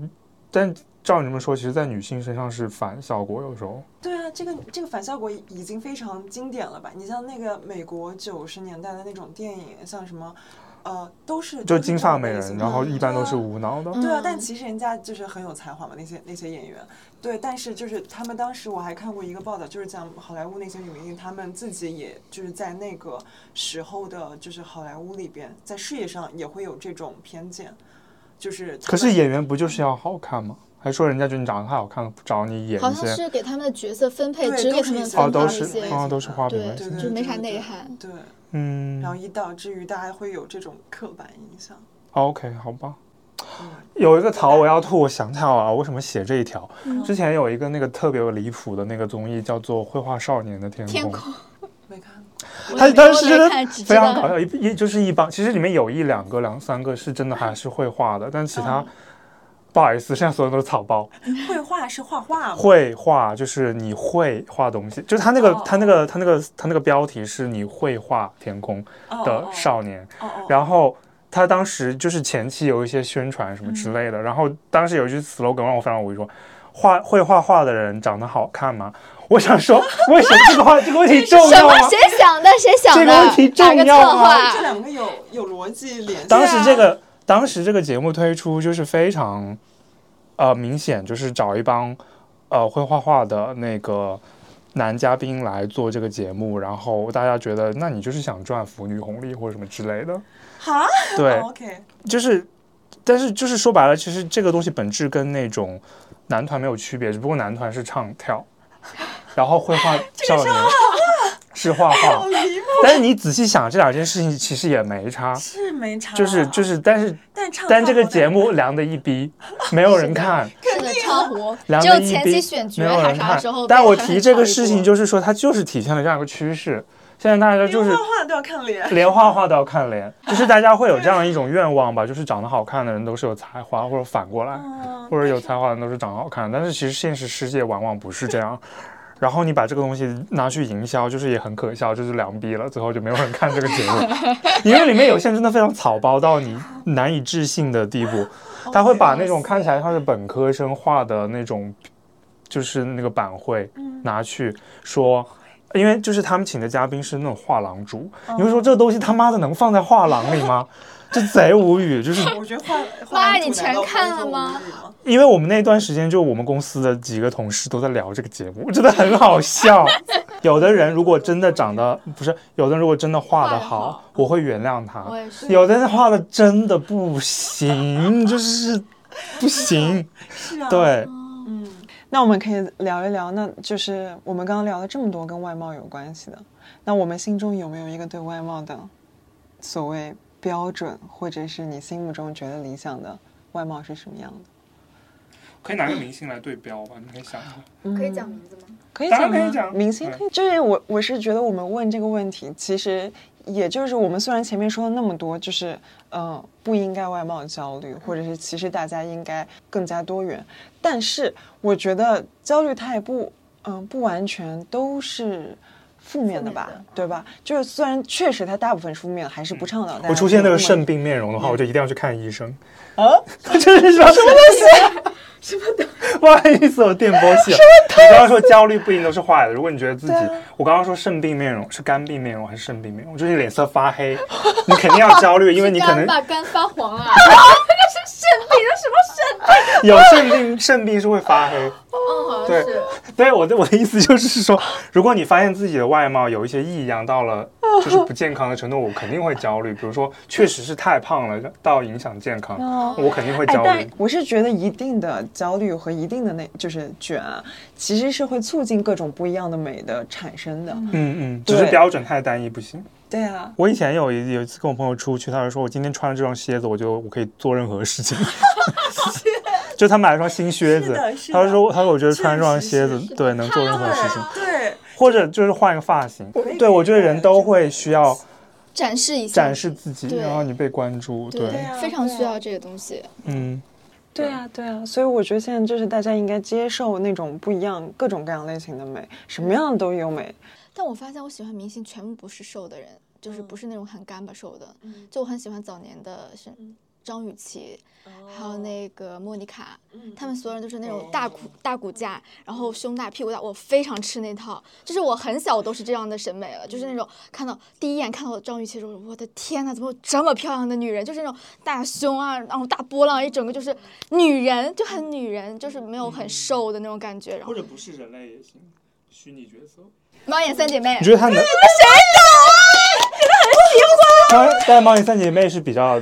A: 但照你们说，其实，在女性身上是反效果，有时候。
E: 对啊，这个这个反效果已经非常经典了吧？你像那个美国九十年代的那种电影，像什么，呃，都是
A: 就
E: 都是
A: 金
E: 这
A: 发
E: 种
A: 美
E: 类型
A: 人，
E: 的
A: 然后一般都是
E: 对啊
A: 无脑的。
E: 对啊，但
G: 嗯
E: 其实人家就是很有才华嘛，那些那些演员。对，但是就是他们当时我还看过一个报道，就是讲好莱坞那些女明星，她们自己也就是在那个时候的，就是好莱坞里边，在事业上也会有这种偏见，就是她
A: 可是
E: 们
A: 演员不就是要好看吗？还说人家觉得你长得太好看了，不找你演
C: 好
A: 一
C: 像
A: 些
C: 是给他们的角色分配，
E: 对
C: 只
E: 都
C: 给
E: 是
C: 他们
E: 一些
A: 哦，
E: 分
C: 分
A: 都
C: 到
E: 花
C: 一
A: 是
C: 些，
A: 哦，都是花瓶
C: 对
A: 类
E: 对
A: 型，
E: 对，
C: 就没
E: 对
C: 啥
E: 对
C: 内
E: 对
C: 涵
E: 对，
A: 嗯，
E: 然后以导致于大家会有这种刻板印象。
A: 哦 OK，好吧
E: 嗯。
A: 有一个槽我要吐，我想想啊，为什么写这一条？
C: 嗯
A: 之前有一个那个特别离谱的那个综艺叫做《绘画少年的天空》，
C: 天空，
E: 没看过，
A: 他
C: 我
A: 他
C: 没
A: 是
C: 看只知
A: 非常
C: 道
A: 搞笑，一一就是一帮，其实里面有一两个、两三个是真的还是会画的，但其他不好意思，现在所有人都是草包。
E: 绘画是画
B: 嗯
E: 画吗？
A: 会画就是你会画东西，就是他那个
E: 哦
A: 他那个他那个他那个标题是你会画天空
E: 哦
A: 的少年，
E: 哦哦哦，
A: 然后他当时就是前期有一些宣传什么之类的，然后当时有一句 slogan 让我非常无语，说画会画画的人长得好看吗？ (laughs) 我想说，为什么这个话这个问题重
C: (laughs) 什
A: 要
C: 么
A: 吗？
C: 谁想的？谁想
A: 这
C: 的？
A: 个问题
C: 打个
A: 重要啊
C: 策
A: 吗
C: 划
E: 这，两个有有逻辑联系。
A: 当时这个、当时这个节目推出就是非常呃明显，就是找一帮呃会画画的那个。男嘉宾来做这个节目，然后大家觉得，那你就是想赚腐女红利或者什么之类的，
E: 哈
A: 对，
E: 哦，OK，
A: 就是，但是就是说白了，其实这个东西本质跟那种男团没有区别，只不过男团是唱跳，然后绘
C: (laughs)
A: 画少年是画画
E: 好。离谱，
A: 但是你仔细想，这两件事情其实也没
C: (laughs)
A: 差，
E: 是没查，，
A: 就是就是是，但是
E: 但唱
A: 但这
E: 跳
A: 个
E: 好
A: 节
E: 难
A: 目凉的一逼，没有人看，
C: 是的，超糊。 (laughs)
A: 凉
C: 只有
A: 的一
C: 前期
A: 逼，
C: 选角
A: 没有
C: 还
A: 人
C: 是啥
A: 看
C: 时候。被
A: 但
C: 他
A: 我
C: 们炒一波？
A: 提这个事情就是说，它就是体现了这样一个趋势。现在大家就是
E: 连画画都要看脸，
A: 连画画都要看脸，就是大家会有这样一种愿望吧，就是长得好看的人都是有才华，或者反过来，
E: 嗯
A: 或者有才华的人都是长得好看，但是其实现实世界往往不是这样。然后你把这个东西拿去营销，就是也很可笑，就是凉逼了，最后就没有人看这个节 (laughs) 目，因为里面有些人真的非常草包到你难以置信的地步，他会把那种看哦起来像是本科生画的那种，就是那个板绘拿去说。因为就是他们请的嘉宾是那种画廊主，你会说这个东西他妈的能放在画廊里吗？就贼无语，就是
E: 我觉得画
C: 妈
E: 画
C: 你全看了吗？
A: 因为我们那段时间，就我们公司的几个同事都在聊这个节目， (laughs) 真的很好
C: (laughs)
A: 笑。有的人如果真的长得不是，有的人如果真的画
C: 画
A: 得
C: 得
A: 好
C: 好，
A: 我会原谅他
C: 我。也是。
A: 有的人画的真的不行， (laughs) 就是不
C: (laughs)
A: 行。
E: 是啊，，
A: 对，
E: 嗯，
B: 那我们可以聊一聊，那就是我们刚刚聊了这么多跟外貌有关系的，那我们心中有没有一个对外貌的所谓标准，或者是你心目中觉得理想的外貌是什么样的？
F: 可以拿个明星来对标吧？你可以想一下，
G: 可以讲名字吗？
B: 可以
F: 当然
B: 讲吗？
F: 可以讲
B: 明
F: 嗯
B: 星可以，就是我我是觉得我们问这个问题，其实也就是我们虽然前面说了那么多，就是嗯、呃不应该外貌焦虑，或者是其实大家应该更加多元，但是我觉得焦虑它也不嗯、不完全都是。负面的吧，对吧？就是虽然确实它大部分是负面的，还是不倡导大家。
A: 我出现那个肾，病面容的话，我就一定要去看医生。 (laughs)
B: 啊，
A: 这是什么东西？什 (laughs) 么不好意思，我电波系了。你刚刚说焦虑不一定都是坏的，如果你觉得自己，我刚刚说肾病面容是肝病面容还是肾病面容，就是你脸色发黑， (laughs) 你肯定要焦虑，因为你可能
G: 干吧，干发黄啊！
A: 有肾病，肾病是会发黑。
G: 嗯，
C: 哦
G: 好
A: 对
G: 像是。
A: 对，我的我的意思就是说，如果你发现自己的外貌有一些异样，到了就是不健康的程度，我肯定会焦虑。比如说，确实是太胖了，到影响健康，我肯定会
B: 哎
A: 焦，虑
B: 但。我是觉得一定的焦虑和一定的那就是卷啊，其实是会促进各种不一样的美的产生的。
A: 嗯嗯，只是
B: 对
A: 标准太单一不行。
B: 对啊，
A: 我以前有一有一次跟我朋友出去，他就说我今天穿了这双靴子，我就我可以做任何事情。就他买了双新靴
E: 是
A: 子
E: 的是，的
A: 他说他说我觉得穿这双靴子
E: 确实
A: 对能做任何事情，
E: 对，
A: 或者就是换一个发型
E: 以可以。
A: 对，我觉得人都会需要
C: 展示一下，
A: 展示自己，
C: 对
A: 然后你被关注。
C: 对
A: 对，
E: 啊
C: 非常
E: 对啊
C: 需要这个东西。
A: 嗯，
B: 对啊，对啊，所以我觉得现在就是大家应该接受那种不一样、各种各样类型的美，什么样的都有美。
E: 嗯
C: 但我发现我喜欢明星全部不是瘦的人，就是不是那种很干巴瘦的。
E: 嗯
C: 就我很喜欢早年的是张雨绮，还有那个莫妮卡，他们所有人都是那种大骨大骨架，然后胸大屁股大，我非常吃那套。就是我很小我都是这样的审美了，就是那种看到第一眼看到张雨绮的时候，我的天呐，怎么有这么漂亮的女人？就是那种大胸啊，然后大波浪，一整个就是女人，就很女人，就是没有很瘦的那种感觉。然后
F: 或者不是人类也行，虚拟角色。
C: 猫眼三姐妹
A: 你，觉得他能？谁 (laughs) 有啊？你很喜欢。但猫眼三姐妹是比较，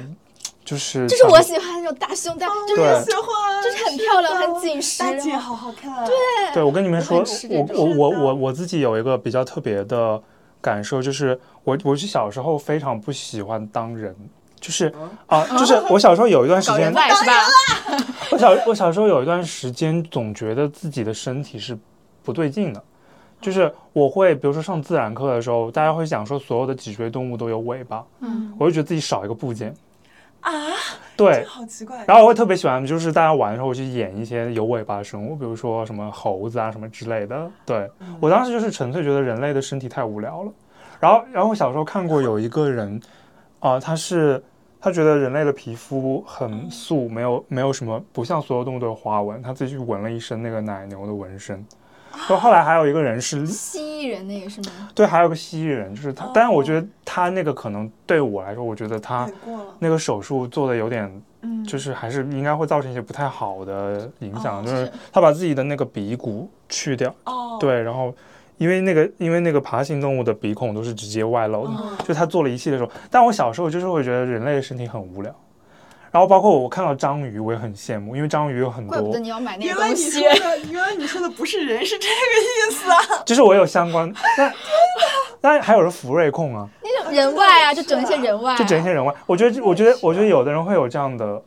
A: 就是
C: 就是我
A: 长
C: 喜欢那种大胸带，就
A: 对
C: 是
E: 喜欢，
C: 就是很漂亮，
E: 是的
C: 很紧实，
E: 大姐
C: 然后
E: 好好看，对，
A: 对，我跟你们说
C: 很吃，这
A: 我
C: 种
A: 我我
E: 是的
A: 我我自己有一个比较特别的感受，就是我我是小时候非常不喜欢当人，就是啊、就是我小时候有一段时
D: 搞人
A: 间，
C: (laughs)
D: 脉是吧？
A: 我小我小时候有一段时间总觉得自己的身体是不对劲的，就是我会比如说上自然课的时候，大家会讲说所有的脊椎动物都有尾巴，
C: 嗯，
A: 我就觉得自己少一个部件，
E: 啊，
A: 对，
E: 好奇怪。
A: 然后我会特别喜欢，就是大家玩的时候，我去演一些有尾巴的生物，比如说什么猴子啊什么之类的。对我当时就是纯粹觉得人类的身体太无聊了。然后，然后我小时候看过有一个人，啊、他是他觉得人类的皮肤很素，没有没有什么，不像所有动物都有花纹，他自己去纹了一身那个奶牛的纹身。然后后来还有一个人是
C: 蜥蜴人那个是吗？
A: 对，还有个蜥蜴人，就是他，但是我觉得他那个可能对我来说，我觉得他
E: 对过了，
A: 那个手术做的有点
E: 嗯，
A: 就是还是应该会造成一些不太好的影响，
E: 哦
A: 就是
C: 是
A: 他把自己的那个鼻骨去掉，
E: 哦，
A: 对，然后因为那个因为那个爬行动物的鼻孔都是直接外露的，
E: 嗯
A: 就他做了一系列手。但我小时候就是会觉得人类的身体很无聊，然后包括我看到章鱼，我也很羡慕，因为章鱼有很
C: 怪不
A: 多
C: 得，你要买那
E: 原
C: 个
E: 来
C: 东
E: 你
C: 西
E: 说。的，原来你说的不是人，是这个意思啊！
A: 就是我有相关，但但还有人福瑞控啊，
C: 那种人外 (laughs) 啊，就整一些人外啊，
A: 就整一些人外，我觉得我觉得我觉得有的人会有这样的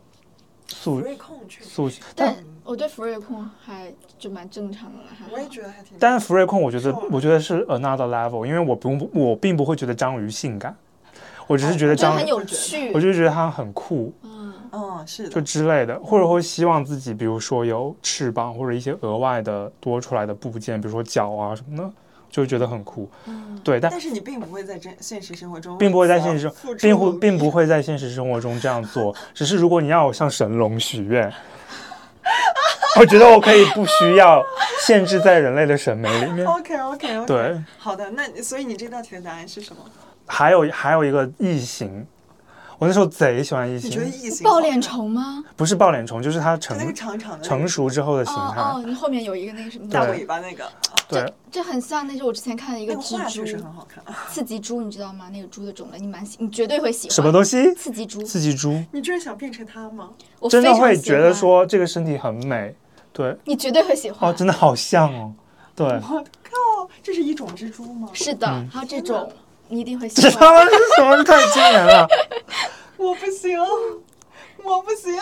E: 福
A: 素
E: 瑞控确实，
A: 素，但
C: 但我对福瑞控还就蛮正常的了，还好
E: 我也觉得还挺。
A: 但是福瑞控，我觉
E: 是
A: 得
E: 吗
A: 我觉得是 another level，因为我不用我并不会觉得章鱼性感，我只是觉得
C: 哦我觉得
A: 章
C: 很
A: 鱼，
C: 有趣
A: 我。就觉得它很酷，
C: 嗯，
E: 嗯，是
A: 就
E: 的，
A: 之类的，或者会希望自己，比如说有翅膀或者一些额外的多出来的部件，比如说脚啊什么的，就会觉得很酷。
C: 嗯
A: 对，但
E: 但是你并不会在真现实生活中，
A: 并不会在现
B: 啊
A: 实
E: 付
A: 中，
E: 出
A: 并
E: 努
A: 不
E: 力
A: 并不会在现实生活中这样做。只是如果你让我向神龙许愿，我觉得我可以不需要限制在人类的审美里面。
E: OK OK OK，
A: 对，
E: 好的，那你所以你这道题的答案是什么？
A: 还有还有一个异形，我那时候贼喜欢异
E: 你觉得
A: 形，
E: 异形
C: 抱
E: 好
C: 脸
E: 看
C: 虫吗？
A: 不是抱脸虫，就是它
E: 就那个长
A: 成
E: 长的那
A: 成
E: 个
A: 熟之后的
C: 哦
A: 形态
C: 哦，。你后面有一个那个什么
E: 大
A: 对
C: 东西，
E: 尾巴那个，
A: 对，
C: 这很像那是我之前看的一
E: 那个
C: 蜘
E: 画确实
C: 蛛
E: 很，好看。
C: 刺棘蛛，你知道吗？那个猪的种类，你蛮喜，你绝对会喜欢。
A: 什么东西？
C: 刺棘蛛，
A: 刺激猪，
E: 你居然想变成它
A: (laughs)
E: 吗？
C: 啊我
A: 真的
C: 非常
A: 会
C: 喜
A: 觉得
C: 欢，
A: 说这个身体很美。对，
C: 你绝对会喜欢。
A: 哦，真的好像哦。对，
E: 我靠，这是一种蜘蛛吗？
C: 是的，
A: 嗯
C: 还有这种，你一定会喜
A: (laughs) 这他妈
C: 欢。
A: 是什么？太惊人了！
E: 我不行，我不行。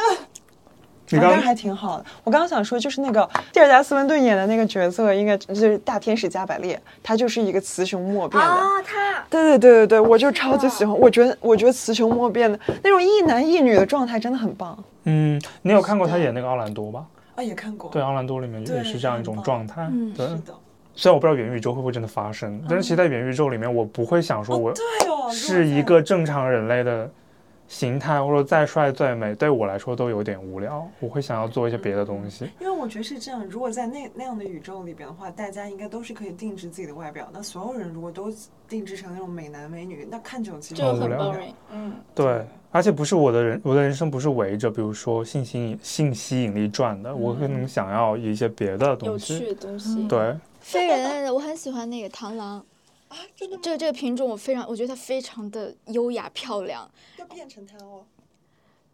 A: 你
B: 啊
A: 刚
B: 但是还挺好的。我刚刚想说，就是那个蒂尔加斯温顿演的那个角色，应该就是大天使加百列，他就是一个雌雄莫辨的。
E: 哦
G: 他
B: 对对对对对，我就超级喜欢。我觉得我觉得雌雄莫辨的那种一男一女的状态真的很棒。
A: 嗯，你有看过他演那个奥兰多吧？
E: 啊，也看过。
A: 对，，奥兰多里面也
E: 对
A: 是这样一种
E: 很棒
A: 状态。
C: 嗯
A: 对
E: 是，的。
A: 虽然我不知道元宇宙会不会真的发生，但是其实在元宇宙里面，我不会想说我
E: 哦，对哦，如果
A: 是一
E: 在
A: 个正常人类的形态，或者再帅再美，对我来说都有点无聊。我会想要做一些别的东西。
E: 因为我觉得是这样，如果在那那样的宇宙里边的话，大家应该都是可以定制自己的外表。那所有人如果都定制成那种美男美女，那看久其实
C: 就
A: 好
C: 很
A: 呃无聊
C: boring，嗯，
A: 对
E: 对，
A: 而且不是我的人，我的人生不是围着比如说性吸引性吸引力转的，
E: 嗯
A: 我可能想要一些别的
D: 有
A: 东
D: 趣
A: 西。
D: 的东西。
A: 嗯对，
C: 飞人类的我很喜欢那个螳螂啊，真的这个这个品种我非常，我觉得它非常的优雅漂亮，
E: 要变成他哦。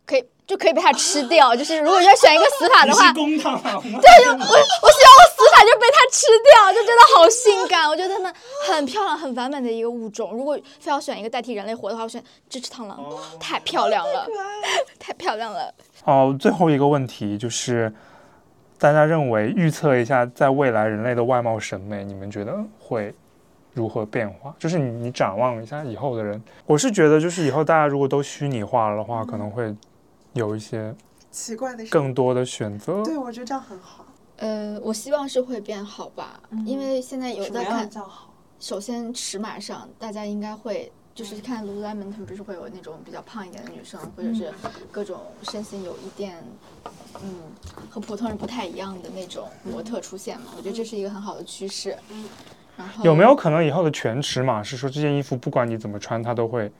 C: 可以就可以被它吃掉。就是如果要选一个死法的话，
A: 公堂
C: (laughs) 我希望我死法就是被它吃掉，就真的好性感。我觉得它们很漂亮，很完美的一个物种。如果非要选一个代替人类活的话，我选这只螳螂，太漂亮了，太漂亮了。
A: 哦，最后一个问题就是，大家认为预测一下在未来人类的外貌审美，你们觉得会如何变化？就是你你展望一下以后的人，我是觉得就是以后大家如果都虚拟化了的话，可
E: 嗯
A: 能会有一些
E: 奇怪的是，
A: 更多的选择。
E: 对我觉得这样很好。
C: 呃，我希望是会变好吧，因为现在有
E: 什么
C: 在
E: 样
C: 看，
E: 叫好？
C: 首先尺码上大家应该会。就是看 Lululemon，他们不是会有那种比较胖一点的女生，或者是各种身形有一点，嗯，和普通人不太一样的那种模特出现嘛？我觉得这是一个很好的趋势。嗯，然后
A: 有没
E: 哦
A: 有可能以后的全尺码是说这件衣服不管你怎么穿，它都会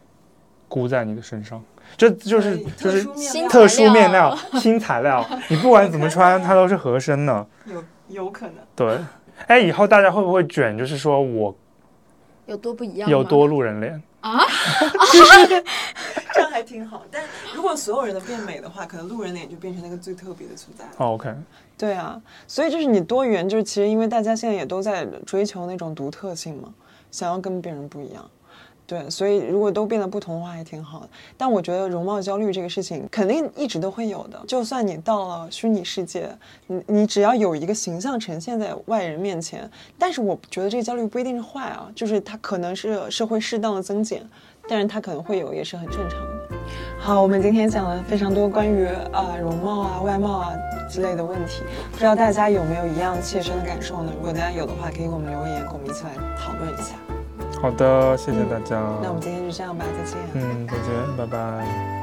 A: 箍在你的身上？这就是
E: 可以
A: 就
E: 特
A: 是
E: 殊面
C: 新
E: 料
A: 特殊面料、新材料，你不管怎么穿，它都是合身的。
E: 有有可能。
A: 对，哎，以后大家会不会卷？就是说我
C: 有多不一样吗？
A: 有多路人脸，
E: 这样还挺好。但如果所有人都变美的话，可能路人脸就变成那个最特别的存在了。
A: 哦 OK，
B: 对啊，所以就是你多元，就是其实因为大家现在也都在追求那种独特性嘛，想要跟别人不一样。对，所以如果都变得不同的话，还挺好的。但我觉得容貌焦虑这个事情肯定一直都会有的，就算你到了虚拟世界，你你只要有一个形象呈现在外人面前，但是我觉得这个焦虑不一定是坏啊，就是它可能是社会适当的增减，但是它可能会有，也是很正常的。好，我们今天讲了非常多关于啊、容貌啊、外貌啊之类的问题，不知道大家有没有一样切身的感受呢？如果大家有的话，可以给我们留言，跟我们一起来讨论一下。
A: 好的，谢谢大家。嗯
B: 那我们今天就这样吧，再见。
A: 嗯，再见，拜拜。